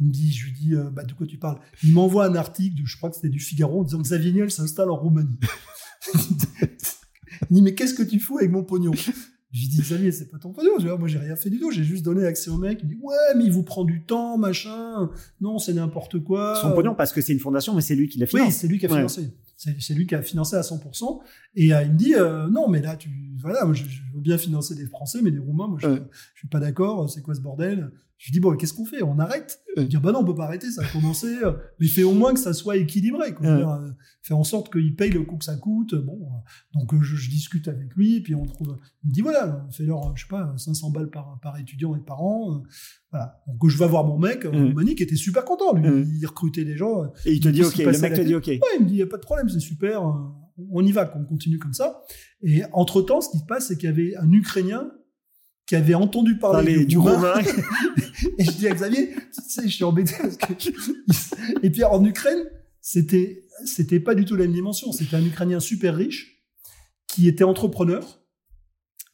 [SPEAKER 2] Il me dit, je lui dis, euh, bah, de quoi tu parles Il m'envoie un article, de, je crois que c'était du Figaro, en disant Xavier Niel s'installe en Roumanie. il me dit, mais qu'est-ce que tu fous avec mon pognon Je lui dis, Xavier, c'est pas ton pognon. Tu vois, moi, j'ai rien fait du tout. J'ai juste donné accès au mec. Il me dit, ouais, mais il vous prend du temps, machin. Non, c'est n'importe quoi.
[SPEAKER 1] Son pognon, parce que c'est une fondation, mais c'est lui qui la
[SPEAKER 2] Oui,
[SPEAKER 1] finance.
[SPEAKER 2] c'est lui qui a
[SPEAKER 1] Ouais.
[SPEAKER 2] financé. C'est c'est lui qui a financé à 100%. Et euh, il me dit, euh, non, mais là, tu, voilà, moi, je, je veux bien financer des Français, mais des Roumains, moi, je,
[SPEAKER 1] Ouais.
[SPEAKER 2] je suis pas d'accord. euh, C'est quoi ce bordel Je lui dis, bon, qu'est-ce qu'on fait On arrête
[SPEAKER 1] Ouais.
[SPEAKER 2] Il me dit, bah non, on peut pas arrêter, ça a commencé. euh, mais fais au moins que ça soit équilibré. Quoi. Je veux
[SPEAKER 1] Ouais.
[SPEAKER 2] dire, euh, fais en sorte qu'il paye le coût que ça coûte. Bon, euh, donc euh, je, je discute avec lui, et puis on trouve. Il me dit, voilà, on fait leur, je sais pas, 500 balles par, par étudiant et par an. euh, voilà. Donc je vais voir mon mec, euh,
[SPEAKER 1] Ouais.
[SPEAKER 2] Roumanie, qui était super content. Lui,
[SPEAKER 1] Ouais.
[SPEAKER 2] il recrutait des gens. euh,
[SPEAKER 1] Et il te dit,
[SPEAKER 2] Il se
[SPEAKER 1] OK. Le
[SPEAKER 2] passe
[SPEAKER 1] mec
[SPEAKER 2] à la
[SPEAKER 1] te dit,
[SPEAKER 2] tête.
[SPEAKER 1] OK.
[SPEAKER 2] Ouais, il me dit, il n'y a pas de problème, c'est super, euh, on y va, qu'on continue comme ça. Et entre-temps, ce qui se passe, c'est qu'il y avait un Ukrainien qui avait entendu parler
[SPEAKER 3] Parler du
[SPEAKER 2] du roumain.
[SPEAKER 3] roumain.
[SPEAKER 2] et je dis à Xavier, tu sais, je suis embêté parce que. Et puis en Ukraine, c'était c'était pas du tout la même dimension. C'était un Ukrainien super riche qui était entrepreneur.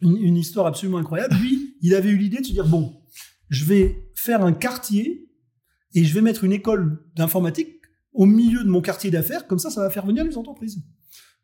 [SPEAKER 2] Une, une histoire absolument incroyable. Lui, il avait eu l'idée de se dire bon, je vais faire un quartier et je vais mettre une école d'informatique au milieu de mon quartier d'affaires. Comme ça, ça va faire venir les entreprises.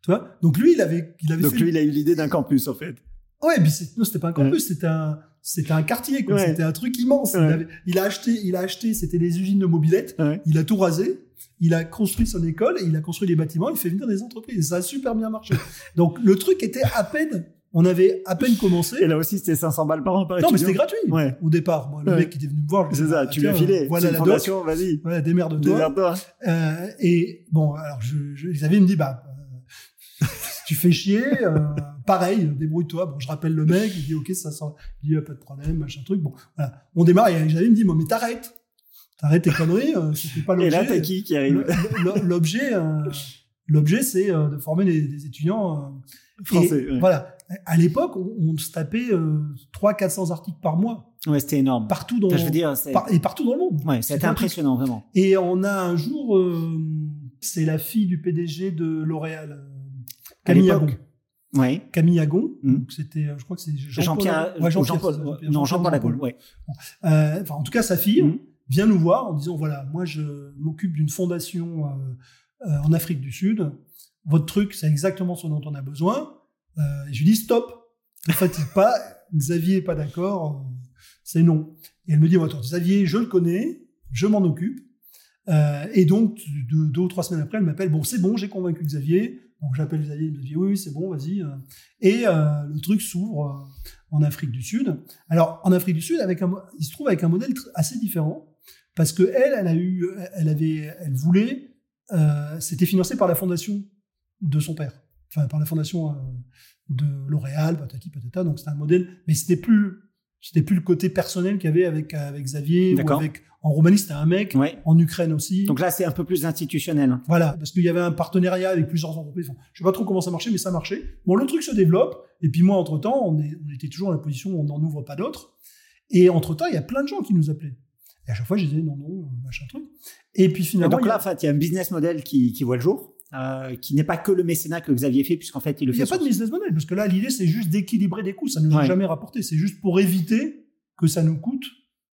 [SPEAKER 2] Tu vois Donc lui, il avait il avait
[SPEAKER 3] Donc
[SPEAKER 2] fait
[SPEAKER 3] lui, il a eu l'idée d'un campus, en fait.
[SPEAKER 2] Ouais, mais c'est- non, c'était pas un campus, c'était un, c'était un quartier, quoi.
[SPEAKER 3] Ouais.
[SPEAKER 2] C'était un truc immense. Il,
[SPEAKER 3] Ouais.
[SPEAKER 2] avait- il a acheté, il a acheté, c'était les usines de mobilettes.
[SPEAKER 3] Ouais.
[SPEAKER 2] Il a tout rasé. Il a construit son école et il a construit des bâtiments. Il fait venir des entreprises. Ça a super bien marché. Donc, le truc était à peine, on avait à peine commencé.
[SPEAKER 3] Et là aussi, c'était 500 balles par an par
[SPEAKER 2] Non, mais
[SPEAKER 3] étudiant.
[SPEAKER 2] c'était gratuit.
[SPEAKER 3] Ouais.
[SPEAKER 2] Au départ, moi, le
[SPEAKER 3] Ouais.
[SPEAKER 2] mec qui était venu me voir, je lui ai
[SPEAKER 3] C'est
[SPEAKER 2] dit,
[SPEAKER 3] ça,
[SPEAKER 2] ah,
[SPEAKER 3] tu lui
[SPEAKER 2] tiens,
[SPEAKER 3] as filé.
[SPEAKER 2] Voilà
[SPEAKER 3] c'est
[SPEAKER 2] la
[SPEAKER 3] une
[SPEAKER 2] dose.
[SPEAKER 3] fondation, vas-y.
[SPEAKER 2] Voilà, des mères de toi.
[SPEAKER 3] Démerde-toi.
[SPEAKER 2] Euh, et bon, alors je, je, Xavier me dit, bah, euh, tu fais chier, euh, pareil, débrouille-toi. Bon, je rappelle le mec, il dit, ok, ça sent, il dit, ah, pas de problème, machin truc. Bon, voilà. On démarre et Xavier me dit, bon, mais t'arrêtes, t'arrêtes tes conneries, euh, c'était pas l'objet.
[SPEAKER 3] Et là, t'as qui qui arrive
[SPEAKER 2] Le- le- L'objet, euh, l'objet, c'est euh, de former des, des étudiants euh,
[SPEAKER 3] Français.
[SPEAKER 2] et
[SPEAKER 3] ouais.
[SPEAKER 2] Voilà. À l'époque, on, on se tapait euh, 300-400 articles par mois,
[SPEAKER 3] Ouais, c'était énorme.
[SPEAKER 2] partout dans,
[SPEAKER 3] Enfin, je veux dire, c'est-
[SPEAKER 2] par- et partout dans le monde.
[SPEAKER 3] ouais, c'était
[SPEAKER 2] c'est un
[SPEAKER 3] impressionnant, vraiment.
[SPEAKER 2] Et on a un jour, euh, c'est la fille du PDG de L'Oréal, euh, Camille
[SPEAKER 3] À l'époque.
[SPEAKER 2] Agon.
[SPEAKER 3] Ouais.
[SPEAKER 2] Camille Agon,
[SPEAKER 3] Mhm.
[SPEAKER 2] donc c'était, euh, je crois que c'est Jean-Paul.
[SPEAKER 3] Jean-Pierre,
[SPEAKER 2] Ouais, Jean-Pierre,
[SPEAKER 3] Jean-Paul,
[SPEAKER 2] c'est ça, Jean-Pierre,
[SPEAKER 3] non, Jean-Paul Lacombe, ouais.
[SPEAKER 2] Euh, enfin, en tout cas, sa fille
[SPEAKER 3] Mhm.
[SPEAKER 2] vient nous voir en disant voilà, moi, je m'occupe d'une fondation euh, euh, en Afrique du Sud. Votre truc, c'est exactement ce dont on a besoin. Euh, et je lui dis stop, ne fatigue pas. Xavier est pas d'accord, euh, c'est non. Et elle me dit bon, attends, Xavier, je le connais, je m'en occupe. Euh, et donc, tu- deux, deux ou trois semaines après, elle m'appelle bon, c'est bon, j'ai convaincu Xavier. Donc, j'appelle Xavier, il me dit oui, oui, c'est bon, vas-y. euh. Et euh, le truc s'ouvre euh, en Afrique du Sud. Alors, en Afrique du Sud, avec un, mo- il se trouve avec un modèle tr- assez différent parce que elle, elle a eu, elle avait, elle voulait, euh, c'était financé par la fondation de son père, enfin par la fondation euh, de L'Oréal, patati patata. Donc c'était un modèle, mais c'était plus, c'était plus le côté personnel qu'il y avait avec avec Xavier ou
[SPEAKER 3] D'accord.
[SPEAKER 2] avec en Roumanie c'était un mec,
[SPEAKER 3] Ouais.
[SPEAKER 2] en Ukraine aussi.
[SPEAKER 3] Donc là, c'est un peu plus institutionnel. hein.
[SPEAKER 2] Voilà, parce qu'il y avait un partenariat avec plusieurs entreprises. Enfin, je sais pas trop comment ça marchait, mais ça marchait. Bon, le truc se développe. Et puis moi, entre-temps, on, est- on était toujours dans la position où on n'en ouvre pas d'autres. Et entre-temps, il y a plein de gens qui nous appelaient. Et à chaque fois, je disais non, non, machin truc. Et puis
[SPEAKER 3] Et
[SPEAKER 2] finalement,
[SPEAKER 3] donc là, en fait, il y a un business model qui, qui voit le jour, euh, qui n'est pas que le mécénat que Xavier fait, puisqu'en fait, il le
[SPEAKER 2] il n'y
[SPEAKER 3] fait.
[SPEAKER 2] a pas de business model. Parce que là, l'idée, c'est juste d'équilibrer des coûts. Ça ne nous a
[SPEAKER 3] Ouais.
[SPEAKER 2] jamais rapporté. C'est juste pour éviter que ça nous coûte.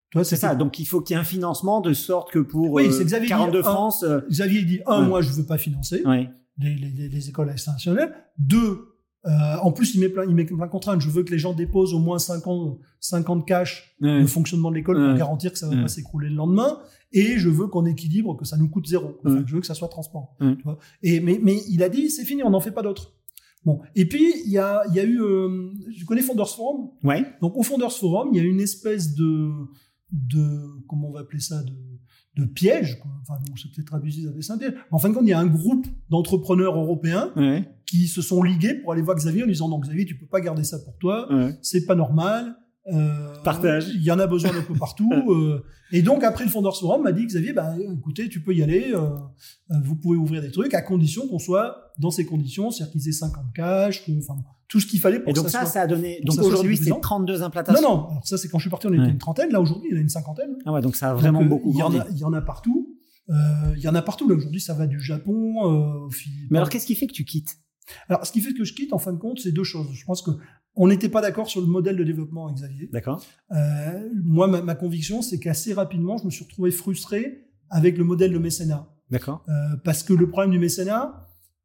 [SPEAKER 2] Tu vois,
[SPEAKER 3] C'est ça. Donc il faut qu'il y ait un financement de sorte que pour
[SPEAKER 2] Oui,
[SPEAKER 3] euh,
[SPEAKER 2] c'est Xavier qui-
[SPEAKER 3] 42
[SPEAKER 2] un-
[SPEAKER 3] France. euh,
[SPEAKER 2] Xavier dit un,
[SPEAKER 3] Ouais.
[SPEAKER 2] moi, je veux pas financer.
[SPEAKER 3] ouais.
[SPEAKER 2] les, les- les- les écoles extensionnelles. Deux, euh, en plus, il met, plein, il met plein de contraintes. Je veux que les gens déposent au moins 50, 50 cash
[SPEAKER 3] Ouais.
[SPEAKER 2] le
[SPEAKER 1] Mmh.
[SPEAKER 2] fonctionnement de l'école
[SPEAKER 3] Ouais.
[SPEAKER 2] pour garantir que ça ne va
[SPEAKER 3] Ouais.
[SPEAKER 2] pas s'écrouler le lendemain. Et je veux qu'on équilibre, que ça nous coûte zéro. quoi. Enfin,
[SPEAKER 3] Ouais.
[SPEAKER 2] Je veux que ça soit transparent.
[SPEAKER 3] Ouais.
[SPEAKER 2] tu vois. Et, mais, mais il a dit, c'est fini, on n'en fait pas d'autres. Bon. Et puis, il y a, il y a eu... euh, je connais Founders Forum.
[SPEAKER 3] Ouais.
[SPEAKER 2] Donc, au Founders Forum, il y a une espèce de... de comment on va appeler ça de, de piège. quoi. Enfin, donc, c'est peut-être abusé d'appeler ça un piège. En fin de compte, il y a un groupe d'entrepreneurs européens
[SPEAKER 3] Ouais.
[SPEAKER 2] qui se sont ligués pour aller voir Xavier en lui disant non Xavier tu peux pas garder ça pour toi
[SPEAKER 3] Ouais.
[SPEAKER 2] c'est pas normal euh,
[SPEAKER 3] Partage.
[SPEAKER 2] il y en a besoin d'un peu partout euh. et donc après le Founders Forum m'a dit Xavier bah écoutez tu peux y aller euh, euh, vous pouvez ouvrir des trucs à condition qu'on soit dans ces conditions c'est-à-dire qu'ils aient 50 cash que- enfin tout ce qu'il fallait pour
[SPEAKER 3] Et donc
[SPEAKER 2] que
[SPEAKER 3] ça,
[SPEAKER 2] soit-
[SPEAKER 3] ça a donné. Donc
[SPEAKER 2] ça soit
[SPEAKER 3] aujourd'hui, c'est
[SPEAKER 2] sécurisant.
[SPEAKER 3] 32
[SPEAKER 2] non
[SPEAKER 3] implantations.
[SPEAKER 2] non alors ça c'est quand je suis parti on était
[SPEAKER 3] Ouais.
[SPEAKER 2] une trentaine là aujourd'hui il y en a une cinquantaine hein.
[SPEAKER 3] Ah ouais, donc ça a vraiment
[SPEAKER 2] Donc, euh,
[SPEAKER 3] beaucoup
[SPEAKER 2] il y, en
[SPEAKER 3] grandi.
[SPEAKER 2] a, il y en a partout Euh, il y en a partout là aujourd'hui ça va du Japon euh, aux Philippines
[SPEAKER 3] Mais alors, qu'est-ce qui fait que tu quittes
[SPEAKER 2] Alors, ce qui fait que je quitte, en fin de compte, c'est deux choses. Je pense que on n'était pas d'accord sur le modèle de développement avec Xavier.
[SPEAKER 3] D'accord.
[SPEAKER 2] Euh, moi, ma, ma conviction, c'est qu'assez rapidement, je me suis retrouvé frustré avec le modèle de mécénat.
[SPEAKER 3] D'accord.
[SPEAKER 2] Euh, parce que le problème du mécénat,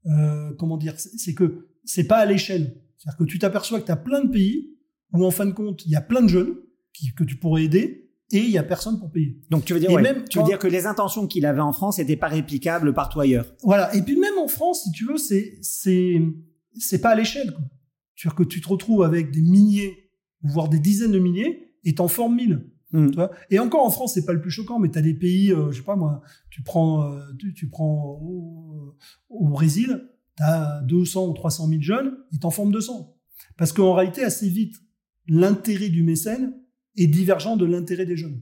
[SPEAKER 2] euh, comment dire, c'est c'est que c'est pas à l'échelle. C'est-à-dire que tu t'aperçois que tu as plein de pays où, en fin de compte, il y a plein de jeunes qui- que tu pourrais aider et il y a personne pour payer.
[SPEAKER 3] Donc tu veux dire,
[SPEAKER 2] Et
[SPEAKER 3] ouais,
[SPEAKER 2] même
[SPEAKER 3] tu veux
[SPEAKER 2] quand-
[SPEAKER 3] dire que les intentions qu'il avait en France n'étaient pas réplicables partout ailleurs.
[SPEAKER 2] Voilà. Et puis même en France, si tu veux, c'est c'est c'est pas à l'échelle. quoi. C'est-à-dire que tu te retrouves avec des milliers, voire des dizaines de milliers, et t'en formes mille.
[SPEAKER 3] Mm.
[SPEAKER 2] Tu vois et encore en France, c'est pas le plus choquant, mais t'as des pays, euh, je sais pas moi, tu prends euh, tu, tu prends au, au Brésil, t'as 200 ou 300 000 jeunes, et t'en formes 200. Parce qu'en réalité, assez vite, l'intérêt du mécène est divergent de l'intérêt des jeunes.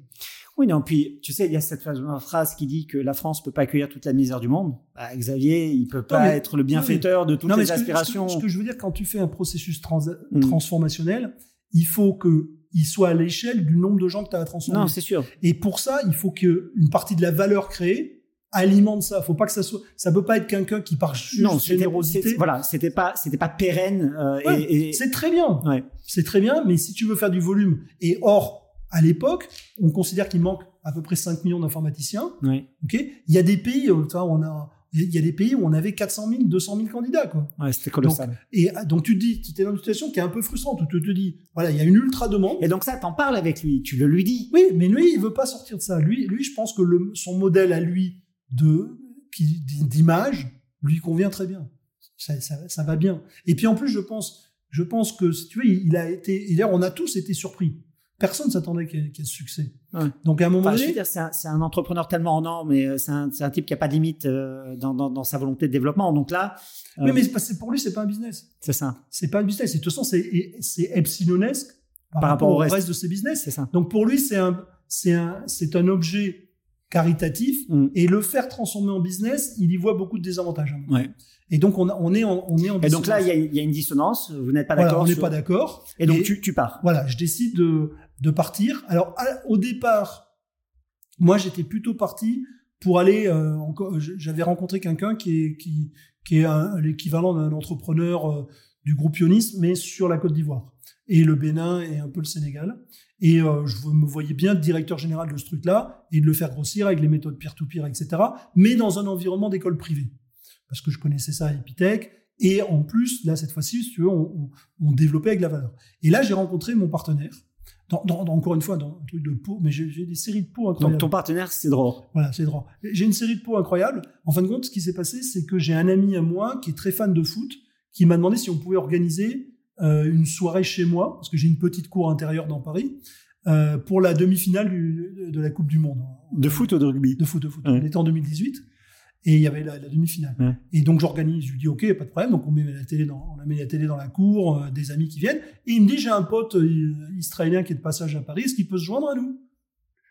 [SPEAKER 3] Oui, non, puis tu sais, il y a cette fameuse phrase qui dit que la France peut pas accueillir toute la misère du monde. Bah, Xavier, il peut pas
[SPEAKER 2] mais-
[SPEAKER 3] être le bienfaiteur de toutes
[SPEAKER 2] Non, mais
[SPEAKER 3] les
[SPEAKER 2] ce que- ce que-
[SPEAKER 3] aspirations.
[SPEAKER 2] Ce que, je veux dire, quand tu fais un processus trans-
[SPEAKER 3] Mm.
[SPEAKER 2] transformationnel, il faut que il soit à l'échelle du nombre de gens que tu as à transformer.
[SPEAKER 1] Non, c'est sûr.
[SPEAKER 2] Et pour ça, il faut que une partie de la valeur créée alimente ça. Faut pas que ça soit, ça peut pas être quelqu'un qui part juste
[SPEAKER 1] Non, c'était-
[SPEAKER 2] générosité.
[SPEAKER 1] c'est- voilà, c'était pas, c'était pas pérenne. euh,
[SPEAKER 2] Ouais,
[SPEAKER 1] et, et-
[SPEAKER 2] C'est très bien.
[SPEAKER 1] ouais.
[SPEAKER 2] C'est très bien, mais si tu veux faire du volume, et or, à l'époque, on considère qu'il manque à peu près 5 millions d'informaticiens.
[SPEAKER 1] Ouais.
[SPEAKER 2] ok il y a des pays, euh, tu vois, on a, il y a des pays où on avait 400 000, 200 000 candidats, quoi.
[SPEAKER 1] Ouais, c'était colossal.
[SPEAKER 2] Et ah, donc tu te dis, tu es dans une situation qui est un peu frustrante, où tu te dis, voilà, il y a une ultra demande.
[SPEAKER 1] et donc ça, t'en parles avec lui, tu le lui dis.
[SPEAKER 2] Oui, mais lui, il veut pas sortir de ça. Lui, lui je pense que le, son modèle à lui de qui- d'image lui convient très bien. Ça, ça- ça va bien. Et puis en plus, je pense, je pense que si tu veux, il a été. et D'ailleurs, on a tous été surpris. Personne ne s'attendait qu'il y ait qu'il y ait ce succès.
[SPEAKER 1] Ouais.
[SPEAKER 2] Donc à un moment
[SPEAKER 1] Enfin, je veux
[SPEAKER 2] donné,
[SPEAKER 1] dire, c'est un, c'est un entrepreneur tellement en or, mais euh, c'est un, c'est un type qui a pas de limite euh, dans, dans, dans sa volonté de développement. Donc là, euh,
[SPEAKER 2] oui, mais c'est pas- c'est- pour lui, c'est pas un business.
[SPEAKER 1] c'est ça,
[SPEAKER 2] C'est pas un business. Et de toute façon, c'est et- c'est epsilonesque par,
[SPEAKER 1] Par
[SPEAKER 2] rapport au reste.
[SPEAKER 1] reste.
[SPEAKER 2] de ses business.
[SPEAKER 1] c'est ça.
[SPEAKER 2] Donc pour lui, c'est un, c'est un, c'est un objet caritatif.
[SPEAKER 1] Mm.
[SPEAKER 2] Et le faire transformer en business, il y voit beaucoup de désavantages. hein.
[SPEAKER 1] Ouais.
[SPEAKER 2] Et donc, on, a- on est en, on est en
[SPEAKER 1] Et donc là, il
[SPEAKER 2] dissonance.
[SPEAKER 1] y, a- il y a une dissonance. Vous n'êtes pas
[SPEAKER 2] Voilà,
[SPEAKER 1] d'accord.
[SPEAKER 2] on n'est
[SPEAKER 1] sur-
[SPEAKER 2] pas d'accord.
[SPEAKER 1] Et donc tu, tu pars.
[SPEAKER 2] Voilà, je décide de, de partir. Alors, à- au départ, moi, j'étais plutôt parti pour aller. euh, encore- je- J'avais rencontré quelqu'un qui est, qui, qui est un- l'équivalent d'un entrepreneur euh, du groupe Ionis, mais sur la Côte d'Ivoire et le Bénin et un peu le Sénégal. Et euh, je me voyais bien directeur général de ce truc-là et de le faire grossir avec les méthodes peer-to-peer, etc. Mais dans un environnement d'école privée, parce que je connaissais ça à Epitech. Et en plus, là, cette fois-ci, si tu veux, on- on- on développait avec la valeur. Et là, j'ai rencontré mon partenaire. Dans, dans- dans- encore une fois, dans un truc de peau, mais j'ai j'ai des séries de peau
[SPEAKER 1] Donc
[SPEAKER 2] incroyables.
[SPEAKER 1] ton partenaire, c'est drôle.
[SPEAKER 2] Voilà, c'est drôle. J'ai une série de peau incroyable. En fin de compte, ce qui s'est passé, c'est que j'ai un ami à moi qui est très fan de foot, qui m'a demandé si on pouvait organiser euh, une soirée chez moi, parce que j'ai une petite cour intérieure dans Paris, euh, pour la demi-finale du- de la Coupe du Monde.
[SPEAKER 1] De foot ou de rugby
[SPEAKER 2] De foot, de foot.
[SPEAKER 1] Ouais.
[SPEAKER 2] On était en 2018 et il y avait la, la demi-finale.
[SPEAKER 1] Ouais.
[SPEAKER 2] Et donc j'organise, je lui dis ok, pas de problème. Donc on met la télé dans, on met la télé dans la cour, euh, des amis qui viennent. Et il me dit j'ai un pote euh, israélien qui est de passage à Paris, est-ce qu'il peut se joindre à nous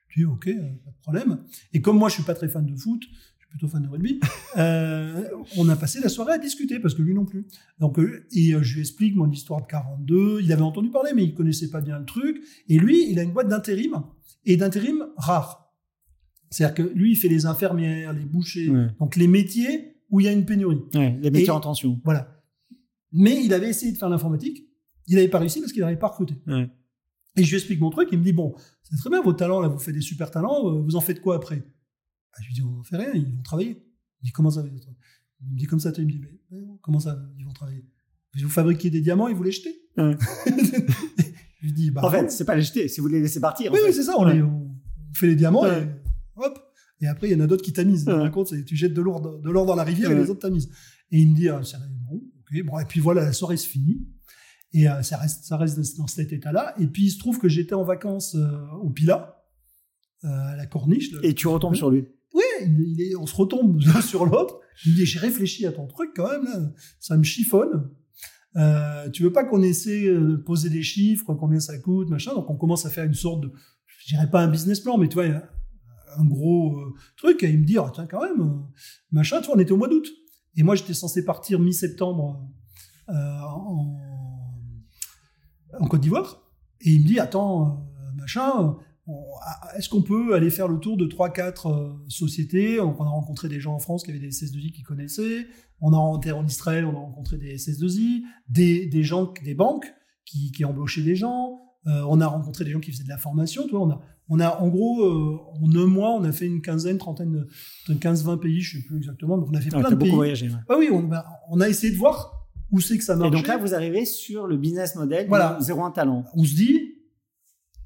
[SPEAKER 2] Je lui dis ok, euh, pas de problème. Et comme moi je suis pas très fan de foot. je suis Plutôt fan de rugby, euh, on a passé la soirée à discuter parce que lui non plus. Donc, euh, et euh, je lui explique mon histoire de 42. Il avait entendu parler, mais il connaissait pas bien le truc. Et lui, il a une boîte d'intérim et d'intérim rare. C'est-à-dire que lui, il fait les infirmières, les bouchers,
[SPEAKER 1] Ouais.
[SPEAKER 2] donc les métiers où il y a une pénurie.
[SPEAKER 1] Ouais, les métiers
[SPEAKER 2] Et-
[SPEAKER 1] en tension.
[SPEAKER 2] Voilà. Mais il avait essayé de faire l'informatique, il n'avait pas réussi parce qu'il n'avait pas recruté.
[SPEAKER 1] Ouais.
[SPEAKER 2] Et je lui explique mon truc, il me dit Bon, c'est très bien, vos talents, là, vous faites des super talents, euh, vous en faites quoi après Bah, Je lui dis On n'en fait rien, ils vont travailler. Il me dit Comment ça vous travaillez Il me dit Comme ça, toi, il me dit Mais euh, comment ça, ils vont travailler Vous fabriquez des diamants et vous les jetez
[SPEAKER 1] Ouais.
[SPEAKER 2] Je lui dis Bah,
[SPEAKER 1] en
[SPEAKER 2] non.
[SPEAKER 1] fait, c'est pas les jeter, c'est vous les laisser partir. en
[SPEAKER 2] Oui,
[SPEAKER 1] fait.
[SPEAKER 2] oui, c'est ça. On,
[SPEAKER 1] Ouais.
[SPEAKER 2] les- on fait les diamants
[SPEAKER 1] Ouais.
[SPEAKER 2] et hop. Et après, il y en a d'autres qui tamisent.
[SPEAKER 1] Ouais.
[SPEAKER 2] Par contre, c'est- tu jettes de l'or dans- de l'or dans la rivière et
[SPEAKER 1] Ouais.
[SPEAKER 2] les autres tamisent. Et il me dit, ah, ça, bon, ok, bon. Et puis voilà, la soirée se finit. Et euh, ça, reste, ça reste dans cet état-là. Et puis, il se trouve que j'étais en vacances euh, au Pila, euh, à la Corniche. Le-
[SPEAKER 1] Et tu retombes sur lui.
[SPEAKER 2] Ouais, il- il est- on se retombe l'un sur l'autre. Il me dit, j'ai réfléchi à ton truc quand même, là. ça me chiffonne. Euh, tu veux pas qu'on essaie euh, de poser des chiffres, combien ça coûte, machin. Donc on commence à faire une sorte de, je dirais pas un business plan, mais tu vois, un, un gros euh, truc. Et il me dit, Ah, tiens quand même, euh, machin, tu vois, on était au mois d'août. Et moi j'étais censé partir mi-septembre euh, en, en Côte d'Ivoire. Et il me dit, attends, euh, machin, on- a- est-ce qu'on peut aller faire le tour de 3-4 sociétés Donc, On a rencontré des gens en France qui avaient des SS2I qui connaissaient. On a rencontré en Israël, on a rencontré des SS2I, des, des gens, des banques qui, qui embauchaient des gens. Euh, on a rencontré des gens qui faisaient de la formation. Tu vois, on a, on a en gros, euh, en un mois, on a fait une quinzaine, trentaine, de- de 15-20 pays, je sais plus exactement, mais on a fait
[SPEAKER 1] Ouais,
[SPEAKER 2] plein
[SPEAKER 1] T'as
[SPEAKER 2] de
[SPEAKER 1] beaucoup
[SPEAKER 2] pays.
[SPEAKER 1] voyagé. ouais.
[SPEAKER 2] Ah oui, on, a- on a essayé de voir où c'est que ça
[SPEAKER 1] Et
[SPEAKER 2] marchait.
[SPEAKER 1] donc là, vous arrivez sur le business model
[SPEAKER 2] Voilà.
[SPEAKER 1] de 01 talent.
[SPEAKER 2] on se dit,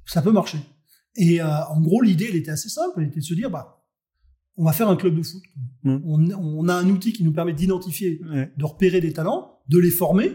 [SPEAKER 2] ça peut marcher. Et euh, en gros, l'idée, elle était assez simple. Elle était de se dire, bah, on va faire un club de foot.
[SPEAKER 1] Mm.
[SPEAKER 2] On, on a un outil qui nous permet d'identifier, de repérer des talents, de les former.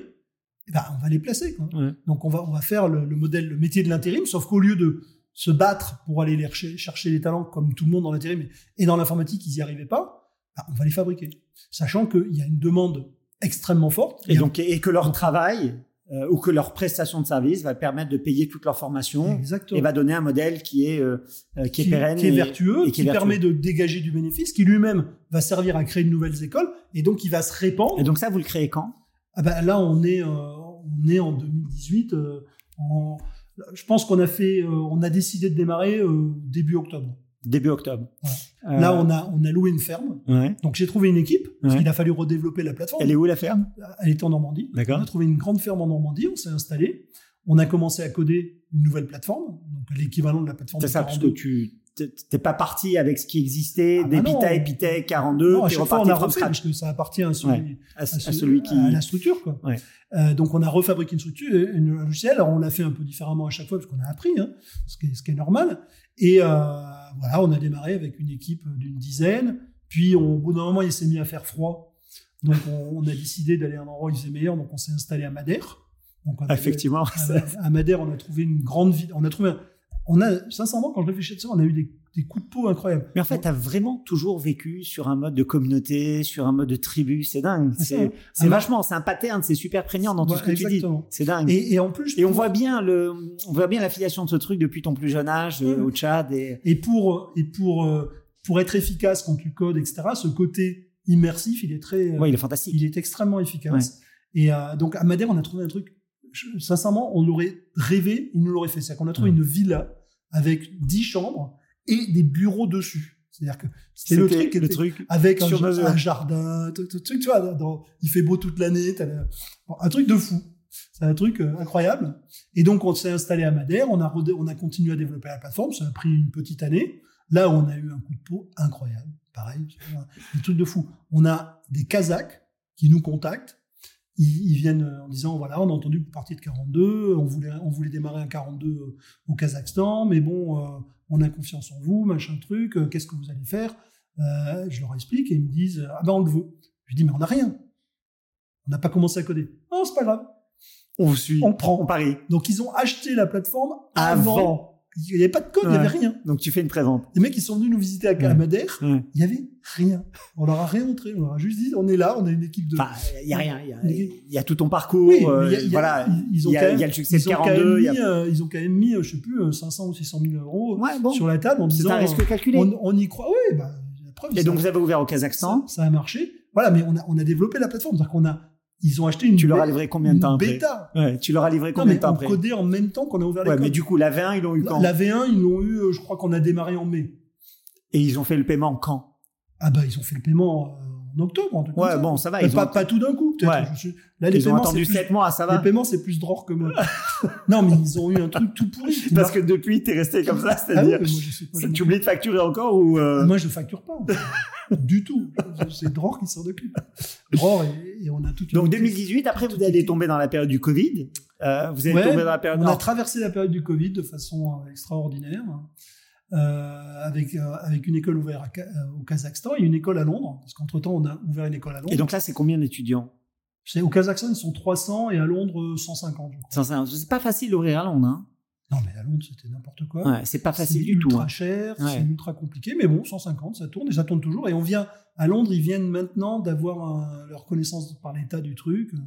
[SPEAKER 2] Et bah, on va les placer. quoi.
[SPEAKER 1] Ouais.
[SPEAKER 2] Donc, on va, on va faire le, le modèle, le métier de l'intérim, sauf qu'au lieu de se battre pour aller les recher- chercher les talents, comme tout le monde dans l'intérim et- et dans l'informatique, ils n'y arrivaient pas, bah, on va les fabriquer. Sachant qu'il y a une demande extrêmement forte. Il
[SPEAKER 1] Et
[SPEAKER 2] y a-
[SPEAKER 1] donc, et que leur travail euh, ou que leur prestation de service va permettre de payer toute leur formation
[SPEAKER 2] Exactement.
[SPEAKER 1] et va donner un modèle qui est euh, euh, qui, est pérenne,
[SPEAKER 2] qui est
[SPEAKER 1] et-
[SPEAKER 2] vertueux,
[SPEAKER 1] et
[SPEAKER 2] qui,
[SPEAKER 1] qui est vertueux.
[SPEAKER 2] permet de dégager du bénéfice, qui lui-même va servir à créer de nouvelles écoles, et donc il va se répandre.
[SPEAKER 1] Et donc ça, vous le créez quand
[SPEAKER 2] Ah bah, là, on est, euh, on est en 2018, euh, en- je pense qu'on a fait, euh, on a décidé de démarrer euh, début octobre.
[SPEAKER 1] Début octobre. Euh,
[SPEAKER 2] Voilà. Là, on a, on a loué une ferme.
[SPEAKER 1] Ouais.
[SPEAKER 2] Donc j'ai trouvé une équipe, parce
[SPEAKER 1] Ouais.
[SPEAKER 2] qu'il a fallu redévelopper la plateforme.
[SPEAKER 1] Elle est où la ferme
[SPEAKER 2] Elle était en Normandie.
[SPEAKER 1] D'accord.
[SPEAKER 2] On a trouvé une grande ferme en Normandie, on s'est installé. On a commencé à coder une nouvelle plateforme, donc l'équivalent de la plateforme.
[SPEAKER 1] C'est
[SPEAKER 2] de
[SPEAKER 1] ça, parce que
[SPEAKER 2] 42.
[SPEAKER 1] tu t'es- t'es pas parti avec ce qui existait,
[SPEAKER 2] Ah bah
[SPEAKER 1] des
[SPEAKER 2] non.
[SPEAKER 1] Pita et Pita 42,
[SPEAKER 2] Non, à
[SPEAKER 1] t'es
[SPEAKER 2] chaque fois, on
[SPEAKER 1] reparti
[SPEAKER 2] a
[SPEAKER 1] from
[SPEAKER 2] refait,
[SPEAKER 1] scratch
[SPEAKER 2] parce que ça appartient à celui,
[SPEAKER 1] Ouais. à,
[SPEAKER 2] à
[SPEAKER 1] ce- à
[SPEAKER 2] ce-
[SPEAKER 1] celui qui...
[SPEAKER 2] à la structure quoi.
[SPEAKER 1] Ouais.
[SPEAKER 2] Euh, donc on a refabriqué une structure, une un logiciel. Alors on l'a fait un peu différemment à chaque fois parce qu'on a appris, hein, ce, qui est, ce qui est normal. Et euh, voilà, on a démarré avec une équipe d'une dizaine. Puis on- au bout d'un moment, il s'est mis à faire froid, donc on, on a décidé d'aller à un endroit où il faisait meilleur. Donc on s'est installé à Madère. Donc, on a-
[SPEAKER 1] Ah, Effectivement.
[SPEAKER 2] à, à Madère, on a trouvé une grande ville. On a trouvé, un- on a sincèrement quand je réfléchis à ça, on a eu des, des coups de peau incroyables.
[SPEAKER 1] Mais en fait, t'as vraiment toujours vécu sur un mode de communauté, sur un mode de tribu, c'est dingue.
[SPEAKER 2] C'est
[SPEAKER 1] C'est
[SPEAKER 2] ça.
[SPEAKER 1] c'est
[SPEAKER 2] Ah,
[SPEAKER 1] vachement, c'est un pattern, c'est super prégnant dans tout
[SPEAKER 2] Ouais,
[SPEAKER 1] ce que tu dis.
[SPEAKER 2] exactement.
[SPEAKER 1] C'est dingue.
[SPEAKER 2] Et, et en plus, je
[SPEAKER 1] Et on
[SPEAKER 2] trouve-
[SPEAKER 1] voit bien le, on voit bien l'affiliation de ce truc depuis ton plus jeune âge euh,
[SPEAKER 2] Ouais.
[SPEAKER 1] au Tchad et
[SPEAKER 2] Et pour, et pour, euh, pour être efficace quand tu codes, etc., ce côté immersif, il est très, euh,
[SPEAKER 1] ouais, il est fantastique.
[SPEAKER 2] il est extrêmement efficace. Et euh, donc, à Madère, on a trouvé un truc, je- sincèrement, on aurait rêvé, il nous l'aurait fait. C'est-à-dire qu'on a trouvé
[SPEAKER 1] Ouais.
[SPEAKER 2] une villa avec 10 chambres et des bureaux dessus. C'est-à-dire que c'était le truc, qui
[SPEAKER 1] le
[SPEAKER 2] était-
[SPEAKER 1] truc.
[SPEAKER 2] avec un,
[SPEAKER 1] sur
[SPEAKER 2] ja-
[SPEAKER 1] mesure.
[SPEAKER 2] un jardin, tout, tout- truc, tu vois, dans- il fait beau toute l'année, t'as le- bon, un truc de fou. C'est un truc euh, incroyable. Et donc, on s'est installé à Madère, on a, redé- on a continué à développer la plateforme, ça a pris une petite année. Là, on a eu un coup de peau incroyable, pareil, c'est un- des trucs de fou. On a des Kazakhs qui nous contactent, ils, ils viennent euh, en disant, voilà, on a entendu que vous partiez de 42, on voulait, on voulait démarrer un 42 euh, au Kazakhstan, mais bon, euh, on a confiance en vous, machin truc, euh, qu'est-ce que vous allez faire euh, je leur explique et ils me disent Ah ben on le veut. Je dis Mais on n'a rien. On n'a pas commencé à coder. Non, c'est pas grave.
[SPEAKER 1] On vous suit.
[SPEAKER 2] On prend.
[SPEAKER 1] On parie.
[SPEAKER 2] Donc ils ont acheté la plateforme avant.
[SPEAKER 1] Avant.
[SPEAKER 2] Il n'y avait pas de code, il n'y
[SPEAKER 1] Ouais.
[SPEAKER 2] avait rien.
[SPEAKER 1] Donc tu fais une présente.
[SPEAKER 2] Les mecs, ils sont venus nous visiter à
[SPEAKER 1] Ouais.
[SPEAKER 2] Madère,
[SPEAKER 1] Ouais.
[SPEAKER 2] il n'y avait rien. On leur a rien montré. On leur a juste dit On est là, on a une équipe de.
[SPEAKER 1] Enfin, il y a rien. Il y a-
[SPEAKER 2] Oui.
[SPEAKER 1] il y, a tout ton parcours.
[SPEAKER 2] Oui, mais
[SPEAKER 1] euh,
[SPEAKER 2] il y a- il y a-
[SPEAKER 1] voilà.
[SPEAKER 2] ils- ils ont
[SPEAKER 1] Il y,
[SPEAKER 2] quand
[SPEAKER 1] a
[SPEAKER 2] même-
[SPEAKER 1] il y a le succès de
[SPEAKER 2] ils ont, quand même
[SPEAKER 1] 42. il y a-
[SPEAKER 2] mis, euh, ils ont quand même mis, euh, je sais plus, euh, 500 ou 600 000 euros
[SPEAKER 1] Ouais, bon.
[SPEAKER 2] sur la table en
[SPEAKER 1] C'est
[SPEAKER 2] disant euh,
[SPEAKER 1] un risque calculé.
[SPEAKER 2] on, on y croit. Oui, bah, la preuve,
[SPEAKER 1] Et
[SPEAKER 2] ça-
[SPEAKER 1] donc vous avez ouvert au
[SPEAKER 2] ça,
[SPEAKER 1] Kazakhstan.
[SPEAKER 2] ça a marché. Voilà, mais on a, on a développé la plateforme. C'est-à-dire qu'on a, ils ont acheté une
[SPEAKER 1] Tu leur as
[SPEAKER 2] bê-
[SPEAKER 1] livré combien de temps
[SPEAKER 2] une
[SPEAKER 1] après
[SPEAKER 2] bêta.
[SPEAKER 1] Ouais, Tu leur as livré
[SPEAKER 2] Non,
[SPEAKER 1] combien de
[SPEAKER 2] mais
[SPEAKER 1] temps
[SPEAKER 2] on
[SPEAKER 1] après
[SPEAKER 2] codait en même temps qu'on a ouvert les
[SPEAKER 1] Ouais,
[SPEAKER 2] codes.
[SPEAKER 1] mais du coup, la V1, ils l'ont eu quand
[SPEAKER 2] la, la V1, ils l'ont eu, euh, je crois qu'on a démarré en mai.
[SPEAKER 1] Et ils ont fait le paiement quand
[SPEAKER 2] Ah bah, ils ont fait le paiement euh, en octobre. En tout cas.
[SPEAKER 1] Ouais, bon, ça va.
[SPEAKER 2] Mais
[SPEAKER 1] Ils
[SPEAKER 2] pas,
[SPEAKER 1] ont,
[SPEAKER 2] pas tout d'un coup, peut-être.
[SPEAKER 1] Ouais.
[SPEAKER 2] Je suis- Là, les
[SPEAKER 1] ils ont
[SPEAKER 2] paiements,
[SPEAKER 1] attendu
[SPEAKER 2] c'est plus-
[SPEAKER 1] 7 mois, ça
[SPEAKER 2] les
[SPEAKER 1] va.
[SPEAKER 2] paiements, c'est plus drôle que moi. non, mais ils ont eu un truc tout pourri. qui
[SPEAKER 1] Parce
[SPEAKER 2] marche-
[SPEAKER 1] que depuis, t'es resté comme ça,
[SPEAKER 2] Ah oui,
[SPEAKER 1] c'est-à-dire.
[SPEAKER 2] mais moi, je sais pas, je-
[SPEAKER 1] Tu oublies de facturer encore ou. euh,
[SPEAKER 2] Moi, je facture pas. du tout. C'est Dror qui s'en occupe. Dror, et, et on a toute une
[SPEAKER 1] Donc 2018, après, vous allez tomber dans la période du Covid. Euh, vous allez
[SPEAKER 2] Ouais,
[SPEAKER 1] tomber dans la période.
[SPEAKER 2] On a
[SPEAKER 1] non.
[SPEAKER 2] traversé la période du Covid de façon euh, extraordinaire, euh, avec, euh, avec une école ouverte à Ka- euh, au Kazakhstan et une école à Londres, parce qu'entre-temps, on a ouvert une école à Londres.
[SPEAKER 1] Et donc là, c'est combien d'étudiants
[SPEAKER 2] C'est- au Kazakhstan, ils sont 300 et à Londres, euh, 150, je crois.
[SPEAKER 1] Sincèrement, C'est pas facile d'ouvrir à Londres. Hein.
[SPEAKER 2] Non, mais à Londres, c'était n'importe quoi.
[SPEAKER 1] Ouais, c'est pas
[SPEAKER 2] C'est
[SPEAKER 1] facile du tout.
[SPEAKER 2] ultra
[SPEAKER 1] hein.
[SPEAKER 2] cher,
[SPEAKER 1] Ouais.
[SPEAKER 2] c'est ultra compliqué, mais bon, 150, ça tourne et ça tourne toujours. Et on vient à Londres, ils viennent maintenant d'avoir un- leur connaissance par l'état du truc. euh,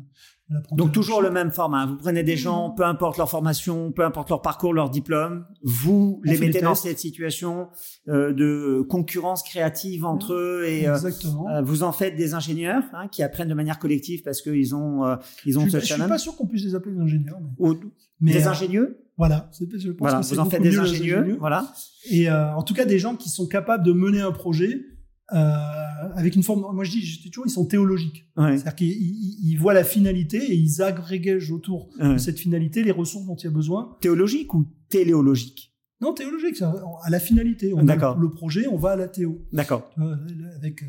[SPEAKER 2] de l'apprentissage.
[SPEAKER 1] Donc toujours le même format. hein. Vous prenez des gens, peu importe leur formation, peu importe leur parcours, leur diplôme, vous
[SPEAKER 2] On
[SPEAKER 1] les
[SPEAKER 2] fait
[SPEAKER 1] mettez
[SPEAKER 2] des
[SPEAKER 1] dans
[SPEAKER 2] tests.
[SPEAKER 1] cette situation euh, de concurrence créative entre eux et euh,
[SPEAKER 2] Mmh. Exactement.
[SPEAKER 1] euh, vous en faites des ingénieurs hein, qui apprennent de manière collective parce qu'ils ont euh, ils ont ce
[SPEAKER 2] je, suis- je suis
[SPEAKER 1] challenge.
[SPEAKER 2] pas sûr qu'on puisse les appeler des ingénieurs. mais-
[SPEAKER 1] Ou
[SPEAKER 2] mais,
[SPEAKER 1] des
[SPEAKER 2] euh,
[SPEAKER 1] ingénieux,
[SPEAKER 2] Voilà, c'est- je pense
[SPEAKER 1] voilà,
[SPEAKER 2] que c'est
[SPEAKER 1] vous en
[SPEAKER 2] beaucoup
[SPEAKER 1] faites des
[SPEAKER 2] mieux les
[SPEAKER 1] ingénieux,
[SPEAKER 2] ingénieux.
[SPEAKER 1] voilà.
[SPEAKER 2] Et euh, en tout cas, des gens qui sont capables de mener un projet euh, avec une forme. Moi, je dis, je dis toujours, ils sont théologiques.
[SPEAKER 1] Ouais,
[SPEAKER 2] C'est-à-dire qu'ils ils- ils voient la finalité et ils agrégagent autour
[SPEAKER 1] ouais.
[SPEAKER 2] de cette finalité les ressources dont il y a besoin.
[SPEAKER 1] Théologique ou téléologique
[SPEAKER 2] Non, théologique, c'est à la finalité. On a
[SPEAKER 1] D'accord.
[SPEAKER 2] le projet, on va à la théo.
[SPEAKER 1] D'accord,
[SPEAKER 2] Tu vois, Avec euh,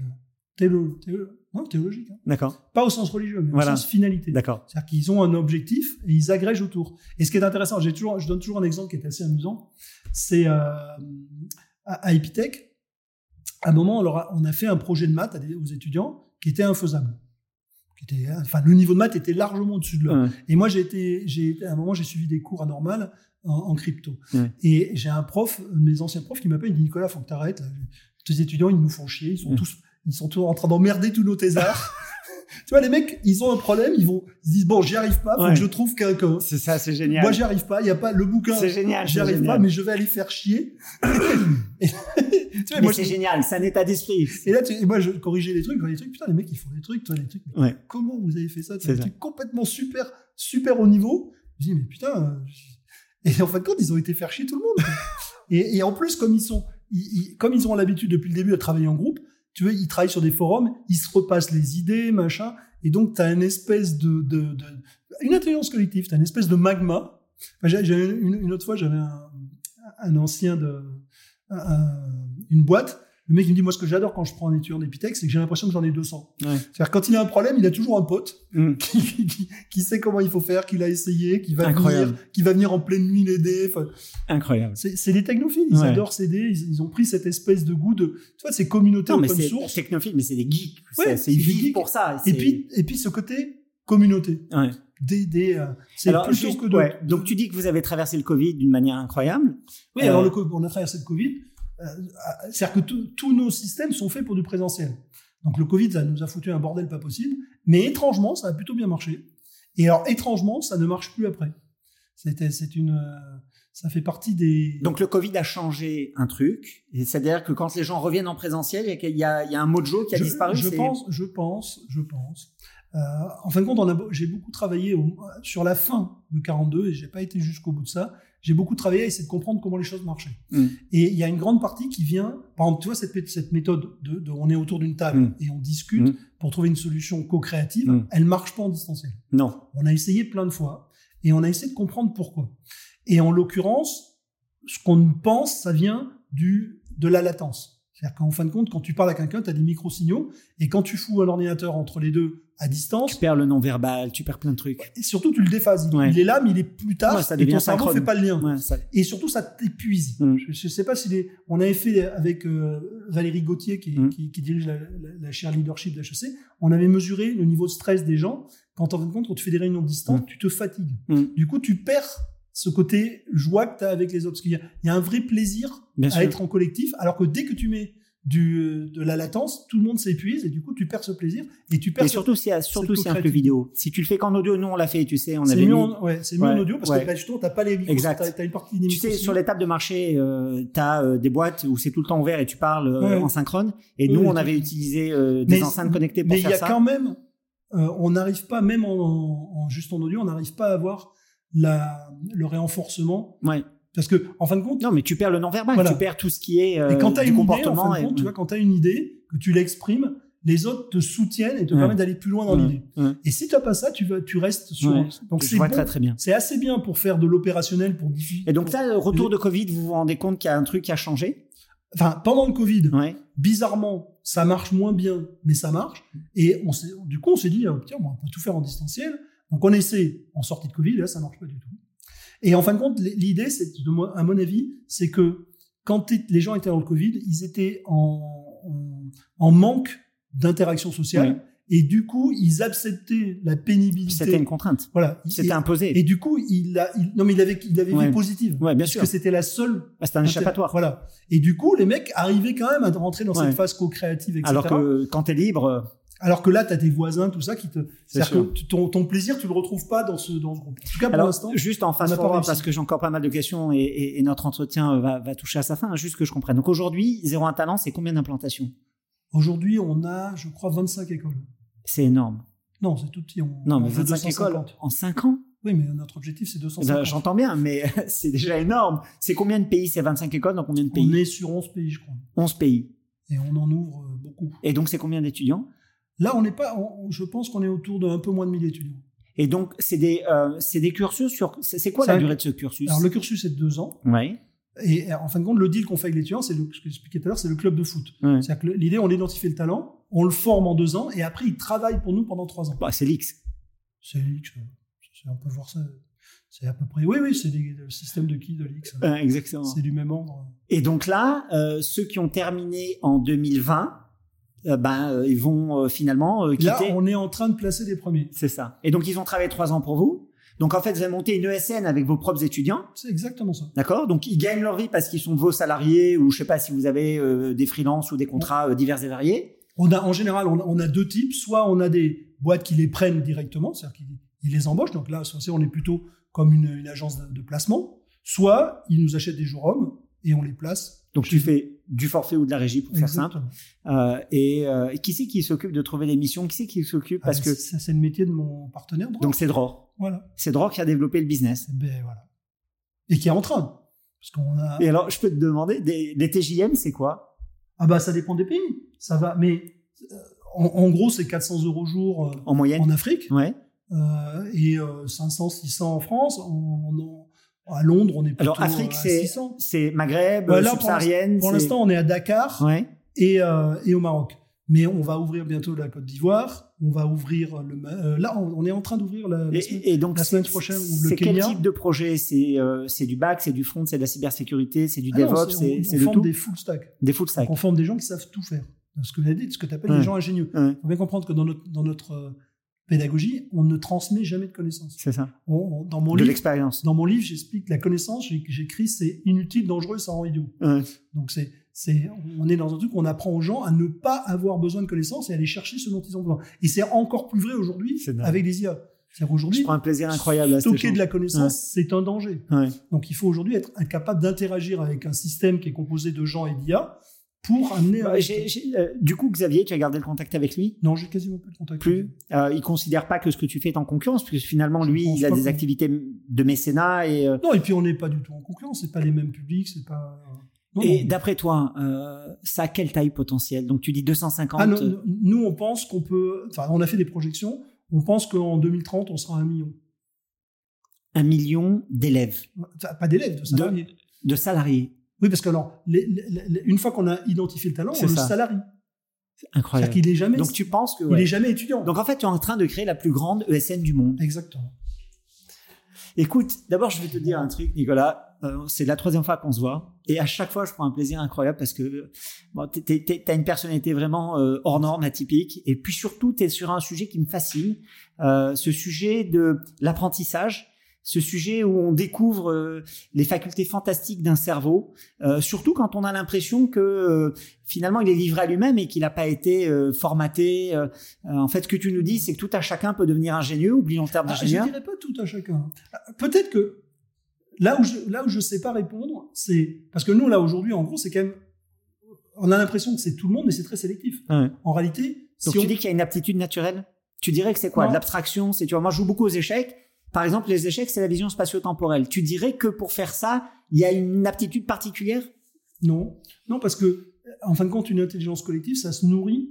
[SPEAKER 2] thélo, théo- non, théologique. hein.
[SPEAKER 1] d'accord,
[SPEAKER 2] Pas au sens religieux, mais
[SPEAKER 1] Voilà.
[SPEAKER 2] au sens finalité.
[SPEAKER 1] d'accord.
[SPEAKER 2] C'est-à-dire qu'ils ont un objectif et ils agrègent autour. Et ce qui est intéressant, j'ai toujours, je donne toujours un exemple qui est assez amusant, c'est euh, à, à Epitech, à un moment, on, leur a, on a fait un projet de maths à des- aux étudiants qui était infaisable. Qui était, enfin, le niveau de maths était largement au-dessus de leur.
[SPEAKER 1] Ouais.
[SPEAKER 2] Et moi, j'ai été, j'ai été- à un moment, j'ai suivi des cours à Normal en, en crypto.
[SPEAKER 1] Ouais.
[SPEAKER 2] Et j'ai un prof, un de mes anciens profs, qui m'appelle, il dit Nicolas, faut que t'arrêtes. là. Tes étudiants, ils nous font chier. Ils sont
[SPEAKER 1] Ouais.
[SPEAKER 2] tous, ils sont tous en train d'emmerder tous nos thésards. tu vois, les mecs, ils ont un problème. Ils vont, ils se disent bon, j'y arrive pas. Faut
[SPEAKER 1] Ouais.
[SPEAKER 2] que je trouve quelqu'un.
[SPEAKER 1] C'est ça, c'est génial.
[SPEAKER 2] Moi, j'y arrive pas. Il y a pas le bouquin.
[SPEAKER 1] C'est génial,
[SPEAKER 2] J'y
[SPEAKER 1] c'est
[SPEAKER 2] arrive
[SPEAKER 1] génial.
[SPEAKER 2] pas, mais je vais aller faire chier. et, tu vois,
[SPEAKER 1] Mais
[SPEAKER 2] moi,
[SPEAKER 1] c'est
[SPEAKER 2] je-
[SPEAKER 1] génial, c'est un état d'esprit.
[SPEAKER 2] et là, tu- et moi, je corrigeais les trucs, je voyais les trucs. Putain, les mecs, ils font des trucs, toi, des trucs
[SPEAKER 1] Ouais.
[SPEAKER 2] comment vous avez fait ça
[SPEAKER 1] C'est
[SPEAKER 2] C'est un
[SPEAKER 1] ça.
[SPEAKER 2] truc complètement super, super haut niveau. Je dis, mais putain. euh, Et en fin de compte, ils ont été faire chier tout le monde. et, et en plus, comme ils sont, ils, ils- comme ils ont l'habitude depuis le début à travailler en groupe, tu vois, ils travaillent sur des forums, ils se repassent les idées, machin. Et donc, tu as une espèce de, de- de- une intelligence collective, tu as une espèce de magma. Enfin, j'ai- j'ai une, une autre fois, j'avais un, un ancien de un- une boîte. Le mec, il me dit, moi, ce que j'adore quand je prends un étudiant d'Epitech, c'est que j'ai l'impression que j'en ai 200.
[SPEAKER 1] Ouais.
[SPEAKER 2] C'est-à-dire, quand il a un problème, il a toujours un pote
[SPEAKER 1] Mm.
[SPEAKER 2] qui, qui- qui sait comment il faut faire, qui l'a essayé, qui va
[SPEAKER 1] Incroyable.
[SPEAKER 2] venir, qui va venir en pleine nuit l'aider. Enfin,
[SPEAKER 1] Incroyable.
[SPEAKER 2] c'est c'est des technophiles, ils
[SPEAKER 1] Ouais.
[SPEAKER 2] adorent s'aider, ils, ils ont pris cette espèce de goût de, tu vois, de ces communautés
[SPEAKER 1] Non, mais
[SPEAKER 2] open
[SPEAKER 1] c'est
[SPEAKER 2] source.
[SPEAKER 1] technophile, mais c'est des geeks. C'est-
[SPEAKER 2] Ouais,
[SPEAKER 1] c'est
[SPEAKER 2] c'est des
[SPEAKER 1] geek
[SPEAKER 2] geeks.
[SPEAKER 1] pour ça.
[SPEAKER 2] Et
[SPEAKER 1] c'est-
[SPEAKER 2] puis, et puis ce côté communauté,
[SPEAKER 1] Ouais.
[SPEAKER 2] des, des, euh, c'est
[SPEAKER 1] Alors,
[SPEAKER 2] plutôt
[SPEAKER 1] juste-
[SPEAKER 2] que de.
[SPEAKER 1] ouais. Donc tu dis que vous avez traversé le Covid d'une manière incroyable.
[SPEAKER 2] Oui,
[SPEAKER 1] Euh,
[SPEAKER 2] alors le, co- on a traversé le Covid. euh, C'est-à-dire que tous- tous nos systèmes sont faits pour du présentiel. Donc le Covid, ça nous a foutu un bordel pas possible. Mais étrangement, ça a plutôt bien marché. Et alors étrangement, ça ne marche plus après. C'était, c'est une, euh, ça fait partie des.
[SPEAKER 1] Donc le Covid a changé un truc. Et C'est-à-dire que quand les gens reviennent en présentiel, il y a- il y, a il y a un mojo qui a
[SPEAKER 2] je,
[SPEAKER 1] disparu.
[SPEAKER 2] Je
[SPEAKER 1] c'est-
[SPEAKER 2] pense, je pense, je pense. Euh, en fin de compte, on a beau- j'ai beaucoup travaillé au- sur la fin de 42 et j'ai pas été jusqu'au bout de ça. J'ai beaucoup travaillé à essayer de comprendre comment les choses marchaient.
[SPEAKER 1] Mm.
[SPEAKER 2] Et il y a une grande partie qui vient, par exemple, tu vois cette, cette méthode de, de- on est autour d'une table
[SPEAKER 1] Mm.
[SPEAKER 2] et on discute
[SPEAKER 1] Mm.
[SPEAKER 2] pour trouver une solution co-créative.
[SPEAKER 1] Mm.
[SPEAKER 2] Elle marche pas en distanciel.
[SPEAKER 1] Non.
[SPEAKER 2] On a essayé plein de fois et on a essayé de comprendre pourquoi. Et en l'occurrence, ce qu'on pense, ça vient du, de la latence. C'est-à-dire qu'en fin de compte, quand tu parles à quelqu'un, tu as des micro-signaux et quand tu fous un ordinateur entre les deux à
[SPEAKER 1] Tu
[SPEAKER 2] distance,
[SPEAKER 1] perds le non-verbal, tu perds plein de trucs.
[SPEAKER 2] et surtout tu le déphases. Il,
[SPEAKER 1] Ouais.
[SPEAKER 2] il est là, mais il est plus tard
[SPEAKER 1] Ouais, ça
[SPEAKER 2] et
[SPEAKER 1] devient
[SPEAKER 2] ton cerveau
[SPEAKER 1] synchrone.
[SPEAKER 2] fait pas le lien.
[SPEAKER 1] Ouais, ça-
[SPEAKER 2] Et surtout, ça t'épuise.
[SPEAKER 1] Mm.
[SPEAKER 2] Je ne sais pas si les... on avait fait avec euh, Valérie Gauthier, qui,
[SPEAKER 1] Mm.
[SPEAKER 2] qui- qui dirige la, la- la chaire leadership d'HEC, on avait mesuré le niveau de stress des gens. Quand en fin de compte, quand tu fais des réunions distantes, tu te fatigues.
[SPEAKER 1] Mm.
[SPEAKER 2] Du coup, tu perds ce côté joie que tu as avec les autres. Parce qu'il y, a- il y a un vrai plaisir
[SPEAKER 1] Bien
[SPEAKER 2] à
[SPEAKER 1] sûr.
[SPEAKER 2] Ah, être en collectif, alors que dès que tu mets du, de la latence, tout le monde s'épuise et du coup, tu perds ce plaisir et tu perds
[SPEAKER 1] Et
[SPEAKER 2] ce-
[SPEAKER 1] surtout, c'est surtout
[SPEAKER 2] cette
[SPEAKER 1] c'est un peu
[SPEAKER 2] concrétité.
[SPEAKER 1] vidéo. Si tu le fais qu'en audio, nous on l'a fait, tu sais, on
[SPEAKER 2] C'est
[SPEAKER 1] avait
[SPEAKER 2] mieux,
[SPEAKER 1] mis-
[SPEAKER 2] en, ouais, c'est mieux
[SPEAKER 1] Ouais,
[SPEAKER 2] en audio parce
[SPEAKER 1] ouais.
[SPEAKER 2] que là, justement, tu pas les micros, tu
[SPEAKER 1] Exact.
[SPEAKER 2] as, une partie des
[SPEAKER 1] Tu sais,
[SPEAKER 2] micros-
[SPEAKER 1] sur les tables de marché, tu as des boîtes où c'est tout le temps ouvert et tu parles euh,
[SPEAKER 2] Ouais.
[SPEAKER 1] en synchrone. Et
[SPEAKER 2] Oui,
[SPEAKER 1] nous,
[SPEAKER 2] oui,
[SPEAKER 1] on
[SPEAKER 2] tout-
[SPEAKER 1] avait utilisé euh, des
[SPEAKER 2] Mais-
[SPEAKER 1] enceintes connectées pour
[SPEAKER 2] Mais il y
[SPEAKER 1] faire
[SPEAKER 2] a
[SPEAKER 1] ça.
[SPEAKER 2] quand même, euh, on n'arrive pas, même en, en- juste en audio, on n'arrive pas à avoir la, le réenforcement.
[SPEAKER 1] Ouais.
[SPEAKER 2] Parce que, en fin de compte,
[SPEAKER 1] Non, mais tu perds le non-verbal,
[SPEAKER 2] Voilà.
[SPEAKER 1] tu perds tout ce qui est euh,
[SPEAKER 2] et quand tu as
[SPEAKER 1] du
[SPEAKER 2] une idée, en
[SPEAKER 1] comportement.
[SPEAKER 2] fin de
[SPEAKER 1] et- mm.
[SPEAKER 2] compte, tu vois, quand tu as une idée, que tu l'exprimes, les autres te soutiennent et te
[SPEAKER 1] Ouais.
[SPEAKER 2] permettent d'aller plus loin dans
[SPEAKER 1] Ouais.
[SPEAKER 2] l'idée.
[SPEAKER 1] Ouais.
[SPEAKER 2] Et si tu n'as pas ça, tu, vas, tu restes sur.
[SPEAKER 1] Mm. Ouais.
[SPEAKER 2] Donc
[SPEAKER 1] je
[SPEAKER 2] c'est
[SPEAKER 1] vois
[SPEAKER 2] bon.
[SPEAKER 1] très très bien.
[SPEAKER 2] C'est assez bien pour faire de l'opérationnel, pour diffuser.
[SPEAKER 1] Et donc là, le retour de Covid, vous vous rendez compte qu'il y a un truc qui a changé
[SPEAKER 2] Enfin, pendant le Covid,
[SPEAKER 1] Ouais.
[SPEAKER 2] bizarrement, ça marche moins bien, mais ça marche. Et on s'est, du coup, on s'est dit, euh, tiens, bon, on peut tout faire en distanciel. Donc, on essaie en sortie de Covid, là, ça marche pas du tout. Et en fin de compte, l- l'idée, c'est, de moi- à mon avis, c'est que quand t'es- les gens étaient dans le Covid, ils étaient en, en- en manque d'interaction sociale. Et du coup, ils acceptaient la
[SPEAKER 1] C'était
[SPEAKER 2] pénibilité.
[SPEAKER 1] une contrainte.
[SPEAKER 2] Voilà.
[SPEAKER 1] C'était
[SPEAKER 2] et,
[SPEAKER 1] imposé.
[SPEAKER 2] et du coup, il a, il- non, mais il avait, il avait
[SPEAKER 1] Ouais.
[SPEAKER 2] vu positive.
[SPEAKER 1] ouais, bien
[SPEAKER 2] Parce
[SPEAKER 1] sûr.
[SPEAKER 2] que c'était la seule
[SPEAKER 1] Bah, C'était un échappatoire.
[SPEAKER 2] voilà. Et du coup, les mecs arrivaient quand même à rentrer dans
[SPEAKER 1] Ouais.
[SPEAKER 2] cette phase co-créative, etc.
[SPEAKER 1] Alors que quand t'es libre, euh,
[SPEAKER 2] Alors que là, t'as tes voisins, tout ça, qui te.
[SPEAKER 1] C'est
[SPEAKER 2] C'est-à-dire que tu- ton, ton plaisir, tu le retrouves pas dans ce, dans ce groupe. En tout cas, pour
[SPEAKER 1] Alors,
[SPEAKER 2] l'instant.
[SPEAKER 1] juste en
[SPEAKER 2] on
[SPEAKER 1] face
[SPEAKER 2] n'a pas réussi.
[SPEAKER 1] parce que j'ai encore pas mal de questions et, et- et notre entretien euh, va, va toucher à sa fin, hein, juste que je comprenne. Donc aujourd'hui, 01 Talent, c'est combien d'implantations
[SPEAKER 2] Aujourd'hui, on a, je crois, 25 écoles.
[SPEAKER 1] C'est énorme.
[SPEAKER 2] Non, c'est tout petit. On,
[SPEAKER 1] Non, mais
[SPEAKER 2] on veut
[SPEAKER 1] 25 écoles
[SPEAKER 2] 250.
[SPEAKER 1] en 5 ans
[SPEAKER 2] Oui, mais notre objectif, c'est
[SPEAKER 1] Eh ben,
[SPEAKER 2] 250.
[SPEAKER 1] J'entends bien, mais c'est déjà énorme. C'est combien de pays C'est 25 écoles dans combien de
[SPEAKER 2] on
[SPEAKER 1] pays
[SPEAKER 2] est sur 11 pays, je crois.
[SPEAKER 1] 11 pays.
[SPEAKER 2] Et on en ouvre euh, beaucoup.
[SPEAKER 1] Et donc, c'est combien d'étudiants
[SPEAKER 2] Là, on n'est pas. on- je pense qu'on est autour de un peu moins de 1000 étudiants.
[SPEAKER 1] Et donc, c'est des, euh, c'est des cursus sur. C'est c'est quoi la
[SPEAKER 2] Cinq.
[SPEAKER 1] durée de ce cursus
[SPEAKER 2] Alors, le cursus est de deux ans.
[SPEAKER 1] Ouais.
[SPEAKER 2] Et euh, en fin de compte, le deal qu'on fait avec l'étudiant, c'est le, ce que j'expliquais tout à l'heure, c'est le club de foot.
[SPEAKER 1] Ouais.
[SPEAKER 2] C'est-à-dire que l'idée, on identifie le talent, on le forme en deux ans, et après, il travaille pour nous pendant trois ans.
[SPEAKER 1] Bah, c'est l'X.
[SPEAKER 2] C'est l'X, ouais. C'est- on peut voir ça. C'est à peu près. Oui, oui, c'est des- le système de qui de l'X. hein.
[SPEAKER 1] Euh, exactement.
[SPEAKER 2] C'est du même ordre.
[SPEAKER 1] Et donc là, euh, ceux qui ont terminé en 2020, euh, ben, euh, ils vont euh, finalement euh, quitter.
[SPEAKER 2] Là, on est en train de placer les premiers.
[SPEAKER 1] C'est ça. Et donc, ils ont travaillé trois ans pour vous. Donc, en fait, vous avez monté une ESN avec vos propres étudiants,
[SPEAKER 2] C'est exactement ça.
[SPEAKER 1] d'accord Donc, ils gagnent leur vie parce qu'ils sont de vos salariés ou je sais pas si vous avez euh, des freelances ou des contrats euh, divers et variés.
[SPEAKER 2] On a, en général, on a, on a deux types. Soit on a des boîtes qui les prennent directement, c'est-à-dire qu'ils ils les embauchent. Donc là, soit c'est- on est plutôt comme une, une agence de, de placement. Soit ils nous achètent des jours hommes et on les place.
[SPEAKER 1] Donc, tu fais du forfait ou de la régie pour faire simple.
[SPEAKER 2] Exactement.
[SPEAKER 1] Euh, et, euh, et qui c'est qui s'occupe de trouver des missions Qui c'est qui s'occupe Parce
[SPEAKER 2] Ah,
[SPEAKER 1] que
[SPEAKER 2] c'est- ça, c'est le métier de mon partenaire. droit.
[SPEAKER 1] donc c'est Dror.
[SPEAKER 2] voilà.
[SPEAKER 1] C'est Dror qui a développé le business.
[SPEAKER 2] Ben, voilà. et qui est en train. Parce qu'on a.
[SPEAKER 1] Et alors, je peux te demander, des- les TJM, c'est quoi
[SPEAKER 2] Ah bah ça dépend des pays. Ça va, mais euh, en, en gros c'est 400 euros jour euh,
[SPEAKER 1] en moyenne
[SPEAKER 2] en Afrique
[SPEAKER 1] Ouais.
[SPEAKER 2] euh, et euh, 500, 600 en France. En- en- à Londres on est plutôt
[SPEAKER 1] Alors, Afrique,
[SPEAKER 2] à
[SPEAKER 1] c'est-
[SPEAKER 2] 600.
[SPEAKER 1] C'est Maghreb,
[SPEAKER 2] Ouais, là, pour
[SPEAKER 1] subsaharienne.
[SPEAKER 2] Pour
[SPEAKER 1] c'est-
[SPEAKER 2] l'instant on est à Dakar
[SPEAKER 1] Ouais.
[SPEAKER 2] et, euh, et au Maroc. Mais on va ouvrir bientôt la Côte d'Ivoire. On va ouvrir le. Ma- euh, là on, on est en train d'ouvrir la. la semaine-
[SPEAKER 1] Et, et donc,
[SPEAKER 2] la semaine
[SPEAKER 1] c'est-
[SPEAKER 2] prochaine, ou le
[SPEAKER 1] c'est quel
[SPEAKER 2] Kenya.
[SPEAKER 1] type de projet C'est euh, c'est du bac, c'est du front, c'est de la cybersécurité, c'est du
[SPEAKER 2] Ah non,
[SPEAKER 1] DevOps,
[SPEAKER 2] c'est-
[SPEAKER 1] c'est
[SPEAKER 2] on-
[SPEAKER 1] c'est
[SPEAKER 2] on
[SPEAKER 1] de
[SPEAKER 2] forme
[SPEAKER 1] tout
[SPEAKER 2] des full stack.
[SPEAKER 1] Des full stack.
[SPEAKER 2] Donc, on forme des gens qui savent tout faire. Ce que vous avez dit, ce que tu appelles
[SPEAKER 1] Ouais.
[SPEAKER 2] des gens ingénieux. Il
[SPEAKER 1] Ouais.
[SPEAKER 2] faut bien comprendre que dans notre, dans notre euh, pédagogie, on ne transmet jamais de connaissances.
[SPEAKER 1] C'est ça.
[SPEAKER 2] On- on- dans, mon
[SPEAKER 1] de
[SPEAKER 2] livre,
[SPEAKER 1] l'expérience.
[SPEAKER 2] dans mon livre, j'explique la connaissance, j'ai- j'écris c'est inutile, dangereux, ça rend idiot.
[SPEAKER 1] Ouais.
[SPEAKER 2] Donc c'est, c'est, on est dans un truc où on apprend aux gens à ne pas avoir besoin de connaissances et à aller chercher ce dont ils ont besoin. Et c'est encore plus vrai aujourd'hui
[SPEAKER 1] C'est dingue.
[SPEAKER 2] avec les IA. C'est-à-dire
[SPEAKER 1] Je
[SPEAKER 2] aujourd'hui,
[SPEAKER 1] prends un plaisir incroyable à cet
[SPEAKER 2] stocker
[SPEAKER 1] échange.
[SPEAKER 2] de la connaissance, c'est un danger.
[SPEAKER 1] Ouais.
[SPEAKER 2] Donc il faut aujourd'hui être capable d'interagir avec un système qui est composé de gens et d'IA pour amener
[SPEAKER 1] Bah,
[SPEAKER 2] un-
[SPEAKER 1] j'ai- j'ai- euh, du coup, Xavier, tu as gardé le contact avec lui
[SPEAKER 2] Non, j'ai quasiment plus de contact.
[SPEAKER 1] plus. Euh, il considère pas que ce que tu fais est en concurrence, puisque finalement,
[SPEAKER 2] Je
[SPEAKER 1] lui,
[SPEAKER 2] pense
[SPEAKER 1] il a
[SPEAKER 2] pas
[SPEAKER 1] des
[SPEAKER 2] que-
[SPEAKER 1] activités de mécénat. Et, euh,
[SPEAKER 2] Non, et puis on n'est pas du tout en concurrence, c'est pas les mêmes publics, c'est pas. Non,
[SPEAKER 1] et
[SPEAKER 2] non.
[SPEAKER 1] d'après toi, euh, ça a quelle taille potentielle Donc, tu dis 250.
[SPEAKER 2] Ah, non, non, nous, on pense qu'on peut. Enfin, on a fait des projections. On pense qu'en 2030, on sera un million.
[SPEAKER 1] un million d'élèves,
[SPEAKER 2] Enfin, pas d'élèves, de salariés.
[SPEAKER 1] de salariés.
[SPEAKER 2] Oui, parce que alors, les- les- les- une fois qu'on a identifié le talent,
[SPEAKER 1] C'est
[SPEAKER 2] on le
[SPEAKER 1] ça.
[SPEAKER 2] salarie. C'est-à-dire
[SPEAKER 1] Incroyable.
[SPEAKER 2] qu'il n'est jamais,
[SPEAKER 1] Donc, tu penses que.
[SPEAKER 2] il
[SPEAKER 1] ouais.
[SPEAKER 2] est jamais étudiant.
[SPEAKER 1] Donc, en fait, tu es en train de créer la plus grande ESN du monde.
[SPEAKER 2] Exactement.
[SPEAKER 1] Écoute, d'abord, je vais te dire un truc, Nicolas. Euh, c'est la troisième fois qu'on se voit. Et à chaque fois, je prends un plaisir incroyable parce que bon, t'es- t'es- t'es- t'as une personnalité vraiment euh, hors norme, atypique. Et puis surtout, t'es sur un sujet qui me fascine. Euh, ce sujet de l'apprentissage. Ce sujet où on découvre euh, les facultés fantastiques d'un cerveau, euh, surtout quand on a l'impression que euh, finalement il est livré à lui-même et qu'il n'a pas été euh, formaté. Euh, euh, en fait, ce que tu nous dis, c'est que tout à chacun peut devenir ingénieux, oublions le terme
[SPEAKER 2] Ah, je
[SPEAKER 1] d'ingénieur.
[SPEAKER 2] ne dirais pas tout à chacun. Ah, Peut-être que là où je là où je sais pas répondre, c'est parce que nous là aujourd'hui en gros c'est quand même on a l'impression que c'est tout le monde mais c'est très sélectif.
[SPEAKER 1] Ah Ouais.
[SPEAKER 2] En réalité,
[SPEAKER 1] Donc
[SPEAKER 2] si
[SPEAKER 1] tu
[SPEAKER 2] on-
[SPEAKER 1] dis qu'il y a une aptitude naturelle Tu dirais que c'est quoi
[SPEAKER 2] Non.
[SPEAKER 1] De l'abstraction C'est tu vois, moi je joue beaucoup aux échecs. Par exemple, les échecs, c'est la vision spatio-temporelle. Tu dirais que pour faire ça, il y a une aptitude particulière
[SPEAKER 2] non, non parce que euh, en fin de compte une intelligence collective ça se nourrit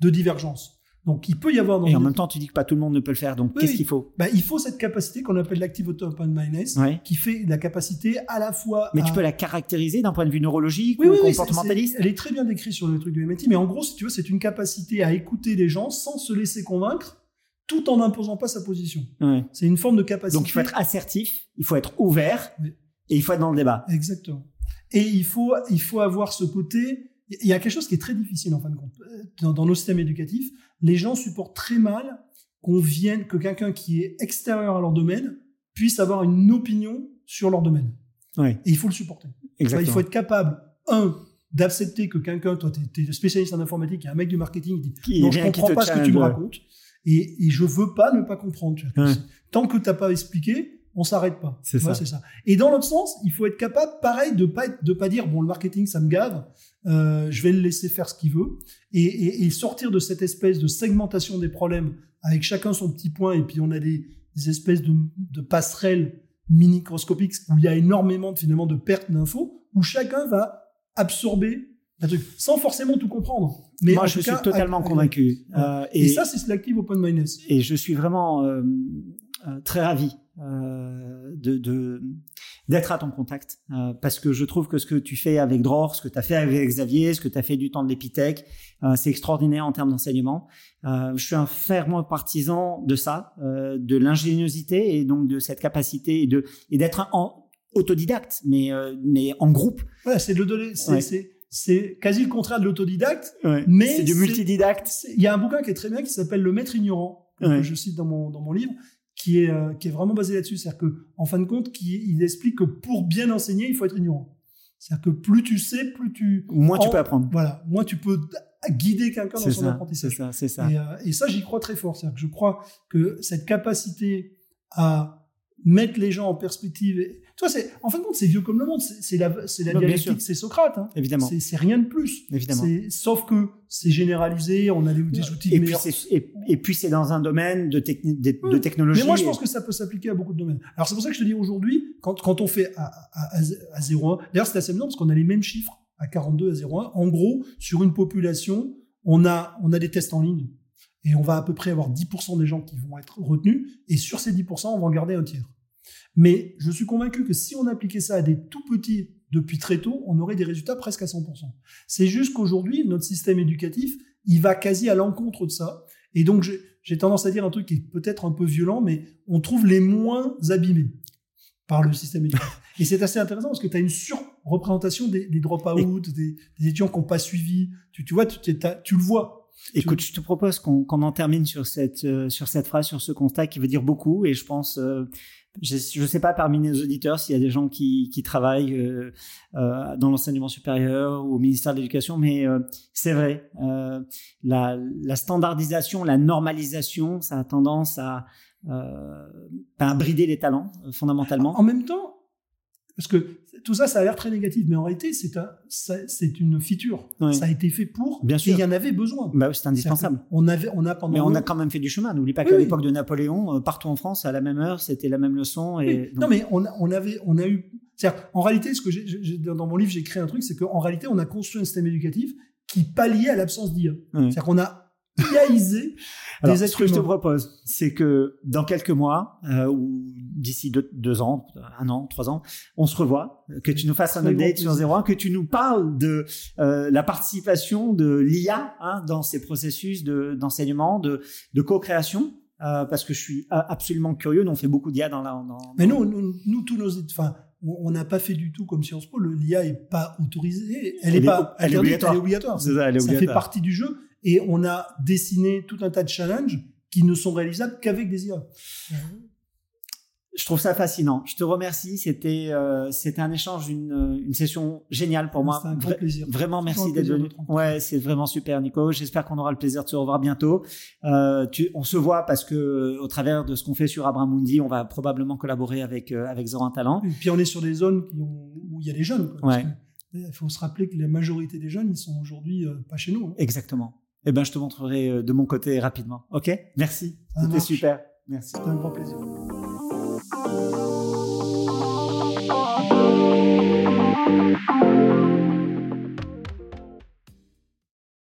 [SPEAKER 2] de divergences. Donc il peut y avoir dans
[SPEAKER 1] Et en
[SPEAKER 2] une-
[SPEAKER 1] même temps, tu dis que pas tout le monde ne peut le faire. Donc
[SPEAKER 2] Oui,
[SPEAKER 1] qu'est-ce
[SPEAKER 2] oui.
[SPEAKER 1] qu'il faut
[SPEAKER 2] Bah, il faut cette capacité qu'on appelle l'active open mindedness
[SPEAKER 1] Ouais.
[SPEAKER 2] qui fait la capacité à la fois
[SPEAKER 1] Mais
[SPEAKER 2] à-
[SPEAKER 1] tu peux la caractériser d'un point de vue neurologique
[SPEAKER 2] Ah. Oui,
[SPEAKER 1] ou
[SPEAKER 2] oui, oui, c'est-
[SPEAKER 1] comportementaliste
[SPEAKER 2] c'est- elle est très bien décrite sur le truc du MIT, mais en gros, si tu veux, c'est une capacité à écouter les gens sans se laisser convaincre, tout en n'imposant pas sa position.
[SPEAKER 1] Ouais.
[SPEAKER 2] C'est une forme de capacité.
[SPEAKER 1] Donc il faut être assertif, il faut être ouvert
[SPEAKER 2] Oui.
[SPEAKER 1] et il faut être dans le débat.
[SPEAKER 2] Exactement. Et il faut, il faut avoir ce côté. Il y a quelque chose qui est très difficile en fin de compte Euh, dans, dans nos systèmes éducatifs. Les gens supportent très mal qu'on vienne, que quelqu'un qui est extérieur à leur domaine puisse avoir une opinion sur leur domaine.
[SPEAKER 1] Oui.
[SPEAKER 2] Et il faut le supporter. Bah, il faut être capable, un, d'accepter que quelqu'un, toi, t'es es spécialiste en informatique, il y a un mec du marketing, il dit
[SPEAKER 1] Qui-
[SPEAKER 2] non, je
[SPEAKER 1] rien qui
[SPEAKER 2] comprends
[SPEAKER 1] te
[SPEAKER 2] pas ce que tu me
[SPEAKER 1] challenge.
[SPEAKER 2] racontes et, et je veux pas ne pas comprendre. tu vois.
[SPEAKER 1] Ouais.
[SPEAKER 2] Tant que t'as pas expliqué, on s'arrête pas.
[SPEAKER 1] C'est
[SPEAKER 2] Tu vois,
[SPEAKER 1] ça.
[SPEAKER 2] Et dans l'autre sens, il faut être capable, pareil, de pas être- de pas dire bon le marketing ça me gave, euh, je vais le laisser faire ce qu'il veut et, et- et sortir de cette espèce de segmentation des problèmes avec chacun son petit point et puis on a des, des espèces de, de passerelles microscopiques où il y a énormément de, finalement de pertes d'infos où chacun va absorber un truc sans forcément tout comprendre. Mais en
[SPEAKER 1] Moi, je
[SPEAKER 2] tout
[SPEAKER 1] suis
[SPEAKER 2] cas,
[SPEAKER 1] totalement
[SPEAKER 2] ag- ag-
[SPEAKER 1] convaincu.
[SPEAKER 2] Ouais.
[SPEAKER 1] Euh,
[SPEAKER 2] et, ça, c'est l'active open mindedness.
[SPEAKER 1] et je suis vraiment euh, euh, très ravi euh, de- de d'être à ton contact euh, parce que je trouve que ce que tu fais avec Dror, ce que tu as fait avec Xavier, ce que tu as fait du temps de l'épithèque, euh, c'est extraordinaire en termes d'enseignement. Euh, je suis un fervent partisan de ça, euh, de l'ingéniosité et donc de cette capacité et de et d'être en autodidacte mais euh, mais en groupe.
[SPEAKER 2] Voilà, c'est de le donner. C'est
[SPEAKER 1] Ouais.
[SPEAKER 2] c'est- c'est quasi le contraire de l'autodidacte.
[SPEAKER 1] mais c'est du
[SPEAKER 2] c'est-
[SPEAKER 1] multididacte.
[SPEAKER 2] C'est- Il y a un bouquin qui est très bien qui s'appelle Le Maître ignorant,
[SPEAKER 1] Ouais.
[SPEAKER 2] que je cite dans mon, dans mon livre, qui est, euh, qui est vraiment basé là-dessus. C'est-à-dire que, en fin de compte, qui, il explique que pour bien enseigner, il faut être ignorant. C'est-à-dire que plus tu sais, plus tu.
[SPEAKER 1] Moins tu
[SPEAKER 2] en-
[SPEAKER 1] peux apprendre.
[SPEAKER 2] Voilà, moins tu peux guider quelqu'un dans
[SPEAKER 1] C'est
[SPEAKER 2] son
[SPEAKER 1] ça, c'est
[SPEAKER 2] apprentissage.
[SPEAKER 1] ça, c'est ça.
[SPEAKER 2] Et, euh, et ça, j'y crois très fort. C'est-à-dire que je crois que cette capacité à mettre les gens en perspective. Et... Toi, c'est en fin de compte, c'est vieux comme le monde. C'est c'est la, c'est la
[SPEAKER 1] Non, bien sûr.
[SPEAKER 2] dialectique, c'est Socrate. hein.
[SPEAKER 1] évidemment.
[SPEAKER 2] C'est- C'est rien de plus.
[SPEAKER 1] Évidemment.
[SPEAKER 2] C'est- Sauf que c'est généralisé, on a des, des outils
[SPEAKER 1] Et puis,
[SPEAKER 2] meilleurs.
[SPEAKER 1] c'est, et, et puis c'est dans un domaine de, techni- de, de
[SPEAKER 2] Oui.
[SPEAKER 1] technologie.
[SPEAKER 2] Mais moi, je
[SPEAKER 1] et-
[SPEAKER 2] pense que ça peut s'appliquer à beaucoup de domaines. Alors, c'est pour ça que je te dis aujourd'hui, quand, quand on fait à, à, à, à 0,1, d'ailleurs, c'est assez amusant parce qu'on a les mêmes chiffres à 42, à 0,1. En gros, sur une population, on a, on a des tests en ligne et on va à peu près avoir 10% des gens qui vont être retenus et sur ces 10%, on va en garder un tiers. Mais je suis convaincu que si on appliquait ça à des tout petits depuis très tôt, on aurait des résultats presque à 100%. C'est juste qu'aujourd'hui, notre système éducatif, il va quasi à l'encontre de ça. Et donc, j'ai- j'ai tendance à dire un truc qui est peut-être un peu violent, mais on trouve les moins abîmés par le système éducatif. Et c'est assez intéressant parce que tu as une surreprésentation des, des drop-out, des, des étudiants qui n'ont pas suivi. Tu, tu vois, tu, t'es- t'as- tu le vois.
[SPEAKER 1] Écoute, je te propose qu'on qu'on en termine sur cette, euh, sur cette phrase, sur ce constat qui veut dire beaucoup. Et je pense, euh, je ne sais pas parmi nos auditeurs s'il y a des gens qui, qui travaillent euh, euh, dans l'enseignement supérieur ou au ministère de l'Éducation, mais euh, c'est vrai. euh, la, la standardisation, la normalisation, ça a tendance à, euh, à brider les talents, euh, fondamentalement.
[SPEAKER 2] En même temps, parce que tout ça, ça a l'air très négatif, mais en réalité, c'est un- ça- c'est une feature.
[SPEAKER 1] Oui.
[SPEAKER 2] Ça a été fait pour,
[SPEAKER 1] Bien sûr.
[SPEAKER 2] et il y en avait besoin.
[SPEAKER 1] Bah, oui, c'est indispensable.
[SPEAKER 2] On, avait, on a pendant
[SPEAKER 1] Mais on a
[SPEAKER 2] longtemps-
[SPEAKER 1] quand même fait du chemin. N'oublie pas
[SPEAKER 2] Oui,
[SPEAKER 1] qu'à
[SPEAKER 2] oui.
[SPEAKER 1] l'époque de Napoléon, euh, partout en France, à la même heure, c'était la même leçon. Et
[SPEAKER 2] Oui.
[SPEAKER 1] donc-
[SPEAKER 2] Non, mais on, a- on avait, on a eu. c'est-à-dire, en réalité, ce que j'ai- j'ai- j'ai- dans mon livre, j'ai créé un truc, c'est qu'en réalité, on a construit un système éducatif qui palliait à l'absence d'IA.
[SPEAKER 1] Mm.
[SPEAKER 2] C'est-à-dire qu'on a IAisé
[SPEAKER 1] Alors,
[SPEAKER 2] des
[SPEAKER 1] ce
[SPEAKER 2] êtres
[SPEAKER 1] que je te
[SPEAKER 2] humains.
[SPEAKER 1] propose, c'est que dans quelques mois, euh, ou d'ici deux, deux ans, un an, trois ans, on se revoit, euh, que tu nous fasses un
[SPEAKER 2] Très
[SPEAKER 1] update
[SPEAKER 2] bon
[SPEAKER 1] sur 01, que tu nous parles de euh, la participation de l'IA hein, dans ces processus de- d'enseignement, de, de co-création, euh, parce que je suis euh, absolument curieux. Nous, on fait beaucoup d'IA dans la... dans-
[SPEAKER 2] Mais nous, nous, nous, tous nos. Enfin, on on n'a pas fait du tout comme Sciences Po. le- L'IA n'est pas autorisée. Elle
[SPEAKER 1] Elle
[SPEAKER 2] n'est
[SPEAKER 1] est-
[SPEAKER 2] pas
[SPEAKER 1] elle est
[SPEAKER 2] interdite,
[SPEAKER 1] obligatoire.
[SPEAKER 2] Elle est obligatoire.
[SPEAKER 1] C'est ça, elle est
[SPEAKER 2] ça fait
[SPEAKER 1] obligatoire.
[SPEAKER 2] partie du jeu. Et on a dessiné tout un tas de challenges qui ne sont réalisables qu'avec des IA.
[SPEAKER 1] Je trouve ça fascinant. Je te remercie. C'était euh, c'était un échange, une, une session géniale pour moi.
[SPEAKER 2] C'est un grand
[SPEAKER 1] Vra-
[SPEAKER 2] plaisir.
[SPEAKER 1] Vraiment, merci
[SPEAKER 2] toujours un
[SPEAKER 1] d'être
[SPEAKER 2] plaisir
[SPEAKER 1] venu.
[SPEAKER 2] de te rencontrer.
[SPEAKER 1] Ouais, c'est vraiment super, Nico. J'espère qu'on aura le plaisir de se revoir bientôt. Euh, tu, on se voit parce que, euh, au travers de ce qu'on fait sur Abramundi, on va probablement collaborer avec euh, avec Zorin Talent.
[SPEAKER 2] Et puis on est sur des zones qui ont- où il y a des jeunes. quoi.
[SPEAKER 1] Ouais.
[SPEAKER 2] Parce que, euh, Il faut se rappeler que la majorité des jeunes, ils sont aujourd'hui euh, pas chez nous. hein.
[SPEAKER 1] Exactement. Eh ben, je te montrerai euh, de mon côté rapidement. Ok Merci.
[SPEAKER 2] Ça
[SPEAKER 1] C'était
[SPEAKER 2] marche.
[SPEAKER 1] super. Merci.
[SPEAKER 2] C'était un grand plaisir.